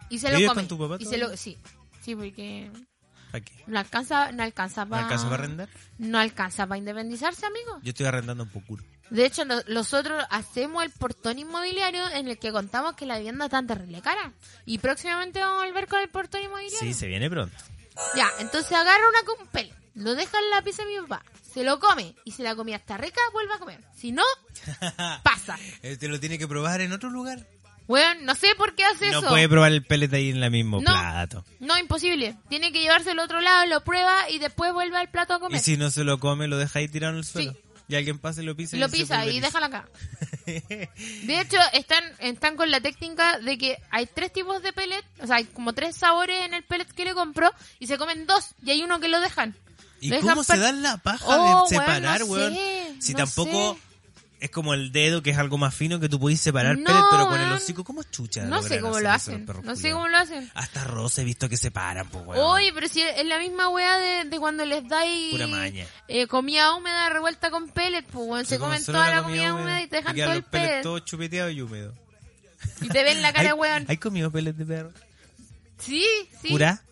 S3: Y se
S1: ¿Y
S3: lo
S1: vive
S3: come.
S1: con tu papá
S3: y se lo,
S1: todavía?
S3: sí. Sí, porque
S1: ¿Para qué?
S3: no alcanza, no alcanza
S1: ¿No
S3: para...
S1: alcanzo para arrendar?
S3: No alcanza para independizarse, amigo.
S1: Yo estoy arrendando en Pucur.
S3: De hecho, no- nosotros hacemos el portón inmobiliario en el que contamos que la vivienda está terrible cara. Y próximamente vamos a volver con el portón inmobiliario.
S1: Sí, se viene pronto.
S3: Ya, entonces agarra una con pelo, lo deja en la pieza de mi papá, se lo come y si la comida está rica, vuelve a comer. Si no, pasa.
S1: Eh, Te lo tiene que probar en otro lugar.
S3: Bueno, no sé por qué hace
S1: No
S3: eso.
S1: puede probar el pellet ahí en el mismo
S3: No.
S1: plato.
S3: No, imposible. Tiene que llevarse al otro lado, lo prueba y después vuelve al plato a
S1: Y
S3: comer.
S1: si no se lo come, lo deja ahí tirado en el suelo.
S3: Sí.
S1: Y alguien pasa y lo pisa.
S3: lo
S1: se
S3: pisa y
S1: pulveriza.
S3: déjala acá. De hecho, están, están con la técnica de que hay tres tipos de pellet, o sea, hay como tres sabores en el pellet que le compró y se comen dos y hay uno que lo dejan.
S1: ¿Y
S3: Lo dejan
S1: cómo se
S3: par-
S1: dan la paja
S3: Oh, weón,
S1: de separar,
S3: no
S1: weón?
S3: sé,
S1: si
S3: no
S1: tampoco
S3: sé.
S1: es como el dedo, que es algo más fino que tú podís separar
S3: No,
S1: pellet, pero con el
S3: weón.
S1: hocico, ¿cómo chucha?
S3: No sé
S1: logran
S3: cómo lo
S1: hacer eso
S3: hacen.
S1: los perros
S3: No sé
S1: culiados?
S3: cómo lo hacen.
S1: Hasta arroz he visto que separan, pues, weón.
S3: Oye, pero si es la misma weá de, de cuando les dais
S1: Pura maña.
S3: eh, comida húmeda revuelta con pellet, pues weón, se
S1: Se
S3: comen
S1: solo
S3: toda la comida húmeda y te dejan
S1: quedan
S3: todo el
S1: los pellets
S3: pellet.
S1: todos chupeteados y húmedos.
S3: Y te ven la cara,
S1: ¿Hay-
S3: weón.
S1: ¿Hay comido pellet de perro?
S3: Sí, sí.
S1: ¿Pura?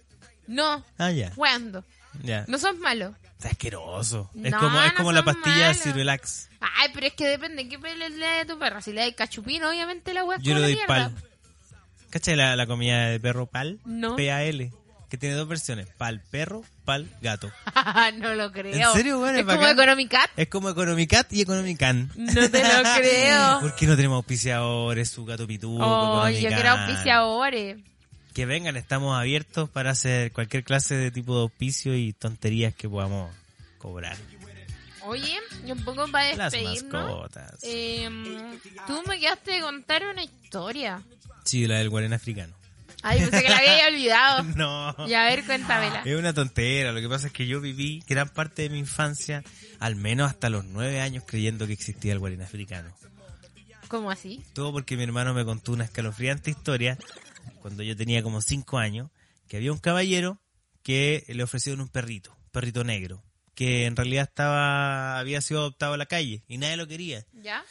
S3: No,
S1: Ah, ya.
S3: weando.
S1: ya.
S3: No son malos.
S1: Está asqueroso. Es
S3: No,
S1: como, es
S3: no
S1: como la
S3: son
S1: pastilla de
S3: malos.
S1: Cirelax.
S3: Ay, pero es que depende qué pellet le dais a tu perra. Si le dais cachupín, obviamente la weá es
S1: Yo
S3: como
S1: le
S3: la
S1: doy
S3: mierda.
S1: pal. ¿Cachai la, la comida de perro pal?
S3: No.
S1: P-A-L. Que tiene dos versiones. Pal perro, pal gato.
S3: no lo creo.
S1: ¿En serio, weón? Es
S3: Es como
S1: bacán.
S3: Economicat.
S1: Es como Economicat y Economican.
S3: No te lo creo.
S1: ¿Por qué no tenemos auspiciadores, su gato pituco?
S3: Oh, yo
S1: Economican?
S3: quiero auspiciadores.
S1: Que vengan, estamos abiertos para hacer cualquier clase de tipo de auspicio y tonterías que podamos cobrar.
S3: Oye, y un poco para
S1: Las
S3: despedirnos.
S1: mascotas.
S3: Eh, tú me quedaste de contar una historia.
S1: Sí, la del guarén africano.
S3: Ay, pensé que la había olvidado.
S1: No.
S3: Y a ver, cuéntamela.
S1: Es una tontera, lo que pasa es que yo viví gran parte de mi infancia, al menos hasta los nueve años, creyendo que existía el guarén africano.
S3: ¿Cómo así?
S1: Todo porque mi hermano me contó una escalofriante historia, cuando yo tenía como cinco años, que había un caballero que le ofrecieron un perrito, un perrito negro, que en realidad estaba, había sido adoptado a la calle y nadie lo quería.
S3: ¿Ya?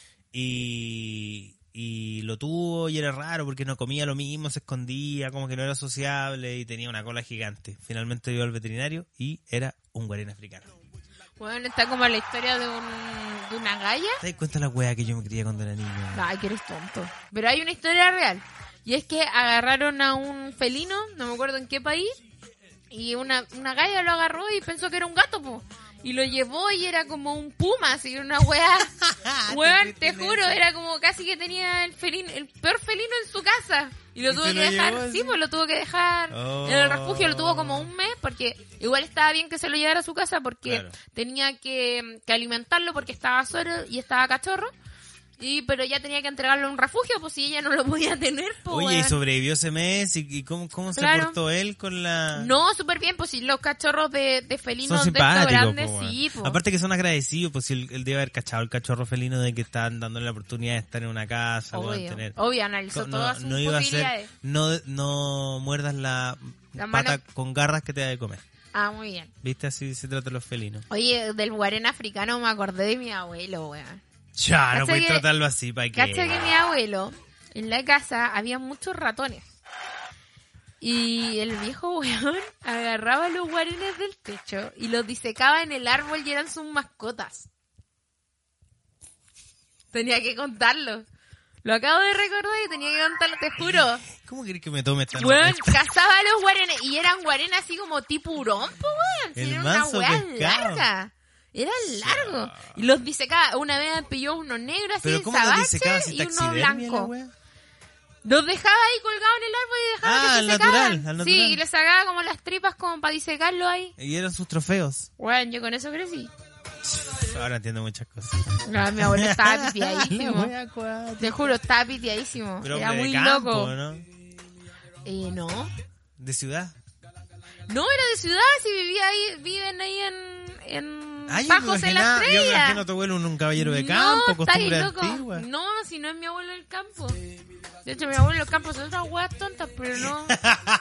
S1: Y, y lo tuvo y era raro porque no comía lo mismo, se escondía, como que no era sociable y tenía una cola gigante. Finalmente vio al veterinario y era un guarén africano.
S3: Bueno, está como la historia de, un, de una galla.
S1: ¿Te das cuenta la wea que yo me crié cuando era niño?
S3: Ay, que eres tonto. Pero hay una historia real. Y es que agarraron a un felino, no me acuerdo en qué país, y una, una galla lo agarró y pensó que era un gato, po. Y lo llevó y era como un puma, así era una weá. Weón, te juro, era como casi que tenía el felino, el peor felino en su casa. Y lo
S1: ¿Y
S3: tuvo
S1: se
S3: que
S1: lo
S3: dejar,
S1: llevó así?
S3: sí, pues lo tuvo que dejar
S1: Oh.
S3: en el refugio, lo tuvo como un mes, porque igual estaba bien que se lo llevara a su casa, porque
S1: Claro.
S3: tenía que, que alimentarlo, porque estaba solo y estaba cachorro. Y, pero ya tenía que entregarlo a un refugio, pues si ella no lo podía tener, pues.
S1: Oye, ¿y
S3: weón.
S1: sobrevivió ese mes? ¿Y, y cómo, cómo
S3: Claro.
S1: se portó él con la...?
S3: No, súper bien, pues si los cachorros de, de
S1: Son
S3: felinos de estos
S1: simpáticos.
S3: grandes,
S1: po, weón.
S3: sí, pues.
S1: Aparte que son agradecidos, pues si él, él debe haber cachado el cachorro felino de que están dándole la oportunidad de estar en una casa, de
S3: obvio,
S1: tener...
S3: obvio, analizó
S1: no,
S3: todas sus
S1: no iba a
S3: posibilidades.
S1: ser, no, no muerdas la,
S3: La
S1: pata
S3: mano.
S1: con garras que te da de comer.
S3: Ah, muy bien.
S1: ¿Viste? Así se tratan los felinos.
S3: Oye, del guarén africano me acordé de mi abuelo, weón.
S1: Ya,
S3: Cacha
S1: no puedes
S3: que-
S1: tratarlo así, ¿para qué?
S3: Cacha que mi abuelo, en la casa había muchos ratones. Y el viejo weón agarraba los guarenes del techo y los disecaba en el árbol y eran sus mascotas. Tenía que contarlo. Lo acabo de recordar y tenía que contarlo, te juro.
S1: ¿Cómo querés que me tome esta
S3: Weón,
S1: noche?
S3: cazaba a los guarenes y eran guarenes así como tipo hurón, po, weón. Si
S1: El
S3: era una
S1: manso
S3: weá
S1: pescado.
S3: larga. Era largo. Y los disecaba. Una vez pilló unos negros así,
S1: ¿Pero cómo lo
S3: zabache,
S1: disecaba sin
S3: y uno
S1: taxidermia la
S3: blanco.
S1: wea?
S3: Los dejaba ahí colgados en el árbol y dejaba
S1: Ah,
S3: que
S1: al
S3: se secaran.
S1: natural, al natural.
S3: Sí, y les sacaba como las tripas como para disecarlo ahí.
S1: Y eran sus trofeos.
S3: Bueno, yo con eso crecí.
S1: Ahora entiendo muchas cosas.
S3: No, mi abuelo estaba
S1: La
S3: pitiadísimo.
S1: wea acuática.
S3: Te juro, estaba pitiadísimo.
S1: Pero
S3: Era
S1: hombre de
S3: muy
S1: campo,
S3: loco.
S1: ¿no?
S3: Eh, no.
S1: De ciudad.
S3: No, era de ciudad, si vivía ahí, viven ahí en, en
S1: Ay, yo me
S3: Bajos de la
S1: imaginaba- Yo me
S3: Estrella.
S1: imagino a tu abuelo un, un caballero de campo,
S3: no, está ahí,
S1: costumbre
S3: loco.
S1: antigua.
S3: No, si no es mi abuelo el campo. De hecho, mi abuelo el campo son otras weas tontas, pero no,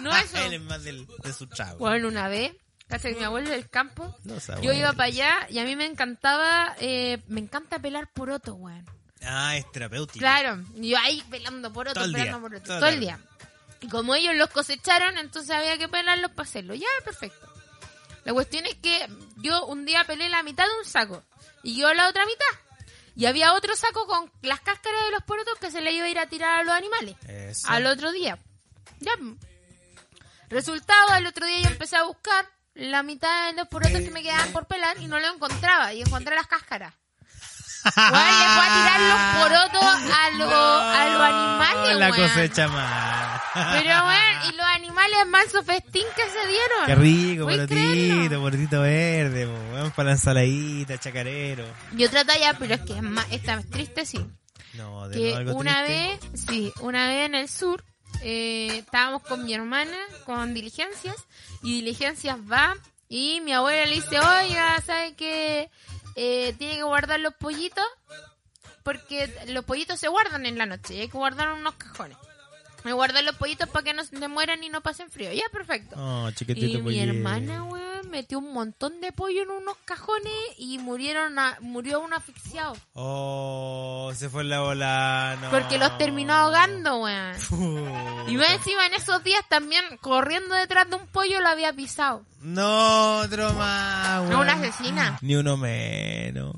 S3: no eso.
S1: Él es más del, de su chavo.
S3: Bueno, una vez, casi que mi abuelo del campo,
S1: Los
S3: yo
S1: abuelos.
S3: iba para allá y a mí me encantaba, eh, me encanta pelar poroto, weón.
S1: Ah, es terapéutico.
S3: Claro, y yo ahí pelando poroto,
S1: Todo el
S3: pelando
S1: día,
S3: poroto,
S1: toda
S3: todo,
S1: la
S3: el día. Y como ellos los cosecharon, entonces había que pelarlos para hacerlo. Ya, perfecto. La cuestión es que yo un día pelé la mitad de un saco y yo la otra mitad. Y había otro saco con las cáscaras de los porotos que se le iba a ir a tirar a los animales
S1: Eso.
S3: al otro día. Ya. Resultado, al otro día yo empecé a buscar la mitad de los porotos que me quedaban por pelar y no lo encontraba. Y encontré las cáscaras. Weón, le fue a tirar los porotos a, lo- a los animales,
S1: Ah. La
S3: weón.
S1: cosecha más.
S3: Pero, weón, y los animales más festín que se dieron.
S1: Qué rico,
S3: ¿Puedes
S1: porotito,
S3: creerlo?
S1: porotito verde, po, weón, para la ensaladita, chacarero.
S3: Y otra talla, pero es que es más, esta es triste, sí.
S1: No, de nuevo
S3: que
S1: algo
S3: una
S1: triste.
S3: vez, sí, una vez en el sur, eh, estábamos con mi hermana, con diligencias, y diligencias va, y mi abuela le dice, oiga, ¿sabe que tiene que guardar los pollitos? Porque los pollitos se guardan en la noche, y hay que guardar en unos cajones. Me guardar los pollitos para que no se mueran y no pasen frío. Ya, perfecto.
S1: Oh, chiquitito
S3: Y mi
S1: pollero.
S3: hermana, weón, metió un montón de pollo en unos cajones y murieron a- murió un asfixiado.
S1: Oh, se fue la bola. no.
S3: Porque los terminó ahogando, weón.
S1: Puta.
S3: Y más encima en esos días también corriendo detrás de un pollo lo había pisado.
S1: No, otro más,
S3: No,
S1: weón.
S3: una asesina.
S1: Ni uno menos.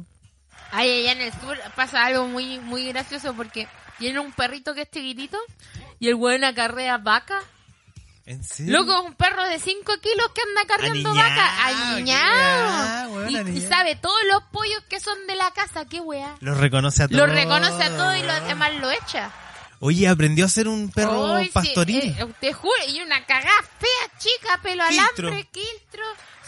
S3: Ay, allá en el sur pasa algo muy muy gracioso porque tiene un perrito que es chiquitito y el weón acarrea vaca.
S1: ¿En serio?
S3: Loco, es un perro de 5 kilos que anda cargando
S1: Aniñao,
S3: vaca.
S1: aniñao,
S3: Aniñao.
S1: weón,
S3: Y- Y,
S1: aniñao.
S3: sabe todos los pollos que son de la casa, qué weá.
S1: Los reconoce a todos.
S3: Lo reconoce a todos y los demás lo echa.
S1: Oye, aprendió a ser un perro
S3: Ay, sí,
S1: pastoril.
S3: eh, te juro, y una cagada fea, chica, pelo
S1: Quiltro.
S3: alambre, quiltro,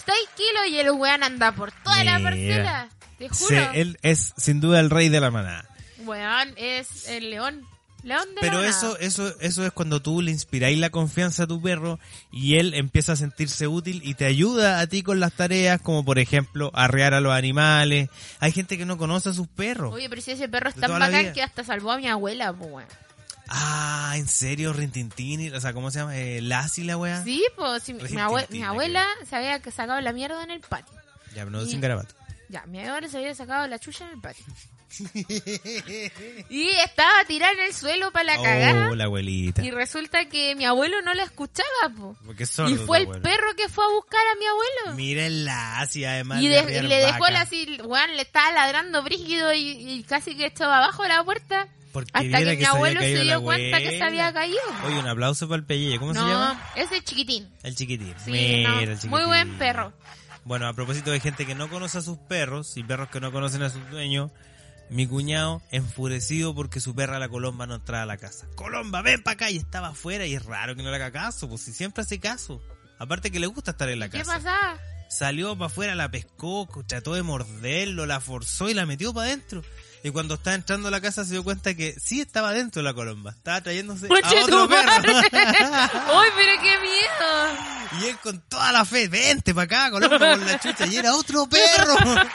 S3: 6 kilos y el weón anda por toda la
S1: Mira.
S3: parcela. Te juro.
S1: Se- él es sin duda el rey de la manada.
S3: Weón es el león. León de
S1: Pero
S3: la
S1: eso,
S3: nada.
S1: eso, eso es cuando tú le inspiráis la confianza a tu perro y él empieza a sentirse útil y te ayuda a ti con las tareas, como por ejemplo arrear a los animales. Hay gente que no conoce a sus perros.
S3: Oye, pero si ese perro es
S1: De
S3: tan
S1: toda la
S3: bacán
S1: vida.
S3: que hasta salvó a mi abuela, po, weón.
S1: Ah, ¿en serio? Rintintini, o sea, ¿cómo se llama? Eh, Lassie la wea.
S3: Sí, pues mi,
S1: Recién
S3: abue-
S1: Tintín,
S3: mi
S1: la
S3: abuela se había que sacado la mierda en el patio.
S1: Ya, pero no
S3: Y-
S1: sin garabato.
S3: Ya, mi abuela se había sacado la chucha en el patio. y estaba tirada en el suelo para la cagada.
S1: Oh, la abuelita.
S3: Y resulta que mi abuelo no la escuchaba, po.
S1: Porque es sordo
S3: Y
S1: tu
S3: fue el
S1: abuelo.
S3: perro que fue a buscar a mi abuelo.
S1: Mira el Lassie, además.
S3: Y,
S1: de
S3: de-
S1: arrear
S3: y le dejó
S1: vaca.
S3: la así, weón, le estaba ladrando brígido y, y casi que estaba abajo de la puerta.
S1: Porque
S3: Hasta
S1: viera
S3: que,
S1: que
S3: mi
S1: se había
S3: abuelo se
S1: caído la
S3: dio cuenta que se había
S1: abuela.
S3: caído.
S1: Oye, un aplauso para el pellejo. ¿Cómo se
S3: no,
S1: llama?
S3: ese chiquitín.
S1: El chiquitín.
S3: Sí,
S1: Mira,
S3: no,
S1: el chiquitín.
S3: muy buen perro.
S1: Bueno, a propósito de gente que no conoce a sus perros y perros que no conocen a sus dueños, mi cuñado enfurecido porque su perra la Colomba no entraba a la casa. Colomba, ven para acá y estaba afuera y es raro que no le haga caso, pues si siempre hace caso. Aparte que le gusta estar en la
S3: ¿Qué
S1: casa.
S3: pasaba?
S1: Salió para afuera, la pescó, co- trató de morderlo, la forzó y la metió para adentro. Y cuando estaba entrando a la casa se dio cuenta que sí estaba dentro la colomba. Estaba trayéndose a
S3: ¡Conche
S1: otro
S3: tu madre!
S1: perro.
S3: ¡Ay, pero qué miedo!
S1: Y él con toda la fe, vente para acá, colomba, con la chucha. Y era otro perro.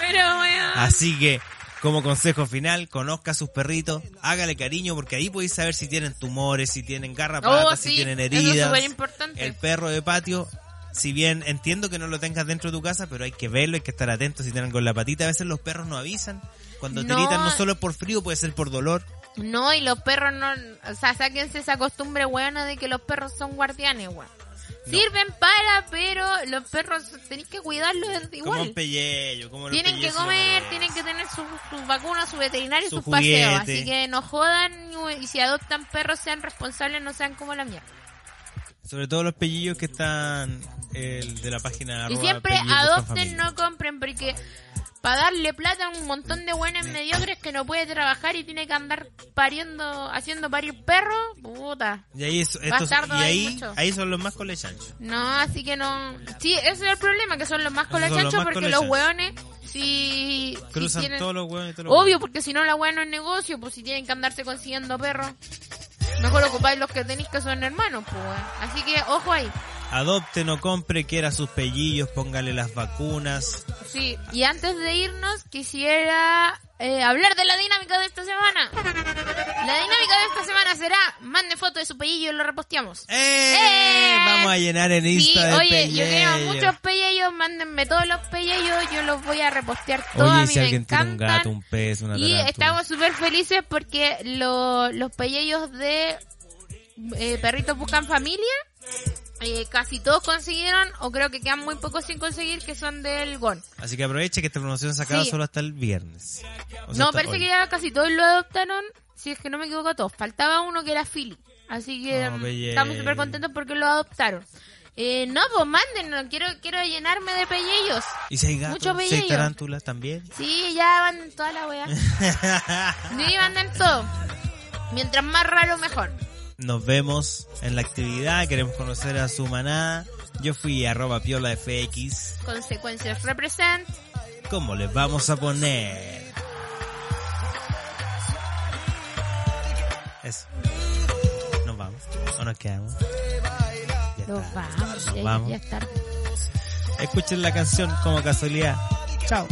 S3: Pero, weón.
S1: Así que, como consejo final, conozca a sus perritos, hágale cariño, porque ahí podéis saber si tienen tumores, si tienen garrapatas,
S3: Oh,
S1: si
S3: sí,
S1: tienen
S3: eso es
S1: heridas.
S3: súper importante.
S1: El perro de patio, si bien entiendo que no lo tengas dentro de tu casa, pero hay que verlo, hay que estar atento si tienen con la patita. A veces los perros no avisan. Cuando te
S3: No.
S1: gritan no solo es por frío, puede ser por dolor.
S3: No, y los perros no. O sea, sáquense esa costumbre buena de que los perros son guardianes, weón. Sirven para, pero los perros tenéis que cuidarlos
S1: Como un
S3: igual.
S1: pellejo, como los
S3: Tienen que
S1: pellejos
S3: comer,
S1: de-
S3: tienen que tener sus su vacunas, su veterinario y
S1: Su
S3: sus paseos.
S1: juguete.
S3: Así que no jodan y- y si adoptan perros sean responsables, no sean como la mierda.
S1: Sobre todo los pellillos que están el de la página
S3: Y
S1: arroba
S3: siempre
S1: pellejos con
S3: adopten,
S1: familia.
S3: no compren, porque para darle plata a un montón de buenos mediocres que no puede trabajar y tiene que andar pariendo, haciendo parir perros, puta.
S1: Y ahí, es- estos-
S3: Bastardo
S1: y
S3: hay
S1: ahí,
S3: mucho.
S1: ahí son los más colechanchos.
S3: No, así que no. Sí, ese es el problema, que son los más
S1: Esos son los
S3: colachanchos
S1: más
S3: porque
S1: colachanchos.
S3: los hueones, si. si
S1: Cruzan
S3: tienen-
S1: todos los huevos y todos los
S3: Obvio, porque si no, la hueá no es negocio, pues si tienen que andarse consiguiendo perros. Mejor ocupáis los que tenéis que son hermanos, pues. weón. Así que, ojo ahí.
S1: Adopte, no compre, quiera sus pellillos, póngale las vacunas.
S3: Sí, y antes de irnos quisiera eh, hablar de la dinámica de esta semana. La dinámica de esta semana será, mande foto de su pellillo y lo reposteamos.
S1: ¡Eh!
S3: ¡Eh!
S1: Vamos a llenar el
S3: Sí,
S1: Insta de
S3: oye, yo
S1: pelleyo.
S3: quiero muchos pellejos, mándenme todos los pellejos, yo los voy a repostear todos,
S1: Oye,
S3: a
S1: y
S3: mí
S1: si
S3: me
S1: alguien tiene un
S3: encantan.
S1: gato, un pez, una
S3: y
S1: tarántula.
S3: estamos súper felices porque lo- los pellejos de eh, Perritos Buscan Familia, eh, casi todos consiguieron, o creo que quedan muy pocos sin conseguir, que son del GON.
S1: Así que aproveche que esta promoción se acaba
S3: Sí.
S1: solo hasta el viernes. O sea,
S3: no,
S1: hasta
S3: parece
S1: hoy.
S3: que ya casi todos lo adoptaron, si es que no me equivoco todos. Faltaba uno que era Philly. Así que
S1: No,
S3: mm,
S1: belle.
S3: estamos súper contentos porque lo adoptaron. Eh, no, pues mándenlo, quiero, quiero llenarme de pellejos.
S1: Y si hay gatos,
S3: Mucho
S1: si hay
S3: pellejo.
S1: tarántulas también.
S3: Sí, ya van toda la weá. Sí, van en todo. Mientras más raro, mejor.
S1: Nos vemos en la actividad, queremos conocer a su manada. Yo fui arroba piola FX.
S3: Consecuencias represent.
S1: ¿Cómo les vamos a poner? Eso. Nos vamos. ¿O nos quedamos? Ya
S3: Los
S1: está.
S3: vamos,
S1: Nos
S3: ya-
S1: vamos.
S3: ya es tarde.
S1: Escuchen la canción como casualidad. Chao.